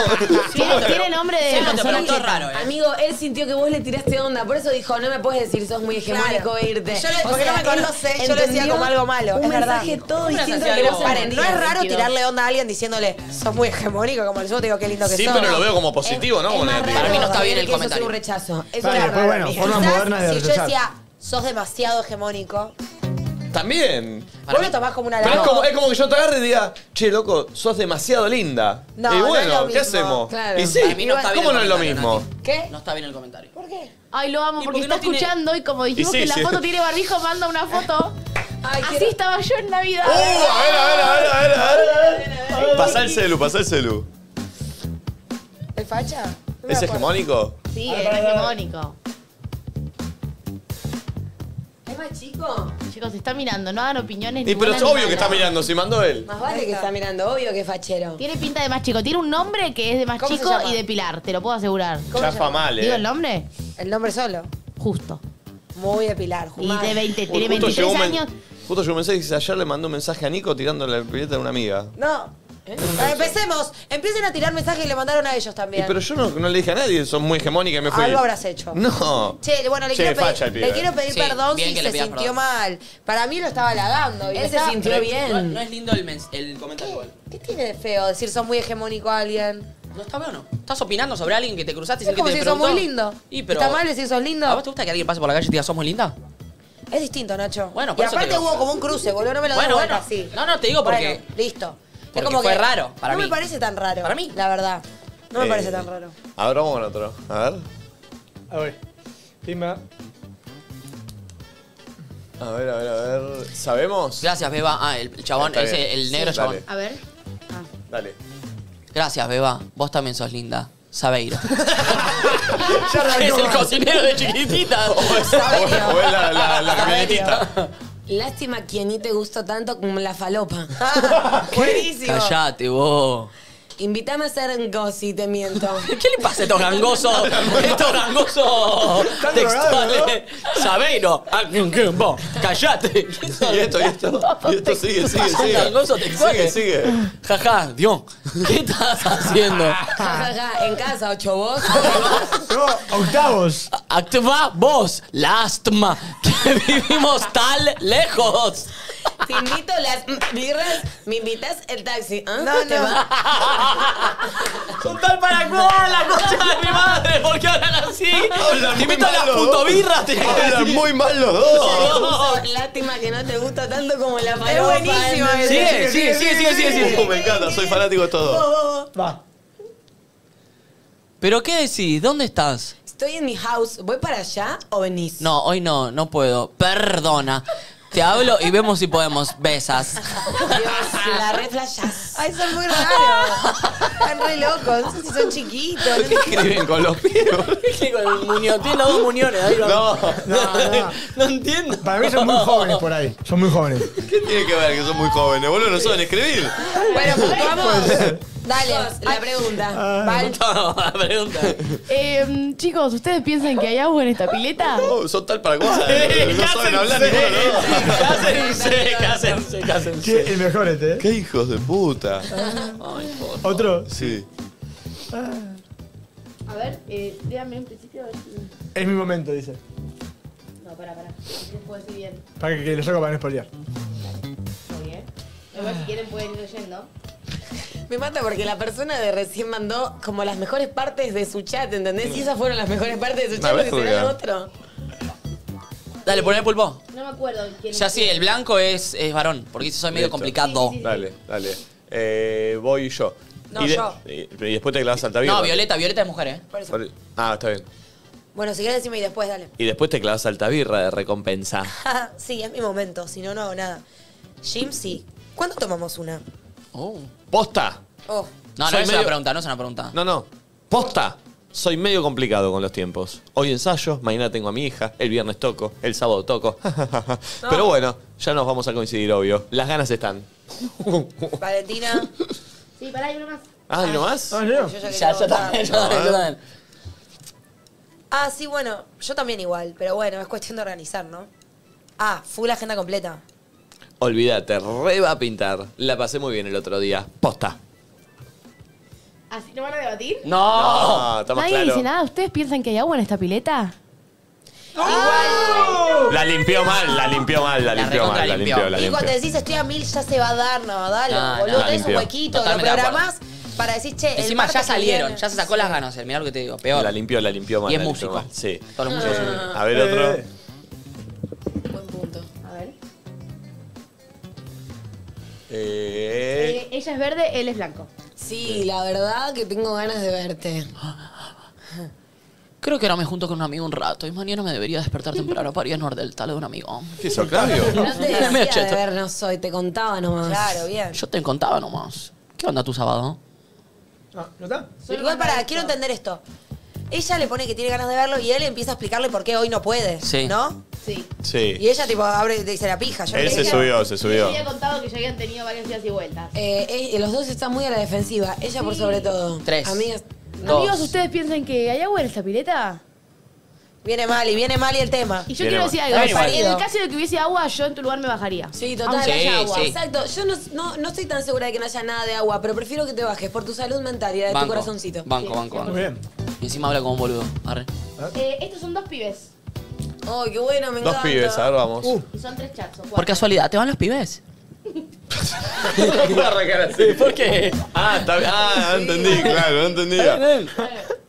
[SPEAKER 9] Tiene, tiene nombre de
[SPEAKER 3] Sí, no te
[SPEAKER 9] persona
[SPEAKER 3] preguntó
[SPEAKER 9] inquieta.
[SPEAKER 3] raro, eh.
[SPEAKER 5] Amigo, él sintió que vos le tiraste onda, por eso dijo, no me puedes decir sos muy hegemónico
[SPEAKER 2] Claro.
[SPEAKER 5] e irte.
[SPEAKER 2] Yo le- porque no me
[SPEAKER 5] él
[SPEAKER 2] conoce, yo lo decía
[SPEAKER 5] entendió
[SPEAKER 2] como algo malo,
[SPEAKER 5] Un
[SPEAKER 2] es verdad.
[SPEAKER 5] mensaje todo
[SPEAKER 3] Una
[SPEAKER 5] distinto
[SPEAKER 3] sociedad
[SPEAKER 5] al que vos
[SPEAKER 3] global.
[SPEAKER 2] Paren, no es raro
[SPEAKER 5] entendías.
[SPEAKER 2] tirarle onda a alguien diciéndole, sos muy hegemónico, como yo te digo qué lindo que
[SPEAKER 1] Sí,
[SPEAKER 2] sos.
[SPEAKER 1] pero lo veo como positivo, ¿no? Como negativo.
[SPEAKER 3] Para mí no está
[SPEAKER 5] saber
[SPEAKER 3] bien el
[SPEAKER 5] que eso
[SPEAKER 3] comentario.
[SPEAKER 5] es un rechazo. Eso
[SPEAKER 6] Vale,
[SPEAKER 5] es
[SPEAKER 6] pues
[SPEAKER 5] raro.
[SPEAKER 6] bueno,
[SPEAKER 5] amigo.
[SPEAKER 6] formas
[SPEAKER 2] Quizás
[SPEAKER 6] modernas de
[SPEAKER 2] si yo
[SPEAKER 6] rechazar.
[SPEAKER 2] decía, sos demasiado hegemónico,
[SPEAKER 1] También.
[SPEAKER 3] Para mí-
[SPEAKER 2] vos lo tomás como una
[SPEAKER 1] Pero es
[SPEAKER 2] halago.
[SPEAKER 1] como, es como que yo te agarre y diga, che, loco, sos demasiado linda.
[SPEAKER 2] No,
[SPEAKER 1] y
[SPEAKER 2] no
[SPEAKER 1] bueno,
[SPEAKER 2] es lo
[SPEAKER 1] ¿qué
[SPEAKER 2] mismo,
[SPEAKER 1] hacemos?
[SPEAKER 5] claro.
[SPEAKER 1] Y sí,
[SPEAKER 3] Para mí no está bien
[SPEAKER 1] ¿cómo no es lo
[SPEAKER 3] el comentario,
[SPEAKER 1] mismo?
[SPEAKER 2] ¿Qué?
[SPEAKER 3] No está bien el comentario.
[SPEAKER 2] ¿Por qué?
[SPEAKER 9] Ay, lo amo
[SPEAKER 3] Y
[SPEAKER 9] porque
[SPEAKER 3] porque
[SPEAKER 9] está
[SPEAKER 3] no tiene-
[SPEAKER 9] dijimos escuchando y como dijimos
[SPEAKER 1] sí,
[SPEAKER 9] que la
[SPEAKER 1] sí.
[SPEAKER 9] foto tiene barbijo, manda una foto.
[SPEAKER 5] Ay,
[SPEAKER 9] Así
[SPEAKER 5] quiero-
[SPEAKER 9] estaba yo en Navidad.
[SPEAKER 1] ¡Uh! A ver, a ver, a ver, a ver, a ver, a ver. Pasá el celu, pasá el celu.
[SPEAKER 2] ¿El facha? No me
[SPEAKER 1] ¿Es
[SPEAKER 2] acuerdo.
[SPEAKER 1] hegemónico?
[SPEAKER 9] Sí, es hegemónico.
[SPEAKER 5] ¿Es más chico?
[SPEAKER 9] Chicos, está mirando, no dan opiniones.
[SPEAKER 1] Y pero
[SPEAKER 9] ninguna
[SPEAKER 1] es
[SPEAKER 9] ni
[SPEAKER 1] obvio que
[SPEAKER 9] nada.
[SPEAKER 1] está mirando, si mandó él.
[SPEAKER 5] Más vale que está mirando, obvio que es fachero.
[SPEAKER 9] Tiene pinta de más chico. Tiene un nombre que es de más
[SPEAKER 2] ¿Cómo se
[SPEAKER 9] chico
[SPEAKER 2] llama?
[SPEAKER 9] y de Pilar, te lo puedo asegurar.
[SPEAKER 1] Chafa mal,
[SPEAKER 9] ¿Digo
[SPEAKER 1] eh.
[SPEAKER 9] el nombre?
[SPEAKER 2] El nombre solo.
[SPEAKER 9] Justo.
[SPEAKER 2] Muy de Pilar,
[SPEAKER 9] Y
[SPEAKER 2] Jumar.
[SPEAKER 9] de 20,
[SPEAKER 1] Uy,
[SPEAKER 9] tiene
[SPEAKER 1] justo llegó
[SPEAKER 9] 23
[SPEAKER 1] un men-
[SPEAKER 9] años.
[SPEAKER 1] Justo llegó un mensaje y dice, ayer le mandó un mensaje a Nico tirándole la pileta de una amiga.
[SPEAKER 2] No.
[SPEAKER 3] ¿Eh?
[SPEAKER 2] Ah, Empecemos. Empiecen a tirar mensajes que le mandaron a ellos
[SPEAKER 1] Y
[SPEAKER 2] también.
[SPEAKER 1] pero yo no, no le dije a nadie, son muy hegemónica y me fui.
[SPEAKER 2] Algo habrás hecho.
[SPEAKER 1] No.
[SPEAKER 2] Che, bueno, le,
[SPEAKER 1] Che,
[SPEAKER 2] quiero,
[SPEAKER 1] facha el pibe.
[SPEAKER 2] pedir, le quiero pedir
[SPEAKER 3] Sí,
[SPEAKER 2] perdón
[SPEAKER 3] bien
[SPEAKER 2] si
[SPEAKER 3] que le
[SPEAKER 2] se
[SPEAKER 3] pidas
[SPEAKER 2] sintió
[SPEAKER 3] perdón.
[SPEAKER 2] mal. Para mí lo estaba halagando. y
[SPEAKER 5] Él
[SPEAKER 2] le
[SPEAKER 5] se
[SPEAKER 2] estaba-
[SPEAKER 5] sintió bien.
[SPEAKER 3] No, no es lindo el, mens- el comentario igual.
[SPEAKER 2] ¿Qué tiene de feo decir sos muy hegemónico a alguien?
[SPEAKER 3] ¿No está bien o no? ¿Estás opinando sobre alguien que te cruzaste
[SPEAKER 2] Es
[SPEAKER 3] sin que
[SPEAKER 2] como
[SPEAKER 3] te
[SPEAKER 2] si sos
[SPEAKER 3] preguntó?
[SPEAKER 2] muy lindo.
[SPEAKER 3] Y, pero,
[SPEAKER 2] ¿Está mal decir sos lindo?
[SPEAKER 3] ¿A vos te gusta que alguien pase por la calle y te diga, sos muy linda?
[SPEAKER 2] Es distinto, Nacho.
[SPEAKER 3] Bueno,
[SPEAKER 2] y
[SPEAKER 3] por eso te
[SPEAKER 2] aparte
[SPEAKER 3] digo.
[SPEAKER 2] hubo como un cruce, boludo. No me lo
[SPEAKER 3] Bueno,
[SPEAKER 2] doy vuelta
[SPEAKER 3] bueno.
[SPEAKER 2] así.
[SPEAKER 3] No, no, te digo porque-
[SPEAKER 2] Bueno, listo. Es
[SPEAKER 3] porque fue raro para
[SPEAKER 2] no
[SPEAKER 3] mí.
[SPEAKER 2] me parece tan raro.
[SPEAKER 3] Para mí.
[SPEAKER 2] La verdad. No me
[SPEAKER 1] Eh,
[SPEAKER 2] parece tan raro.
[SPEAKER 1] Ahora vamos con otro. A ver.
[SPEAKER 6] A ver. Prima.
[SPEAKER 1] A ver, a ver, a ver. ¿Sabemos?
[SPEAKER 3] Gracias, Beba. Ah, el, el chabón,
[SPEAKER 1] Está bien.
[SPEAKER 3] ese, el negro
[SPEAKER 1] Sí,
[SPEAKER 3] chabón.
[SPEAKER 1] dale.
[SPEAKER 9] A ver.
[SPEAKER 1] Dale.
[SPEAKER 3] Gracias, Beba. Vos también sos linda. Sabeiro.
[SPEAKER 6] Ya arrancó
[SPEAKER 3] es el
[SPEAKER 6] mal.
[SPEAKER 3] cocinero de chiquitita.
[SPEAKER 2] Oh,
[SPEAKER 1] O es, o es- o es la, la, la camionetita.
[SPEAKER 5] Lástima que ni te gustó tanto como la falopa.
[SPEAKER 2] Ah, buenísimo.
[SPEAKER 3] Callate, vos.
[SPEAKER 5] Invítame a ser un gossip, te miento.
[SPEAKER 3] ¿Qué le pasa a estos gangosos? estos gangosos
[SPEAKER 6] Están
[SPEAKER 3] textuales. Sabeiro. Ah, vos, Callate.
[SPEAKER 1] Y esto, y esto. Y esto sigue, sigue,
[SPEAKER 3] Son gangosos
[SPEAKER 1] sigue. Sigue,
[SPEAKER 3] textuales.
[SPEAKER 1] sigue.
[SPEAKER 3] Jaja, Dios. ¿Qué estás haciendo?
[SPEAKER 5] Ja, ja, ja, en casa, ocho vos.
[SPEAKER 6] No, octavos.
[SPEAKER 3] Activa vos, lástima, que vivimos tan lejos.
[SPEAKER 5] Te invito las mm, birras, me invitas el taxi. ¿ah?
[SPEAKER 2] No,
[SPEAKER 5] ¿Te
[SPEAKER 2] no.
[SPEAKER 5] va?
[SPEAKER 3] Son tal para cual, la concha de mi madre, ¿por qué hablan así?
[SPEAKER 1] Hablan
[SPEAKER 3] te
[SPEAKER 1] muy
[SPEAKER 3] invito a las
[SPEAKER 1] mal los
[SPEAKER 3] puto
[SPEAKER 1] dos.
[SPEAKER 3] birras, te
[SPEAKER 1] Hablan muy mal los dos.
[SPEAKER 5] Uso, Lástima que no te gusta tanto como la falopa.
[SPEAKER 2] buenísimo
[SPEAKER 5] ¿no?
[SPEAKER 2] ese.
[SPEAKER 3] Sigue, sigue, sigue, sigue, sigue,
[SPEAKER 1] Uh,
[SPEAKER 3] sigue.
[SPEAKER 1] me encanta, soy fanático de estos dos.
[SPEAKER 6] Va.
[SPEAKER 3] ¿Pero qué decís? ¿Dónde estás?
[SPEAKER 5] Estoy en mi house. ¿Voy para allá o venís?
[SPEAKER 3] No, hoy no, no puedo. Perdona. Te hablo y vemos si podemos. Besas.
[SPEAKER 5] Dios, la reflejás.
[SPEAKER 2] Ay, son muy raros. Están re locos. No sé si son chiquitos. no sé.
[SPEAKER 1] Escriben con los pies.
[SPEAKER 3] Con el muñón, tiene los dos muñones ahí.
[SPEAKER 1] No,
[SPEAKER 6] no.
[SPEAKER 3] no entiendo.
[SPEAKER 6] Para mí son muy jóvenes por ahí. Son muy jóvenes.
[SPEAKER 1] ¿qué tiene que ver que son muy jóvenes? Boludo, no saben escribir.
[SPEAKER 2] Bueno, pues vamos. ah.
[SPEAKER 5] Dale, la pregunta. Val,
[SPEAKER 3] No, la pregunta.
[SPEAKER 9] Em,
[SPEAKER 4] Eh, chicos, ¿ustedes piensan que hay agua en esta pileta?
[SPEAKER 1] Oh, son tal paraguas. No saben hablar ninguno, ¿no?
[SPEAKER 3] Cásense, cásense,
[SPEAKER 6] Che,
[SPEAKER 3] cásense.
[SPEAKER 6] el mejor este, ¿eh?
[SPEAKER 1] ¿Qué hijos de puta?
[SPEAKER 6] ¿Otro?
[SPEAKER 1] Sí.
[SPEAKER 4] A ver, eh, dígame en principio a ver si...
[SPEAKER 6] Es mi momento, dice.
[SPEAKER 4] No, para, para. Les puedo decir bien.
[SPEAKER 6] Para que, que lo saco para no spoilear.
[SPEAKER 4] Muy bien. Igual
[SPEAKER 9] Ah.
[SPEAKER 4] si quieren pueden ir oyendo.
[SPEAKER 5] Me mata porque la persona de recién mandó como las mejores partes de su chat, ¿entendés? Y esas fueron las mejores partes de su
[SPEAKER 3] Una
[SPEAKER 5] chat,
[SPEAKER 3] vez
[SPEAKER 5] que serán
[SPEAKER 3] colgada.
[SPEAKER 5] otro.
[SPEAKER 3] Dale, poné pulpo.
[SPEAKER 4] No me acuerdo quién...
[SPEAKER 3] Ya sí, el blanco es, es varón, porque eso es medio
[SPEAKER 1] Listo.
[SPEAKER 3] complicado.
[SPEAKER 1] Dale, dale. Eh, voy yo.
[SPEAKER 5] No,
[SPEAKER 1] y de-
[SPEAKER 5] yo.
[SPEAKER 1] Y, y después te clavas saltaviva.
[SPEAKER 3] No, Violeta, Violeta es mujer, ¿eh?
[SPEAKER 1] Por- Ah, está bien.
[SPEAKER 2] Bueno, si quieres decirme y después, dale.
[SPEAKER 1] Y después te clavas saltabirra de recompensa.
[SPEAKER 5] Ah,
[SPEAKER 2] sí, es mi momento, si no, no hago nada. Jim, sí. ¿Cuándo tomamos una?
[SPEAKER 3] Oh.
[SPEAKER 1] ¡Posta!
[SPEAKER 2] Oh.
[SPEAKER 3] No, no
[SPEAKER 1] Soy
[SPEAKER 3] es
[SPEAKER 1] medio-
[SPEAKER 3] una pregunta, no es una pregunta.
[SPEAKER 1] No, no. ¡Posta! Soy medio complicado con los tiempos. Hoy ensayo, mañana tengo a mi hija, el viernes toco, el sábado toco. Pero bueno, ya nos vamos a coincidir, obvio. Las ganas están.
[SPEAKER 2] Valentina.
[SPEAKER 4] Sí, pará, hay uno más.
[SPEAKER 1] Ah, ¿y no más?
[SPEAKER 2] Yo ya quería votar.
[SPEAKER 1] también, yo
[SPEAKER 3] también.
[SPEAKER 2] Ah, sí, bueno, yo también igual, pero bueno, es cuestión de organizar, ¿no? Ah, full agenda completa.
[SPEAKER 1] Olvídate, re va a pintar. La pasé muy bien el otro día. ¡Posta!
[SPEAKER 4] ¿Así no van a debatir?
[SPEAKER 3] Oh.
[SPEAKER 1] ¡No! Ah, está más
[SPEAKER 9] Nadie
[SPEAKER 1] claro.
[SPEAKER 9] dice nada. ¿Ustedes piensan que hay agua en esta pileta?
[SPEAKER 1] La limpió mal, la limpió mal, la,
[SPEAKER 3] La
[SPEAKER 1] limpió
[SPEAKER 3] recontra
[SPEAKER 1] mal, la
[SPEAKER 3] limpió.
[SPEAKER 1] limpió, la
[SPEAKER 2] y
[SPEAKER 1] limpió.
[SPEAKER 2] cuando decís estoy a mil, ya se va a dar, no, dale,
[SPEAKER 3] Ah, No,
[SPEAKER 2] boludo,
[SPEAKER 1] no.
[SPEAKER 2] tenés un
[SPEAKER 1] Limpio.
[SPEAKER 2] huequito,
[SPEAKER 3] Totalmente
[SPEAKER 2] lo
[SPEAKER 3] de
[SPEAKER 2] programás para decir, che, el
[SPEAKER 3] Encima ya
[SPEAKER 2] martes que
[SPEAKER 3] salieron,
[SPEAKER 2] viene.
[SPEAKER 3] ya se sacó las ganas, eh, mirá lo que te digo, peor.
[SPEAKER 1] La limpió, la limpió mal.
[SPEAKER 3] Y es
[SPEAKER 1] la
[SPEAKER 3] músico.
[SPEAKER 1] limpió mal. Sí.
[SPEAKER 3] Todos los músicos son-
[SPEAKER 1] A ver otro.
[SPEAKER 6] Eh,
[SPEAKER 5] Buen punto.
[SPEAKER 4] A ver.
[SPEAKER 1] Eh,
[SPEAKER 9] Eh, ella es verde, él es blanco.
[SPEAKER 5] Sí, la verdad que tengo ganas de verte.
[SPEAKER 3] Creo que ahora me junto con un amigo un rato y mañana me debería despertar temprano para ir a Nordeltal de un amigo.
[SPEAKER 1] ¿Qué hizo Claudio?
[SPEAKER 5] No te
[SPEAKER 3] Medio
[SPEAKER 5] decía de
[SPEAKER 3] cheto.
[SPEAKER 5] vernos hoy, te contaba nomás.
[SPEAKER 2] Claro, bien.
[SPEAKER 3] Yo te contaba nomás. ¿Qué onda tu sábado?
[SPEAKER 6] No, Ah, ¿no está?
[SPEAKER 2] Igual para, quiero entender esto. Ella le pone que tiene ganas de verlo y él empieza a explicarle por qué hoy no puede,
[SPEAKER 3] Sí.
[SPEAKER 2] ¿no?
[SPEAKER 4] Sí.
[SPEAKER 2] Y
[SPEAKER 1] Sí.
[SPEAKER 2] ella tipo abre, dice la pija, yo
[SPEAKER 1] Él
[SPEAKER 2] no
[SPEAKER 1] se
[SPEAKER 2] quería.
[SPEAKER 1] subió, se
[SPEAKER 4] Yo
[SPEAKER 1] subió.
[SPEAKER 4] había contado que ya habían tenido varias días y vueltas.
[SPEAKER 5] Eh, eh, los dos están muy a la defensiva, ella por sobre todo.
[SPEAKER 3] Tres.
[SPEAKER 5] Amigas,
[SPEAKER 3] Dos.
[SPEAKER 9] Amigos, ¿ustedes piensan que hay agua en esta pileta?
[SPEAKER 2] Viene mal y viene mal y el tema.
[SPEAKER 9] Y yo
[SPEAKER 1] Tiene
[SPEAKER 9] quiero
[SPEAKER 1] agua.
[SPEAKER 9] decir algo.
[SPEAKER 3] Está bien,
[SPEAKER 9] En el
[SPEAKER 5] igual.
[SPEAKER 9] caso de que hubiese agua, yo en tu lugar me bajaría.
[SPEAKER 5] Sí, total,
[SPEAKER 3] Sí,
[SPEAKER 5] hay agua.
[SPEAKER 3] sí.
[SPEAKER 5] Exacto. Yo no, no, no estoy tan segura de que no haya nada de agua, pero prefiero que te bajes por tu salud mental y la de tu
[SPEAKER 3] Banco,
[SPEAKER 5] corazoncito.
[SPEAKER 3] Banco, banco,
[SPEAKER 6] Muy
[SPEAKER 3] banco.
[SPEAKER 6] bien.
[SPEAKER 3] Y encima habla como un boludo. Arre.
[SPEAKER 4] Eh, estos son dos pibes.
[SPEAKER 5] Oh, qué bueno, me
[SPEAKER 1] Dos
[SPEAKER 5] encanta.
[SPEAKER 1] pibes, a ver, vamos.
[SPEAKER 6] Uh.
[SPEAKER 4] Y son tres chats o cuatro.
[SPEAKER 3] Por casualidad, ¿te van los pibes? ¿Por qué?
[SPEAKER 1] Ah, está bien. Ah, no entendí, claro, no entendía.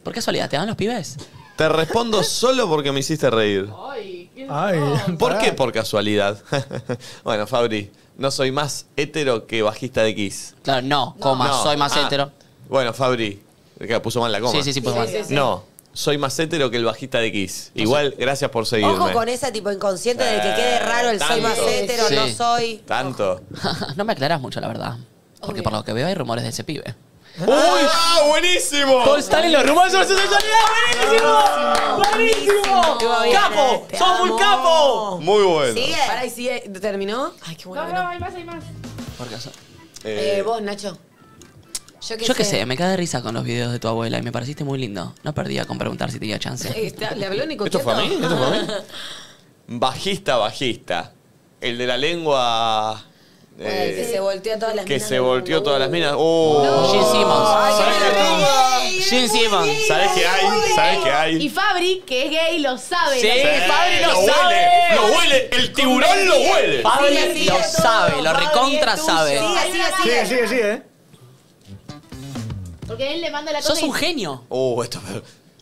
[SPEAKER 3] ¿Por casualidad, ¿te van los pibes?
[SPEAKER 1] Te respondo solo porque me hiciste reír.
[SPEAKER 4] Ay, ¿qué Oh.
[SPEAKER 6] Ay,
[SPEAKER 1] ¿Por
[SPEAKER 6] pará.
[SPEAKER 1] qué por casualidad? bueno, Fabri, no soy más hetero que bajista de Kiss.
[SPEAKER 3] Claro, no, coma,
[SPEAKER 1] No.
[SPEAKER 3] soy más
[SPEAKER 1] Ah.
[SPEAKER 3] hetero.
[SPEAKER 1] Bueno, Fabri, que puso mal la coma.
[SPEAKER 3] Sí, sí, sí, pues más.
[SPEAKER 1] No, soy más hetero que el bajista de Kiss. Igual, gracias por seguirme.
[SPEAKER 2] Ojo con esa tipo inconsciente de que quede raro el soy
[SPEAKER 1] Tanto.
[SPEAKER 2] más hétero,
[SPEAKER 3] Sí.
[SPEAKER 2] no soy.
[SPEAKER 1] Tanto.
[SPEAKER 3] no me aclaras mucho, la verdad. Porque por lo que veo hay rumores de ese pibe.
[SPEAKER 1] ¡Uy! ¡Ah, buenísimo!
[SPEAKER 3] Constan en los rumores de su sexualidad. ¡Buenísimo!
[SPEAKER 5] Buenísimo.
[SPEAKER 3] ¡Capo!
[SPEAKER 5] Te
[SPEAKER 3] ¡Sos
[SPEAKER 5] amo.
[SPEAKER 3] un capo!
[SPEAKER 1] Muy bueno.
[SPEAKER 2] Sigue.
[SPEAKER 5] Para y sigue. ¿Terminó? Ay, qué bueno.
[SPEAKER 4] No,
[SPEAKER 5] que
[SPEAKER 4] no,
[SPEAKER 5] no.
[SPEAKER 4] hay más, hay más.
[SPEAKER 3] Por casualidad.
[SPEAKER 5] Eh,
[SPEAKER 1] Eh,
[SPEAKER 5] vos, Nacho. Yo qué
[SPEAKER 3] Yo qué
[SPEAKER 5] sé.
[SPEAKER 3] sé, me cae de risa con los videos de tu abuela y me pareciste muy lindo. No perdía con preguntar si tenía chance.
[SPEAKER 5] Está- ¿Le habló Nico
[SPEAKER 1] ¿Esto fue a mí? ¿Esto fue a mí? Bajista, bajista. El de la lengua. eh,
[SPEAKER 5] que se volteó todas las
[SPEAKER 1] que
[SPEAKER 5] minas
[SPEAKER 1] se
[SPEAKER 5] del
[SPEAKER 1] volteó
[SPEAKER 5] mundo.
[SPEAKER 1] todas las minas. ¡Oh!
[SPEAKER 3] Gene Simmons.
[SPEAKER 1] ¿Sabes qué hay?
[SPEAKER 3] Gene Simmons.
[SPEAKER 1] ¿Sabes qué hay? ¿Sabes qué
[SPEAKER 9] Y
[SPEAKER 1] hay?
[SPEAKER 9] Fabri, que es gay, lo sabe.
[SPEAKER 3] Sí.
[SPEAKER 9] Lo-
[SPEAKER 1] Eh,
[SPEAKER 3] Fabri lo
[SPEAKER 1] huele,
[SPEAKER 3] sabe.
[SPEAKER 1] ¡Lo huele! ¡El tiburón lo huele!
[SPEAKER 3] Pablo lo sabe, lo recontra sabe.
[SPEAKER 2] Sigue, sigue,
[SPEAKER 6] Sigue,
[SPEAKER 2] sigue.
[SPEAKER 6] sigue, sigue, eh.
[SPEAKER 4] Porque él le manda la cosa
[SPEAKER 3] Sos
[SPEAKER 4] y-
[SPEAKER 3] un genio.
[SPEAKER 1] Uh, esto.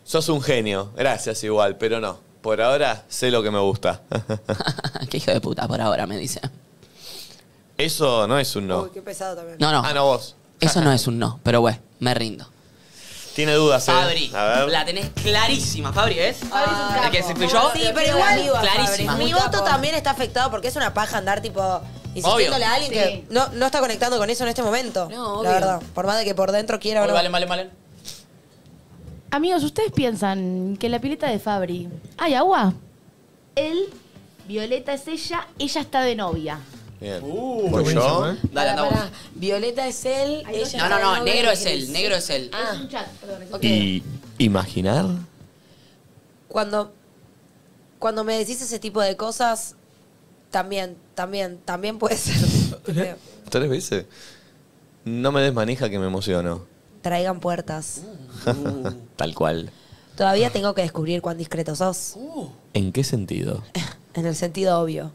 [SPEAKER 1] Sos un genio. Gracias, igual, pero no. Por ahora sé lo que me gusta.
[SPEAKER 3] qué hijo de puta por ahora, me dice.
[SPEAKER 1] Eso no es un no.
[SPEAKER 2] Uy, qué pesado también.
[SPEAKER 3] No, no.
[SPEAKER 1] Ah, no, vos.
[SPEAKER 3] Eso no es un no, pero güey, me rindo.
[SPEAKER 1] Tiene dudas, eh.
[SPEAKER 3] Fabri,
[SPEAKER 1] A ver.
[SPEAKER 3] la tenés clarísima, Fabri, ¿ves?
[SPEAKER 4] Fabri es un
[SPEAKER 3] La
[SPEAKER 4] capo.
[SPEAKER 3] que se fluyó.
[SPEAKER 2] Sí, pero igual,
[SPEAKER 3] Clarísima.
[SPEAKER 2] mi
[SPEAKER 5] Muy
[SPEAKER 2] voto
[SPEAKER 5] capo.
[SPEAKER 2] también está afectado porque es una paja andar tipo insistiéndole a alguien
[SPEAKER 4] Sí.
[SPEAKER 2] que no, no está conectando con eso en este momento.
[SPEAKER 5] No, obvio.
[SPEAKER 2] La verdad, por más de que por dentro quiera o no.
[SPEAKER 3] Vale, vale, vale.
[SPEAKER 9] Amigos, ¿ustedes piensan que en la pileta de Fabri hay agua? Él, Violeta es ella, ella está de novia.
[SPEAKER 1] Bien.
[SPEAKER 5] Uh,
[SPEAKER 1] ¿Voy
[SPEAKER 5] qué
[SPEAKER 1] yo?
[SPEAKER 5] buenísimo,
[SPEAKER 3] Dale, anda vos.
[SPEAKER 5] Violeta es él.
[SPEAKER 3] No,
[SPEAKER 5] ella
[SPEAKER 3] no, no,
[SPEAKER 5] es
[SPEAKER 3] negro
[SPEAKER 5] Robert
[SPEAKER 3] es él,
[SPEAKER 5] Gris.
[SPEAKER 3] negro es él.
[SPEAKER 5] Ah,
[SPEAKER 1] Y imaginar.
[SPEAKER 2] Cuando, cuando me decís ese tipo de cosas, también, también, también puede ser. creo.
[SPEAKER 1] ¿Tres veces? No me des manija que me emociono.
[SPEAKER 2] Traigan puertas.
[SPEAKER 1] Tal cual.
[SPEAKER 2] Todavía tengo que descubrir cuán discreto sos.
[SPEAKER 1] ¿En qué sentido?
[SPEAKER 2] En el sentido obvio.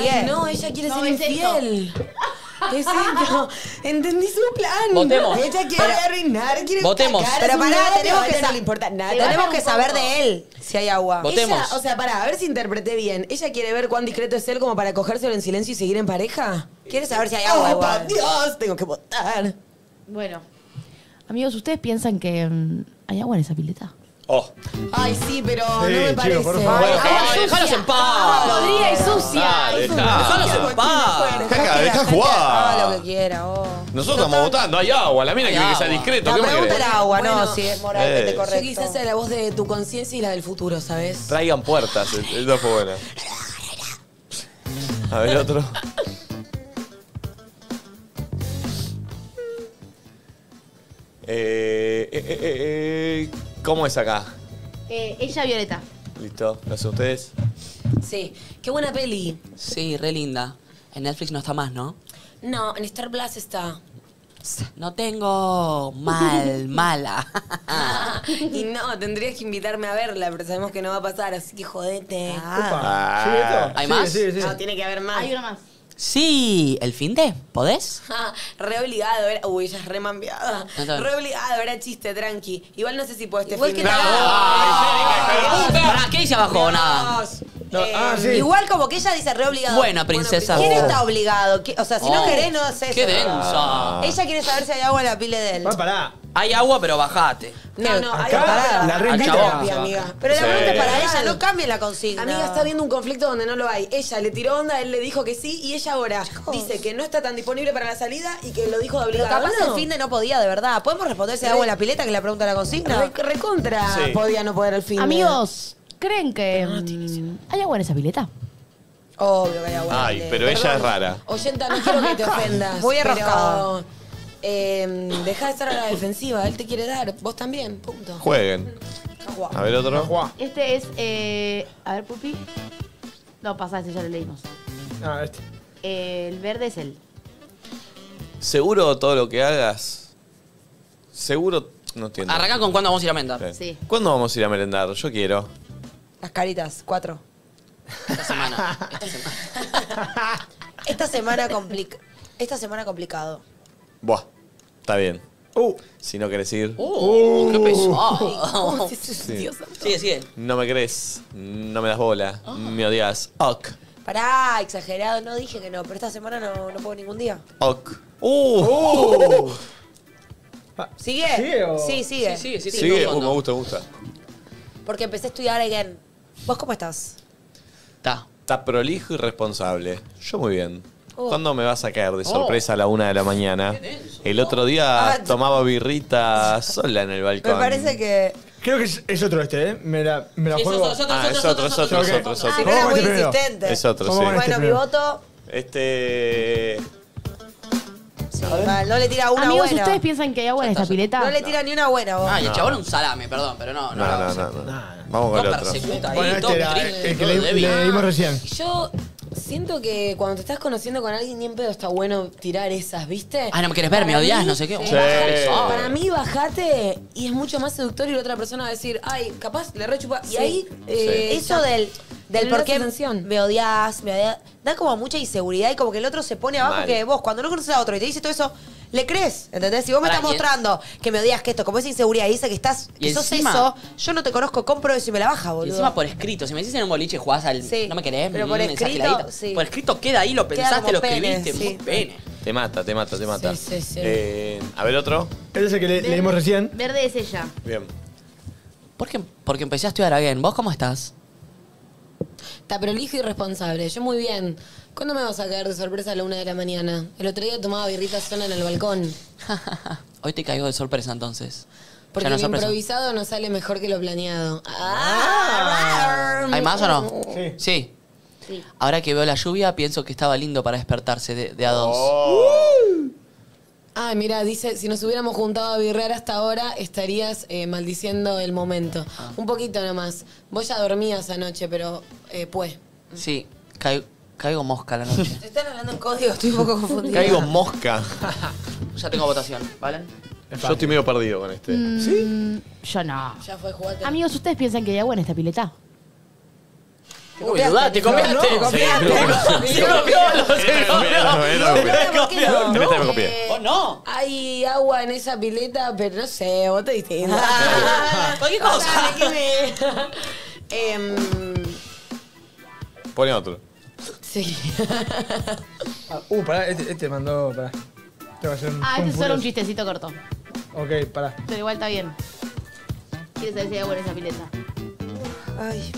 [SPEAKER 5] Ay, no, ella quiere ser infiel. ¿Qué es esto? Entendí su plan.
[SPEAKER 2] Votemos.
[SPEAKER 5] Ella quiere arruinar, quiere
[SPEAKER 2] Votemos.
[SPEAKER 5] cagar a
[SPEAKER 2] Pero
[SPEAKER 5] su
[SPEAKER 2] pará,
[SPEAKER 5] novio,
[SPEAKER 2] tenemos
[SPEAKER 5] a
[SPEAKER 2] que
[SPEAKER 5] ella no
[SPEAKER 2] sa-
[SPEAKER 5] le importa nada.
[SPEAKER 2] tenemos que saber de él si hay agua. Votemos.
[SPEAKER 5] Ella, o sea, pará, a ver si interpreté bien. ¿Ella quiere ver cuán discreto es él como para cogérselo en silencio y seguir en pareja?
[SPEAKER 2] Quiere
[SPEAKER 9] saber si hay agua
[SPEAKER 5] ¡Oh,
[SPEAKER 9] igual.
[SPEAKER 5] por Dios! Tengo que votar.
[SPEAKER 4] Bueno.
[SPEAKER 9] Amigos, ¿ustedes piensan que mm, hay agua en esa pileta?
[SPEAKER 1] Oh.
[SPEAKER 5] Ay, sí, pero no me
[SPEAKER 9] chico,
[SPEAKER 5] parece.
[SPEAKER 9] por favor. Bueno,
[SPEAKER 5] Agua
[SPEAKER 9] ay,
[SPEAKER 5] sucia.
[SPEAKER 9] déjalos en paz.
[SPEAKER 5] Agua podrida y sucia.
[SPEAKER 1] Dale,
[SPEAKER 5] Es un-
[SPEAKER 1] dejá.
[SPEAKER 5] Déjalos en paz.
[SPEAKER 1] Caca, dejá
[SPEAKER 2] Haga lo
[SPEAKER 1] jugar.
[SPEAKER 2] que quiera, oh. vos.
[SPEAKER 1] Nosotros estamos votando, hay agua. La mina
[SPEAKER 2] Hay
[SPEAKER 1] quiere que sea
[SPEAKER 2] agua.
[SPEAKER 1] discreto.
[SPEAKER 2] La
[SPEAKER 1] ¿Qué más
[SPEAKER 2] pregunta
[SPEAKER 1] querés?
[SPEAKER 2] era agua, no, si es moralmente
[SPEAKER 1] Eh.
[SPEAKER 2] correcto.
[SPEAKER 5] Yo quizás sea la voz de tu conciencia y la del futuro, ¿sabes?
[SPEAKER 1] Traigan puertas. el- el dos fue buena. A ver, otro. Eh, eh, eh, eh, eh, ¿Cómo es acá?
[SPEAKER 9] Eh, ella Violeta.
[SPEAKER 1] Listo, lo hacen ustedes.
[SPEAKER 5] Sí. Qué buena peli.
[SPEAKER 3] Sí, re linda. En Netflix no está más, ¿no?
[SPEAKER 5] No, en Star Blast está.
[SPEAKER 3] No tengo mal, mala.
[SPEAKER 5] y no, tendrías que invitarme a verla, pero sabemos que no va a pasar, así que jodete.
[SPEAKER 3] Ah. ¿Hay más?
[SPEAKER 5] No, tiene que haber más. Hay una más.
[SPEAKER 3] Sí, el fin de, ¿podés?
[SPEAKER 5] re obligado, era. Uy, ella es re mambiada.
[SPEAKER 3] No, no.
[SPEAKER 5] Re obligado, era chiste, tranqui. Igual no sé si puedo este
[SPEAKER 2] Igual
[SPEAKER 5] fin
[SPEAKER 2] que
[SPEAKER 5] de-
[SPEAKER 2] te- Ah,
[SPEAKER 3] Pará, ¿qué dice abajo? Nada.
[SPEAKER 2] Eh, Igual como que ella dice re obligado.
[SPEAKER 3] Bueno, princesa.
[SPEAKER 2] ¿Quién
[SPEAKER 3] Oh.
[SPEAKER 2] está obligado? ¿Qui- O sea, si no
[SPEAKER 3] Oh.
[SPEAKER 2] querés, no haces
[SPEAKER 3] Qué
[SPEAKER 2] eso. Ah.
[SPEAKER 3] densa.
[SPEAKER 2] Ella quiere saber si hay agua en la pile de él.
[SPEAKER 6] pará.
[SPEAKER 3] Hay agua, pero bajate.
[SPEAKER 5] No, no, hay
[SPEAKER 3] Acá,
[SPEAKER 5] parada.
[SPEAKER 3] la re
[SPEAKER 5] Hay
[SPEAKER 3] invita.
[SPEAKER 5] terapia,
[SPEAKER 3] Chabón.
[SPEAKER 5] amiga.
[SPEAKER 2] Pero la
[SPEAKER 3] Sí.
[SPEAKER 2] pregunta es para ella, no cambie la consigna.
[SPEAKER 5] Amiga está viendo un conflicto donde no lo hay. Ella le tiró onda, él le dijo que sí y ella ahora dice que no está tan disponible para la salida y que lo dijo de
[SPEAKER 2] Pero
[SPEAKER 5] obligado.
[SPEAKER 2] capaz el fin de no podía, de verdad. ¿Podemos responder si hay agua en la pileta que la pregunta la consigna?
[SPEAKER 5] Recontra
[SPEAKER 2] Sí.
[SPEAKER 5] podía no poder el fin de-
[SPEAKER 9] Amigos, ¿creen que mm, hay agua en esa pileta?
[SPEAKER 2] Obvio que hay agua.
[SPEAKER 1] Ay, pero ella es rara.
[SPEAKER 5] Oyenta, no quiero que te ofendas.
[SPEAKER 2] Muy
[SPEAKER 5] pero,
[SPEAKER 2] enroscada.
[SPEAKER 5] eh, deja de estar a la defensiva. Él te quiere dar. Vos también. Punto.
[SPEAKER 1] Jueguen. A ver, otro.
[SPEAKER 9] Este es, eh, a ver, Pupi. No, pasa, este ya lo leímos.
[SPEAKER 6] Ah, este.
[SPEAKER 9] Eh, el verde es el.
[SPEAKER 1] Seguro todo lo que hagas. Seguro. No entiendo.
[SPEAKER 3] Arranca con cuándo vamos a ir a Menda.
[SPEAKER 1] Bien. ¿Cuándo vamos a ir a merendar? Yo quiero.
[SPEAKER 2] Las caritas, cuatro.
[SPEAKER 3] Esta semana.
[SPEAKER 2] Esta semana complica. Esta semana complicado.
[SPEAKER 1] Buah, está bien.
[SPEAKER 6] Uh.
[SPEAKER 1] Si no querés ir.
[SPEAKER 3] Uh, qué Oh.
[SPEAKER 2] ¿Cómo
[SPEAKER 3] pesado.
[SPEAKER 2] se
[SPEAKER 1] Sí.
[SPEAKER 3] Sigue, sigue.
[SPEAKER 1] No me crees. No me das bola.
[SPEAKER 3] Ah.
[SPEAKER 1] Me odias. Ok.
[SPEAKER 2] Pará, exagerado, no dije que no, pero esta semana no, no puedo ningún día.
[SPEAKER 1] Ok. Uh.
[SPEAKER 6] Ah,
[SPEAKER 2] ¿Sigue?
[SPEAKER 1] ¿Sigue o-
[SPEAKER 2] Sí, sigue.
[SPEAKER 1] Sí, sigue, sí, sigue. Sigue. Uh, me gusta, me gusta.
[SPEAKER 2] Porque empecé a estudiar again. ¿Vos cómo estás?
[SPEAKER 3] Está.
[SPEAKER 1] Está prolijo y responsable. Yo muy bien.
[SPEAKER 2] Oh.
[SPEAKER 1] ¿Cuándo me vas a caer de sorpresa a la una de la mañana? El otro
[SPEAKER 2] Ah,
[SPEAKER 1] día tomaba birrita sola en el balcón.
[SPEAKER 2] que.
[SPEAKER 6] Creo que es, es otro este, ¿eh? Me la, me la
[SPEAKER 1] Sí, es
[SPEAKER 6] juego.
[SPEAKER 1] otro, es otro, Ah, es es otro, otro, es otro, es otro, es otro, es otro.
[SPEAKER 6] Ok.
[SPEAKER 1] Ah, no era
[SPEAKER 6] Vamos
[SPEAKER 1] muy
[SPEAKER 6] con este primero.
[SPEAKER 2] insistente.
[SPEAKER 1] Es otro,
[SPEAKER 6] Vamos
[SPEAKER 1] sí.
[SPEAKER 6] con este
[SPEAKER 2] Bueno, mi
[SPEAKER 6] primero.
[SPEAKER 2] voto.
[SPEAKER 1] Este.
[SPEAKER 2] Sí, mal, no le tira una
[SPEAKER 9] Amigos,
[SPEAKER 2] buena.
[SPEAKER 9] ¿ustedes piensan que hay agua en esta pileta?
[SPEAKER 2] No le tira ni una buena vos.
[SPEAKER 3] Ah, y el
[SPEAKER 1] No.
[SPEAKER 3] chabón es un salame, perdón, pero no, no.
[SPEAKER 1] No, no, no, no. Vamos con el otro.
[SPEAKER 3] persecuta ahí,
[SPEAKER 6] Bueno, este
[SPEAKER 3] todo
[SPEAKER 6] era
[SPEAKER 3] triste,
[SPEAKER 6] el que
[SPEAKER 3] todo
[SPEAKER 6] le-
[SPEAKER 3] débil.
[SPEAKER 6] le dimos recién.
[SPEAKER 5] Yo siento que cuando te estás conociendo con alguien, ni en pedo está bueno tirar esas, ¿viste?
[SPEAKER 3] Ah, no me quieres ver, me
[SPEAKER 5] Para
[SPEAKER 3] odias,
[SPEAKER 5] mí,
[SPEAKER 3] no sé qué.
[SPEAKER 5] sí.
[SPEAKER 3] Un
[SPEAKER 1] Sí.
[SPEAKER 3] pesado.
[SPEAKER 5] Para mí, bajate y es mucho más seductor y la otra persona va a decir, ay, capaz le rechupa. Y
[SPEAKER 2] Sí.
[SPEAKER 5] ahí. eh,
[SPEAKER 2] Eso
[SPEAKER 5] ya.
[SPEAKER 2] del, del
[SPEAKER 5] No
[SPEAKER 2] por
[SPEAKER 5] le
[SPEAKER 2] qué
[SPEAKER 5] hace tensión.
[SPEAKER 2] me odias, me odias, da como mucha inseguridad y como que el otro se pone abajo
[SPEAKER 5] Mal.
[SPEAKER 2] que vos, cuando no conoces a otro y te dice todo eso, le crees, ¿entendés? Si vos me
[SPEAKER 3] Pará,
[SPEAKER 2] estás
[SPEAKER 3] y es-
[SPEAKER 2] mostrando que me odias, que esto, como esa inseguridad y dice que estás,
[SPEAKER 3] Y
[SPEAKER 2] que sos
[SPEAKER 3] encima-
[SPEAKER 2] eso, yo no te conozco, compro eso y me la baja,
[SPEAKER 3] Y
[SPEAKER 2] boludo.
[SPEAKER 3] encima por escrito, si me decís en un boliche jugás al. No me querés,
[SPEAKER 2] Pero
[SPEAKER 3] mm,
[SPEAKER 2] por
[SPEAKER 3] esa
[SPEAKER 2] escrito,
[SPEAKER 3] giladita.
[SPEAKER 2] sí.
[SPEAKER 3] Por escrito queda ahí, lo
[SPEAKER 2] Queda
[SPEAKER 3] pensaste,
[SPEAKER 2] como
[SPEAKER 3] lo
[SPEAKER 2] pene,
[SPEAKER 3] escribiste,
[SPEAKER 2] sí.
[SPEAKER 3] muy pene.
[SPEAKER 1] Te mata, te mata, te mata.
[SPEAKER 9] Sí, sí, sí.
[SPEAKER 1] Eh, a ver, otro.
[SPEAKER 6] Este es el que le, le dimos recién.
[SPEAKER 9] Verde es ella.
[SPEAKER 1] Bien.
[SPEAKER 3] ¿Por qué? Porque empecé a estudiar again. ¿Vos cómo estás?
[SPEAKER 5] Está prolijo y responsable. Yo muy bien. ¿Cuándo me vas a caer de sorpresa a la una de la mañana? El otro día tomaba birrita sola en el balcón.
[SPEAKER 3] Ah, Hoy te caigo de sorpresa entonces.
[SPEAKER 5] Porque
[SPEAKER 3] Ya no
[SPEAKER 5] lo
[SPEAKER 3] es sorpresa.
[SPEAKER 5] improvisado no sale mejor que lo planeado. Ah,
[SPEAKER 3] ¿Hay más o no? Sí.
[SPEAKER 2] Sí.
[SPEAKER 3] Ahora que veo la lluvia, pienso que estaba lindo para despertarse de, de a dos.
[SPEAKER 1] Oh.
[SPEAKER 5] Ay, Ah, mira, dice, si nos hubiéramos juntado a birrear hasta ahora, estarías eh, maldiciendo el momento.
[SPEAKER 3] Ah.
[SPEAKER 5] Un poquito nomás. Vos ya dormías anoche, pero eh, pues.
[SPEAKER 3] Sí, caigo, caigo mosca a la noche.
[SPEAKER 5] Están hablando en código, estoy un poco confundida.
[SPEAKER 1] Caigo mosca.
[SPEAKER 3] ya tengo votación, ¿vale?
[SPEAKER 1] Yo estoy medio perdido con este.
[SPEAKER 9] Mm. ¿Sí? Yo no.
[SPEAKER 5] Ya fue jugate.
[SPEAKER 9] Amigos, ¿ustedes piensan que hay agua en esta pileta?
[SPEAKER 3] Uy, dudá, te copiaste.
[SPEAKER 5] No, no,
[SPEAKER 3] Sí,
[SPEAKER 5] copiaste.
[SPEAKER 3] no, no,
[SPEAKER 5] Sí,
[SPEAKER 3] se copió, no, se
[SPEAKER 1] no,
[SPEAKER 3] copió.
[SPEAKER 1] no, no, no, no. No, no.
[SPEAKER 3] Se copió.
[SPEAKER 1] Esta Este me copié.
[SPEAKER 5] Eh,
[SPEAKER 3] Vos no.
[SPEAKER 5] Hay agua en esa pileta, pero no sé, vos te diste.
[SPEAKER 3] Cualquier
[SPEAKER 5] O
[SPEAKER 3] cosa.
[SPEAKER 5] sea, ¿qué me- Em,
[SPEAKER 1] Pone otro.
[SPEAKER 5] sí.
[SPEAKER 6] Ah, uh, pará, este, este mandó. Pará. Tengo que hacer un.
[SPEAKER 9] Ah, este es solo un
[SPEAKER 6] furioso.
[SPEAKER 9] chistecito corto.
[SPEAKER 6] Ok, pará.
[SPEAKER 9] Pero igual está bien. ¿Quieres saber si hay agua en esa pileta?
[SPEAKER 2] Ay,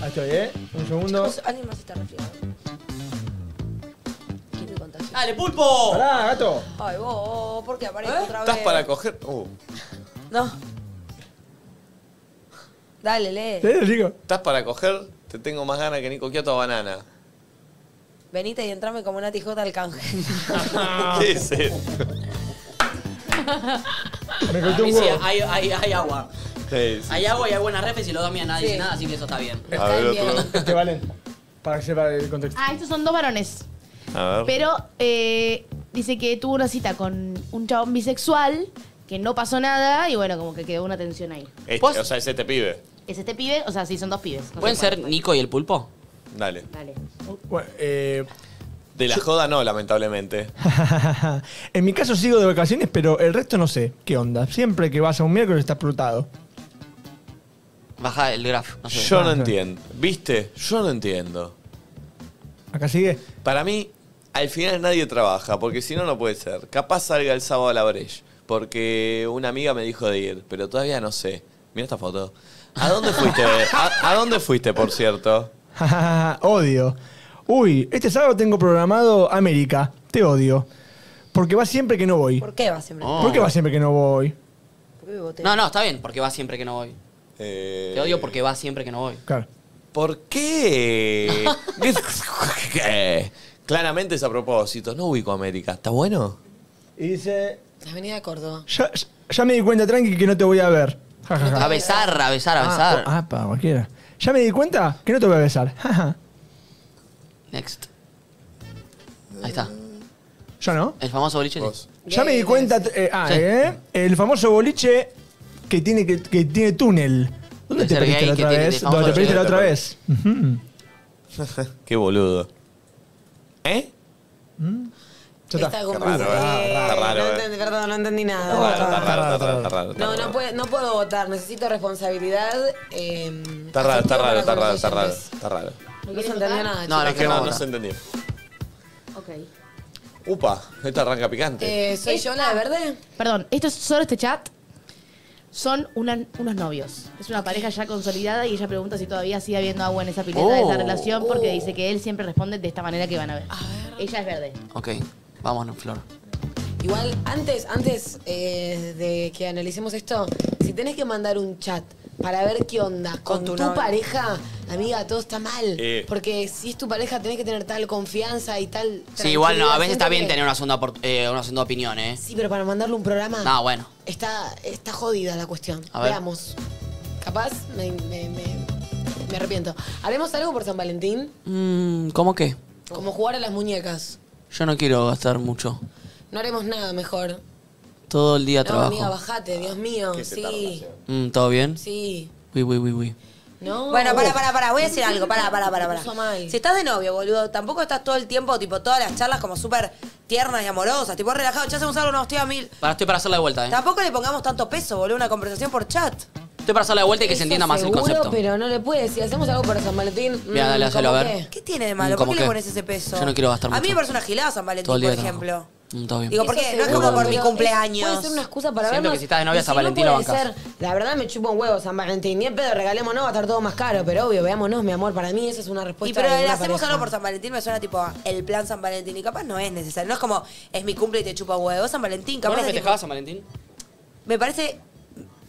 [SPEAKER 6] Ahí estoy, ¿eh? Un segundo.
[SPEAKER 2] chicos, alguien más está resfriado. ¿Quién me contagió?
[SPEAKER 3] ¡Dale, pulpo!
[SPEAKER 6] Pará, gato.
[SPEAKER 2] Ay, vos, ¿por qué aparece otra vez?
[SPEAKER 1] ¿Estás para coger? Uh.
[SPEAKER 2] No. Dale, lee.
[SPEAKER 6] ¿Te digo?
[SPEAKER 1] ¿Estás para coger? Te tengo más ganas que Nico Quieto a banana.
[SPEAKER 2] Venite y entrame como una tijota al canje.
[SPEAKER 3] Ah.
[SPEAKER 1] ¿Qué es eso?
[SPEAKER 6] Me
[SPEAKER 3] A
[SPEAKER 9] Ah,
[SPEAKER 6] cortó
[SPEAKER 3] mí
[SPEAKER 6] un
[SPEAKER 3] sí,
[SPEAKER 6] huevo.
[SPEAKER 3] hay, hay, hay agua.
[SPEAKER 1] Sí, sí.
[SPEAKER 3] Hay agua y hay buenas refes y los dos mías nadie
[SPEAKER 2] Sí.
[SPEAKER 3] dice nada, así que eso está bien.
[SPEAKER 1] A ver
[SPEAKER 5] bien.
[SPEAKER 1] otro.
[SPEAKER 6] Este valen. Para que sepa el contexto.
[SPEAKER 9] Ah, estos son dos varones.
[SPEAKER 1] A ver.
[SPEAKER 9] Pero eh, dice que tuvo una cita con un chabón bisexual, que no pasó nada y bueno, como que quedó una tensión ahí.
[SPEAKER 1] Este,
[SPEAKER 3] ¿Vos-
[SPEAKER 1] o sea, es este pibe.
[SPEAKER 9] ¿Es este pibe? O sea, sí, son dos pibes. No
[SPEAKER 3] ¿Pueden
[SPEAKER 9] sé cuál
[SPEAKER 3] ser
[SPEAKER 9] fue.
[SPEAKER 3] Nico y el pulpo?
[SPEAKER 1] Dale.
[SPEAKER 9] Dale.
[SPEAKER 6] Bueno, eh.
[SPEAKER 1] De la joda no, lamentablemente.
[SPEAKER 6] en mi caso sigo de vacaciones, pero el resto no sé. ¿Qué onda? Siempre que vas a un miércoles está explotado.
[SPEAKER 3] Baja el graf. No sé.
[SPEAKER 1] Yo no entiendo. ¿Viste? Yo no entiendo.
[SPEAKER 6] Acá sigue.
[SPEAKER 1] Para mí, al final nadie trabaja, porque si no, no puede ser. Capaz salga el sábado a la brecha, porque una amiga me dijo de ir, pero todavía no sé. Mira esta foto. ¿A dónde fuiste? ¿A, a dónde fuiste, por cierto?
[SPEAKER 6] odio. Uy, este sábado tengo programado América. Te odio. Porque va siempre que no voy.
[SPEAKER 2] ¿Por qué va siempre?
[SPEAKER 3] Oh.
[SPEAKER 6] ¿Por qué va siempre que no voy?
[SPEAKER 2] ¿Por qué me boté?
[SPEAKER 3] No, no, está bien, porque va siempre que no voy.
[SPEAKER 1] Eh,
[SPEAKER 3] Te odio porque va siempre que no voy.
[SPEAKER 6] Claro.
[SPEAKER 1] ¿Por qué? ¿Qué? Claramente es a propósito. No ubico América. ¿Está bueno?
[SPEAKER 6] Y dice,
[SPEAKER 5] Avenida Córdoba.
[SPEAKER 6] ya, ya- ya me di cuenta, tranqui, que no te voy a ver. Ja, ja, ja.
[SPEAKER 3] A besar, a besar, a besar.
[SPEAKER 6] Ah, pa, cualquiera. Ya me di cuenta que no te voy a besar. Ja, ja.
[SPEAKER 3] Next. Ahí está.
[SPEAKER 6] ¿Yo no?
[SPEAKER 3] El famoso boliche.
[SPEAKER 1] Vos.
[SPEAKER 6] Ya me di cuenta. eh, ah,
[SPEAKER 3] Sí.
[SPEAKER 6] eh, El famoso boliche que tiene, que, que tiene túnel. ¿Dónde
[SPEAKER 3] Debe
[SPEAKER 6] te
[SPEAKER 3] ser
[SPEAKER 6] perdiste
[SPEAKER 3] gay
[SPEAKER 6] la
[SPEAKER 3] que
[SPEAKER 6] otra
[SPEAKER 3] tiene-
[SPEAKER 6] vez?
[SPEAKER 3] famoso
[SPEAKER 6] ¿Dónde te perdiste la
[SPEAKER 1] boliche.
[SPEAKER 6] otra vez? Ujú.
[SPEAKER 1] Qué boludo. ¿Eh?
[SPEAKER 6] Ya está.
[SPEAKER 5] Está confundida.
[SPEAKER 1] Está
[SPEAKER 3] ah,
[SPEAKER 1] raro, ¿eh? Está raro,
[SPEAKER 5] no
[SPEAKER 1] eh.
[SPEAKER 5] entendí, perdón, no entendí nada.
[SPEAKER 1] Está raro, está raro, está raro, está raro, está
[SPEAKER 5] No, no,
[SPEAKER 1] raro.
[SPEAKER 5] puede- no puedo votar, necesito responsabilidad. em,
[SPEAKER 1] Está raro, está raro, está raro, está
[SPEAKER 5] afectiva para
[SPEAKER 1] raro.
[SPEAKER 5] con los
[SPEAKER 1] Está raro.
[SPEAKER 5] oyentes. No se entendió nada.
[SPEAKER 3] No,
[SPEAKER 5] chicos.
[SPEAKER 1] Es que no, no
[SPEAKER 3] vota.
[SPEAKER 1] se entendió.
[SPEAKER 9] Ok.
[SPEAKER 1] Upa, esta arranca picante.
[SPEAKER 5] Eh, ¿Soy yo la de verde?
[SPEAKER 9] Perdón, esto es solo este chat. Son una- unos novios. Es una pareja ya consolidada y ella pregunta si todavía sigue habiendo agua en esa pileta de
[SPEAKER 3] Oh.
[SPEAKER 9] esa relación porque
[SPEAKER 5] Oh.
[SPEAKER 9] dice que él siempre responde de esta manera que van a ver. Ella es verde.
[SPEAKER 3] Ok, vámonos, Flor.
[SPEAKER 5] Igual, antes, antes eh, de que analicemos esto, si tenés que mandar un chat para ver qué onda con,
[SPEAKER 2] Con tu
[SPEAKER 5] tu,
[SPEAKER 2] novio.
[SPEAKER 5] pareja, amiga, todo está mal.
[SPEAKER 1] Eh.
[SPEAKER 5] Porque si es tu pareja, tenés que tener tal confianza y tal.
[SPEAKER 3] Sí, igual no, a veces
[SPEAKER 5] tranquilidad.
[SPEAKER 3] está bien
[SPEAKER 5] Siento que-
[SPEAKER 3] tener una segunda, opor- eh, una segunda opinión, ¿eh?
[SPEAKER 5] Sí, pero para mandarle un programa.
[SPEAKER 3] No, bueno.
[SPEAKER 5] Está, está jodida la cuestión.
[SPEAKER 3] A ver.
[SPEAKER 5] Veamos. Capaz me, me- me- me arrepiento. ¿Haremos algo por San Valentín?
[SPEAKER 3] Mm, ¿Cómo qué?
[SPEAKER 5] Como jugar a las muñecas.
[SPEAKER 3] Yo no quiero gastar mucho.
[SPEAKER 5] No haremos nada mejor.
[SPEAKER 3] Todo el día
[SPEAKER 5] No,
[SPEAKER 3] trabajo.
[SPEAKER 5] amiga, bajate, Dios mío.
[SPEAKER 1] ¿Qué Ah, se
[SPEAKER 5] Sí,
[SPEAKER 1] tarda?
[SPEAKER 3] Mm, ¿Todo bien?
[SPEAKER 5] sí.
[SPEAKER 3] Uy, uy, uy, uy.
[SPEAKER 5] No.
[SPEAKER 2] Bueno, pará, pará, pará, voy a decir algo, pará, pará, pará, pará.
[SPEAKER 5] Puso mal.
[SPEAKER 2] Si estás de novio, boludo, tampoco estás todo el tiempo, tipo, todas las charlas como súper tiernas y amorosas, tipo, relajado, ya hacemos algo, no, estoy a mil.
[SPEAKER 3] Para, estoy para hacerla de vuelta, ¿eh?
[SPEAKER 2] Tampoco le pongamos tanto peso, boludo, una conversación por chat.
[SPEAKER 3] Estoy para hacerla de vuelta y que
[SPEAKER 5] Eso
[SPEAKER 3] se entienda más
[SPEAKER 5] seguro,
[SPEAKER 3] el concepto.
[SPEAKER 5] pero no le puede. Si hacemos algo por San Valentín.
[SPEAKER 3] Mira,
[SPEAKER 5] mm,
[SPEAKER 3] dale, hacelo,
[SPEAKER 5] ¿cómo
[SPEAKER 3] a ver.
[SPEAKER 5] qué?
[SPEAKER 2] ¿Qué tiene de malo?
[SPEAKER 3] ¿Cómo
[SPEAKER 2] ¿Por qué le
[SPEAKER 3] qué?
[SPEAKER 2] pones ese peso?
[SPEAKER 3] Yo no quiero gastar
[SPEAKER 2] A mí me
[SPEAKER 3] mucho.
[SPEAKER 2] parece una gilada San Valentín,
[SPEAKER 3] Todo el
[SPEAKER 2] por
[SPEAKER 3] día
[SPEAKER 2] ejemplo.
[SPEAKER 3] trabajo. Mm, todo bien.
[SPEAKER 2] Digo, ¿por
[SPEAKER 5] Eso
[SPEAKER 2] qué? No es
[SPEAKER 5] seguro,
[SPEAKER 2] como por mi
[SPEAKER 5] pero
[SPEAKER 2] cumpleaños.
[SPEAKER 5] es- Puede ser una excusa para
[SPEAKER 3] Siento
[SPEAKER 5] vernos.
[SPEAKER 3] que si estás de novia,
[SPEAKER 5] Y
[SPEAKER 3] San
[SPEAKER 5] si
[SPEAKER 3] Valentín
[SPEAKER 5] no
[SPEAKER 3] lo
[SPEAKER 5] puede
[SPEAKER 3] bancas.
[SPEAKER 5] ser, La verdad me chupa un huevo San Valentín. Ni en pedo, regalémonos, va a estar todo más caro. Pero obvio, veámonos, mi amor. Para mí esa es una
[SPEAKER 2] Y
[SPEAKER 5] respuesta
[SPEAKER 2] pero
[SPEAKER 5] de
[SPEAKER 2] el
[SPEAKER 5] una
[SPEAKER 2] hacemos
[SPEAKER 5] pareja.
[SPEAKER 2] algo por San Valentín me suena tipo a el plan San Valentín y capaz no es necesario. No es como es mi cumple y te chupa huevo San Valentín.
[SPEAKER 3] ¿Vos
[SPEAKER 2] Capaz
[SPEAKER 3] no
[SPEAKER 2] es tipo-
[SPEAKER 3] festejabas San Valentín?
[SPEAKER 2] me parece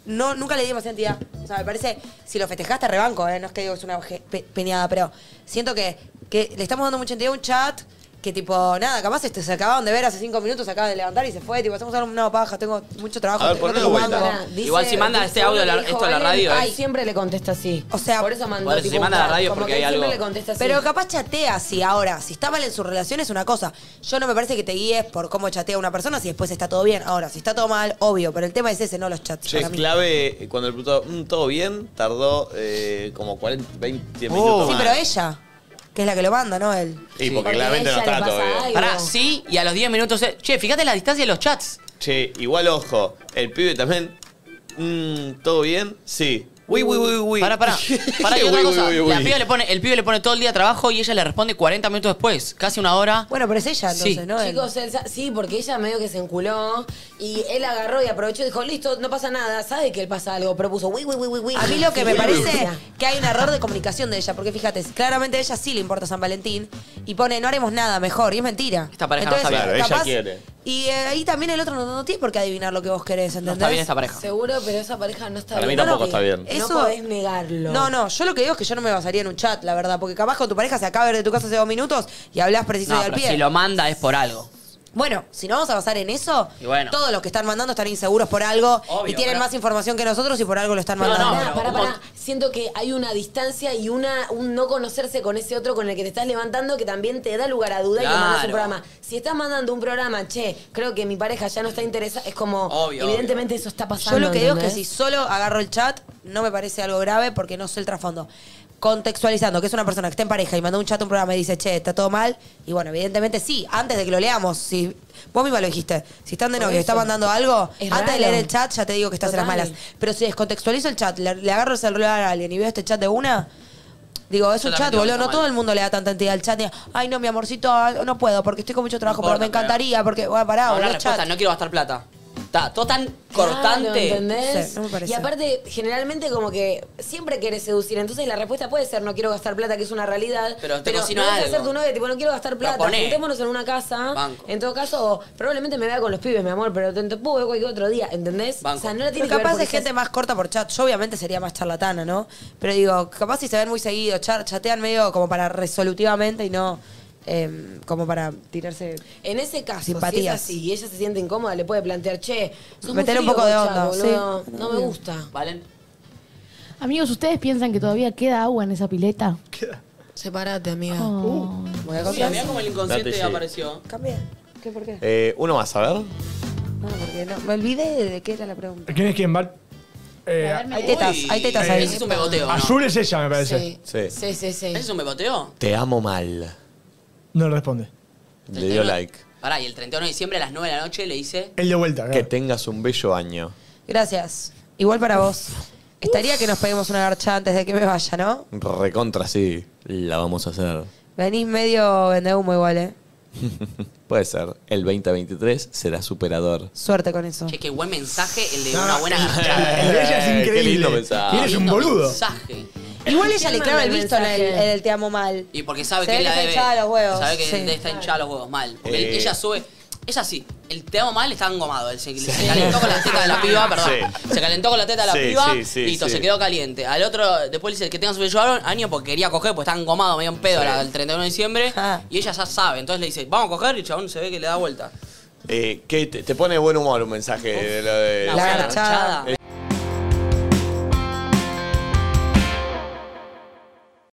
[SPEAKER 2] no, nunca le di demasiada entidad. O sea, me parece, si lo festejaste, rebanco, ¿eh? no es que digo que es una oje- pe- peñada, pero siento que, que le estamos dando mucha entidad a un chat que tipo, nada, capaz este, se acababan de ver hace cinco minutos, se acaban de levantar y se fue, tipo, estamos hablando una paja, tengo mucho trabajo.
[SPEAKER 1] A ver,
[SPEAKER 2] tengo-
[SPEAKER 1] ponelo
[SPEAKER 2] tengo
[SPEAKER 1] de vuelta.
[SPEAKER 2] banco.
[SPEAKER 1] Dice- Igual si manda este audio a la- esto a la radio,
[SPEAKER 5] Ay,
[SPEAKER 1] es-
[SPEAKER 5] siempre le contesta así.
[SPEAKER 2] O sea,
[SPEAKER 5] por eso mandó.
[SPEAKER 3] por eso eh. si
[SPEAKER 5] tipo,
[SPEAKER 3] manda a la radio
[SPEAKER 5] como
[SPEAKER 3] porque
[SPEAKER 5] que
[SPEAKER 3] hay
[SPEAKER 5] siempre
[SPEAKER 3] algo.
[SPEAKER 5] le contesta así.
[SPEAKER 2] Pero capaz chatea así ahora. Si está mal en su relación es una cosa. Yo no me parece que te guíes por cómo chatea una persona si después está todo bien. Ahora, si está todo mal, obvio. Pero el tema es ese, no los chats.
[SPEAKER 1] Che,
[SPEAKER 2] para mí.
[SPEAKER 1] clave, eh, cuando le preguntó, "Mm, ¿todo bien? Tardó eh, como 40, 20 minutos.
[SPEAKER 2] sí,
[SPEAKER 1] más.
[SPEAKER 2] pero ella, que es la que lo manda, ¿no? Él.
[SPEAKER 1] Y porque claramente no está todo bien.
[SPEAKER 3] Pará, sí, y a los 10 minutos. eh, Che, fíjate la distancia de los chats.
[SPEAKER 1] Che, igual ojo, el pibe también. "Mm, ¿Todo bien? Sí. Uy, uy, uy, uy.
[SPEAKER 3] Pará, pará. Pará, y otra
[SPEAKER 1] Uy, uy,
[SPEAKER 3] cosa.
[SPEAKER 1] uy, uy.
[SPEAKER 3] La piba le pone, el pibe le pone todo el día trabajo y ella le responde 40 minutos después, casi una hora.
[SPEAKER 2] Bueno, pero es ella
[SPEAKER 3] entonces, Sí. ¿no?
[SPEAKER 5] Chicos, él sa- sí, porque ella medio que se enculó y él agarró y aprovechó y dijo, listo, no pasa nada, sabe que él pasa algo, pero puso, uy, uy, uy, uy, uy.
[SPEAKER 2] A mí lo que me
[SPEAKER 5] Sí,
[SPEAKER 2] parece
[SPEAKER 5] ella.
[SPEAKER 2] que hay un error de comunicación de ella, porque fíjate, claramente a ella sí le importa San Valentín y pone no haremos nada mejor, y es mentira.
[SPEAKER 3] Esta pareja no
[SPEAKER 2] Entonces,
[SPEAKER 3] está bien.
[SPEAKER 2] capaz- Y eh, ahí también el otro no, no tiene por qué adivinar lo que vos querés, ¿entendés?
[SPEAKER 3] está bien esta pareja.
[SPEAKER 5] Seguro, pero esa pareja no está
[SPEAKER 1] Para mí
[SPEAKER 5] bien.
[SPEAKER 1] tampoco
[SPEAKER 5] No,
[SPEAKER 1] está bien.
[SPEAKER 5] no
[SPEAKER 2] Eso-
[SPEAKER 5] podés negarlo.
[SPEAKER 2] No, no, yo lo que digo es que yo no me basaría en un chat, la verdad, porque capaz con tu pareja se acaba de ver de tu casa hace dos minutos y hablas preciso
[SPEAKER 3] No,
[SPEAKER 2] y al
[SPEAKER 3] pero
[SPEAKER 2] pie.
[SPEAKER 3] si lo manda es por algo.
[SPEAKER 2] Bueno, si no vamos a basar en eso,
[SPEAKER 3] Y bueno.
[SPEAKER 2] todos los que están mandando están inseguros por algo
[SPEAKER 3] Obvio,
[SPEAKER 2] y tienen
[SPEAKER 3] pero-
[SPEAKER 2] más información que nosotros y por algo lo están
[SPEAKER 3] No,
[SPEAKER 2] mandando.
[SPEAKER 3] no,
[SPEAKER 5] Pará, pará, pará. Siento que hay una distancia y una, un no conocerse con ese otro con el que te estás levantando que también te da lugar a duda y
[SPEAKER 3] Claro.
[SPEAKER 5] le mandas un programa. Si estás mandando un programa, che, creo que mi pareja ya no está interesada, es como,
[SPEAKER 3] Obvio,
[SPEAKER 5] evidentemente eso está
[SPEAKER 2] Yo
[SPEAKER 5] pasando.
[SPEAKER 2] lo que digo es que
[SPEAKER 5] ¿entendés?
[SPEAKER 2] si solo agarro el chat, no me parece algo grave porque no sé el trasfondo. Contextualizando, que es una persona que está en pareja y manda un chat a un programa y dice, che, está todo mal. Y bueno, evidentemente sí, antes de que lo leamos, si vos misma lo dijiste, si están de
[SPEAKER 5] Por
[SPEAKER 2] novio y
[SPEAKER 5] eso.
[SPEAKER 2] está mandando algo,
[SPEAKER 5] Es
[SPEAKER 2] antes de
[SPEAKER 5] raro.
[SPEAKER 2] leer el chat ya te digo que estás en
[SPEAKER 5] Total.
[SPEAKER 2] las malas. Pero si descontextualizo el chat, le, le agarro el celular a alguien y veo este chat de una, digo, es
[SPEAKER 3] Yo
[SPEAKER 2] un
[SPEAKER 3] también
[SPEAKER 2] chat,
[SPEAKER 3] digo que
[SPEAKER 2] boludo,
[SPEAKER 3] está
[SPEAKER 2] no
[SPEAKER 3] mal.
[SPEAKER 2] todo el mundo le da tanta entidad al chat. y, Ay, no, mi amorcito, ah, no puedo porque estoy con mucho trabajo, pero
[SPEAKER 3] importa,
[SPEAKER 2] me encantaría, porque, bueno,
[SPEAKER 3] No,
[SPEAKER 2] pará,
[SPEAKER 3] la
[SPEAKER 2] boludo,
[SPEAKER 3] respuesta,
[SPEAKER 2] chat.
[SPEAKER 3] no quiero gastar plata. Está todo tan
[SPEAKER 5] Claro,
[SPEAKER 3] cortante.
[SPEAKER 5] ¿entendés?
[SPEAKER 2] Sí, no me parece.
[SPEAKER 5] y aparte, generalmente como que siempre querés seducir, entonces la respuesta puede ser no quiero gastar plata, que es una realidad.
[SPEAKER 3] Pero te cocino
[SPEAKER 5] no vas a
[SPEAKER 3] algo.
[SPEAKER 5] ser tu novia, tipo no quiero gastar plata,
[SPEAKER 3] Proponé.
[SPEAKER 5] juntémonos en una casa.
[SPEAKER 3] Banco.
[SPEAKER 5] En todo caso, probablemente me vea con los pibes, mi amor, pero te, te puedo ver cualquier otro día, ¿entendés?
[SPEAKER 3] Banco.
[SPEAKER 5] O sea, no la
[SPEAKER 2] Pero
[SPEAKER 5] tiene que
[SPEAKER 2] capaz
[SPEAKER 5] ver
[SPEAKER 2] es
[SPEAKER 5] porque
[SPEAKER 2] gente
[SPEAKER 5] seas-
[SPEAKER 2] más corta por chat. Yo obviamente sería más charlatana, ¿no? Pero digo, capaz si se ven muy seguido, char- chatean medio como para resolutivamente y no em, como para tirarse.
[SPEAKER 5] En ese caso, si es
[SPEAKER 2] Simpatías.
[SPEAKER 5] así y ella se siente incómoda, le puede plantear, che, sos muy
[SPEAKER 2] Metele un
[SPEAKER 5] frío,
[SPEAKER 2] poco de
[SPEAKER 5] bocha,
[SPEAKER 2] onda,
[SPEAKER 5] boludo,
[SPEAKER 2] sí.
[SPEAKER 5] No me gusta.
[SPEAKER 3] ¿Valen?
[SPEAKER 9] Amigos, ¿ustedes piensan que todavía queda agua en esa pileta?
[SPEAKER 5] Separate, amiga.
[SPEAKER 9] Oh.
[SPEAKER 2] Voy a
[SPEAKER 3] Sí,
[SPEAKER 2] contar.
[SPEAKER 3] mirá como el
[SPEAKER 1] Date,
[SPEAKER 3] inconsciente
[SPEAKER 1] sí.
[SPEAKER 3] apareció.
[SPEAKER 2] Cambia. ¿Qué por qué?
[SPEAKER 1] Eh, uno más, a ver.
[SPEAKER 2] No, porque no. Me olvidé de qué era la pregunta.
[SPEAKER 6] ¿Quién es quién, Bart? Eh,
[SPEAKER 9] A ver,
[SPEAKER 2] Hay tetas,
[SPEAKER 3] Uy,
[SPEAKER 2] hay tetas ahí.
[SPEAKER 3] Ese es un beboteo.
[SPEAKER 1] Ah,
[SPEAKER 3] ¿no?
[SPEAKER 6] azul es ella, me parece.
[SPEAKER 5] Sí.
[SPEAKER 1] Sí.
[SPEAKER 5] Sí, sí, sí.
[SPEAKER 3] ¿Ese es un beboteo?
[SPEAKER 1] Te amo mal.
[SPEAKER 6] No le responde.
[SPEAKER 1] Le dio like.
[SPEAKER 3] Pará, y el 31 de diciembre a las 9 de la noche le dice.
[SPEAKER 6] El de vuelta,
[SPEAKER 1] Que
[SPEAKER 6] claro.
[SPEAKER 1] tengas un bello año.
[SPEAKER 2] Gracias. Igual para vos. Estaría que nos peguemos una garcha antes de que me vaya, ¿no?
[SPEAKER 1] Recontra, sí. La vamos a hacer.
[SPEAKER 2] Venís medio vende humo igual, ¿eh?
[SPEAKER 1] Puede ser. El 2023 será superador.
[SPEAKER 2] Suerte con eso.
[SPEAKER 3] Che, qué buen mensaje el de
[SPEAKER 6] No,
[SPEAKER 3] una
[SPEAKER 6] no,
[SPEAKER 3] buena
[SPEAKER 6] El de ella
[SPEAKER 1] Eh,
[SPEAKER 6] es
[SPEAKER 1] qué
[SPEAKER 6] increíble.
[SPEAKER 1] lindo mensaje.
[SPEAKER 6] Y eres Ah, un
[SPEAKER 3] Lindo
[SPEAKER 6] boludo.
[SPEAKER 3] Mensaje.
[SPEAKER 2] Igual ella le clava el visto en el,
[SPEAKER 5] mensaje.
[SPEAKER 2] en el te amo mal.
[SPEAKER 3] Y porque sabe
[SPEAKER 2] Se
[SPEAKER 3] que
[SPEAKER 2] ve
[SPEAKER 3] él la
[SPEAKER 2] está
[SPEAKER 3] debe.
[SPEAKER 2] hinchada los huevos.
[SPEAKER 3] Sabe que
[SPEAKER 2] Sí.
[SPEAKER 3] él está hinchada los huevos, mal. Porque
[SPEAKER 1] Eh.
[SPEAKER 3] ella sube. Ella sí, el te amo mal está engomado. Él se, se calentó con la teta de la piba, perdón.
[SPEAKER 1] Sí.
[SPEAKER 3] Se calentó con la teta de la
[SPEAKER 1] Sí,
[SPEAKER 3] piba
[SPEAKER 1] sí, sí,
[SPEAKER 3] y listo,
[SPEAKER 1] sí.
[SPEAKER 3] se quedó caliente. Al otro, después le dice que tenga su bello año porque quería coger, pues está engomado, medio en pedo
[SPEAKER 1] Sí.
[SPEAKER 3] la- el 31 de diciembre.
[SPEAKER 2] Ah.
[SPEAKER 3] Y ella ya sabe, entonces le dice, vamos a coger y el chabón se ve que le da vuelta.
[SPEAKER 1] Eh, que te, te pone buen humor un mensaje de lo de.
[SPEAKER 3] Una
[SPEAKER 2] La
[SPEAKER 3] buena
[SPEAKER 2] garchada.
[SPEAKER 3] garchada.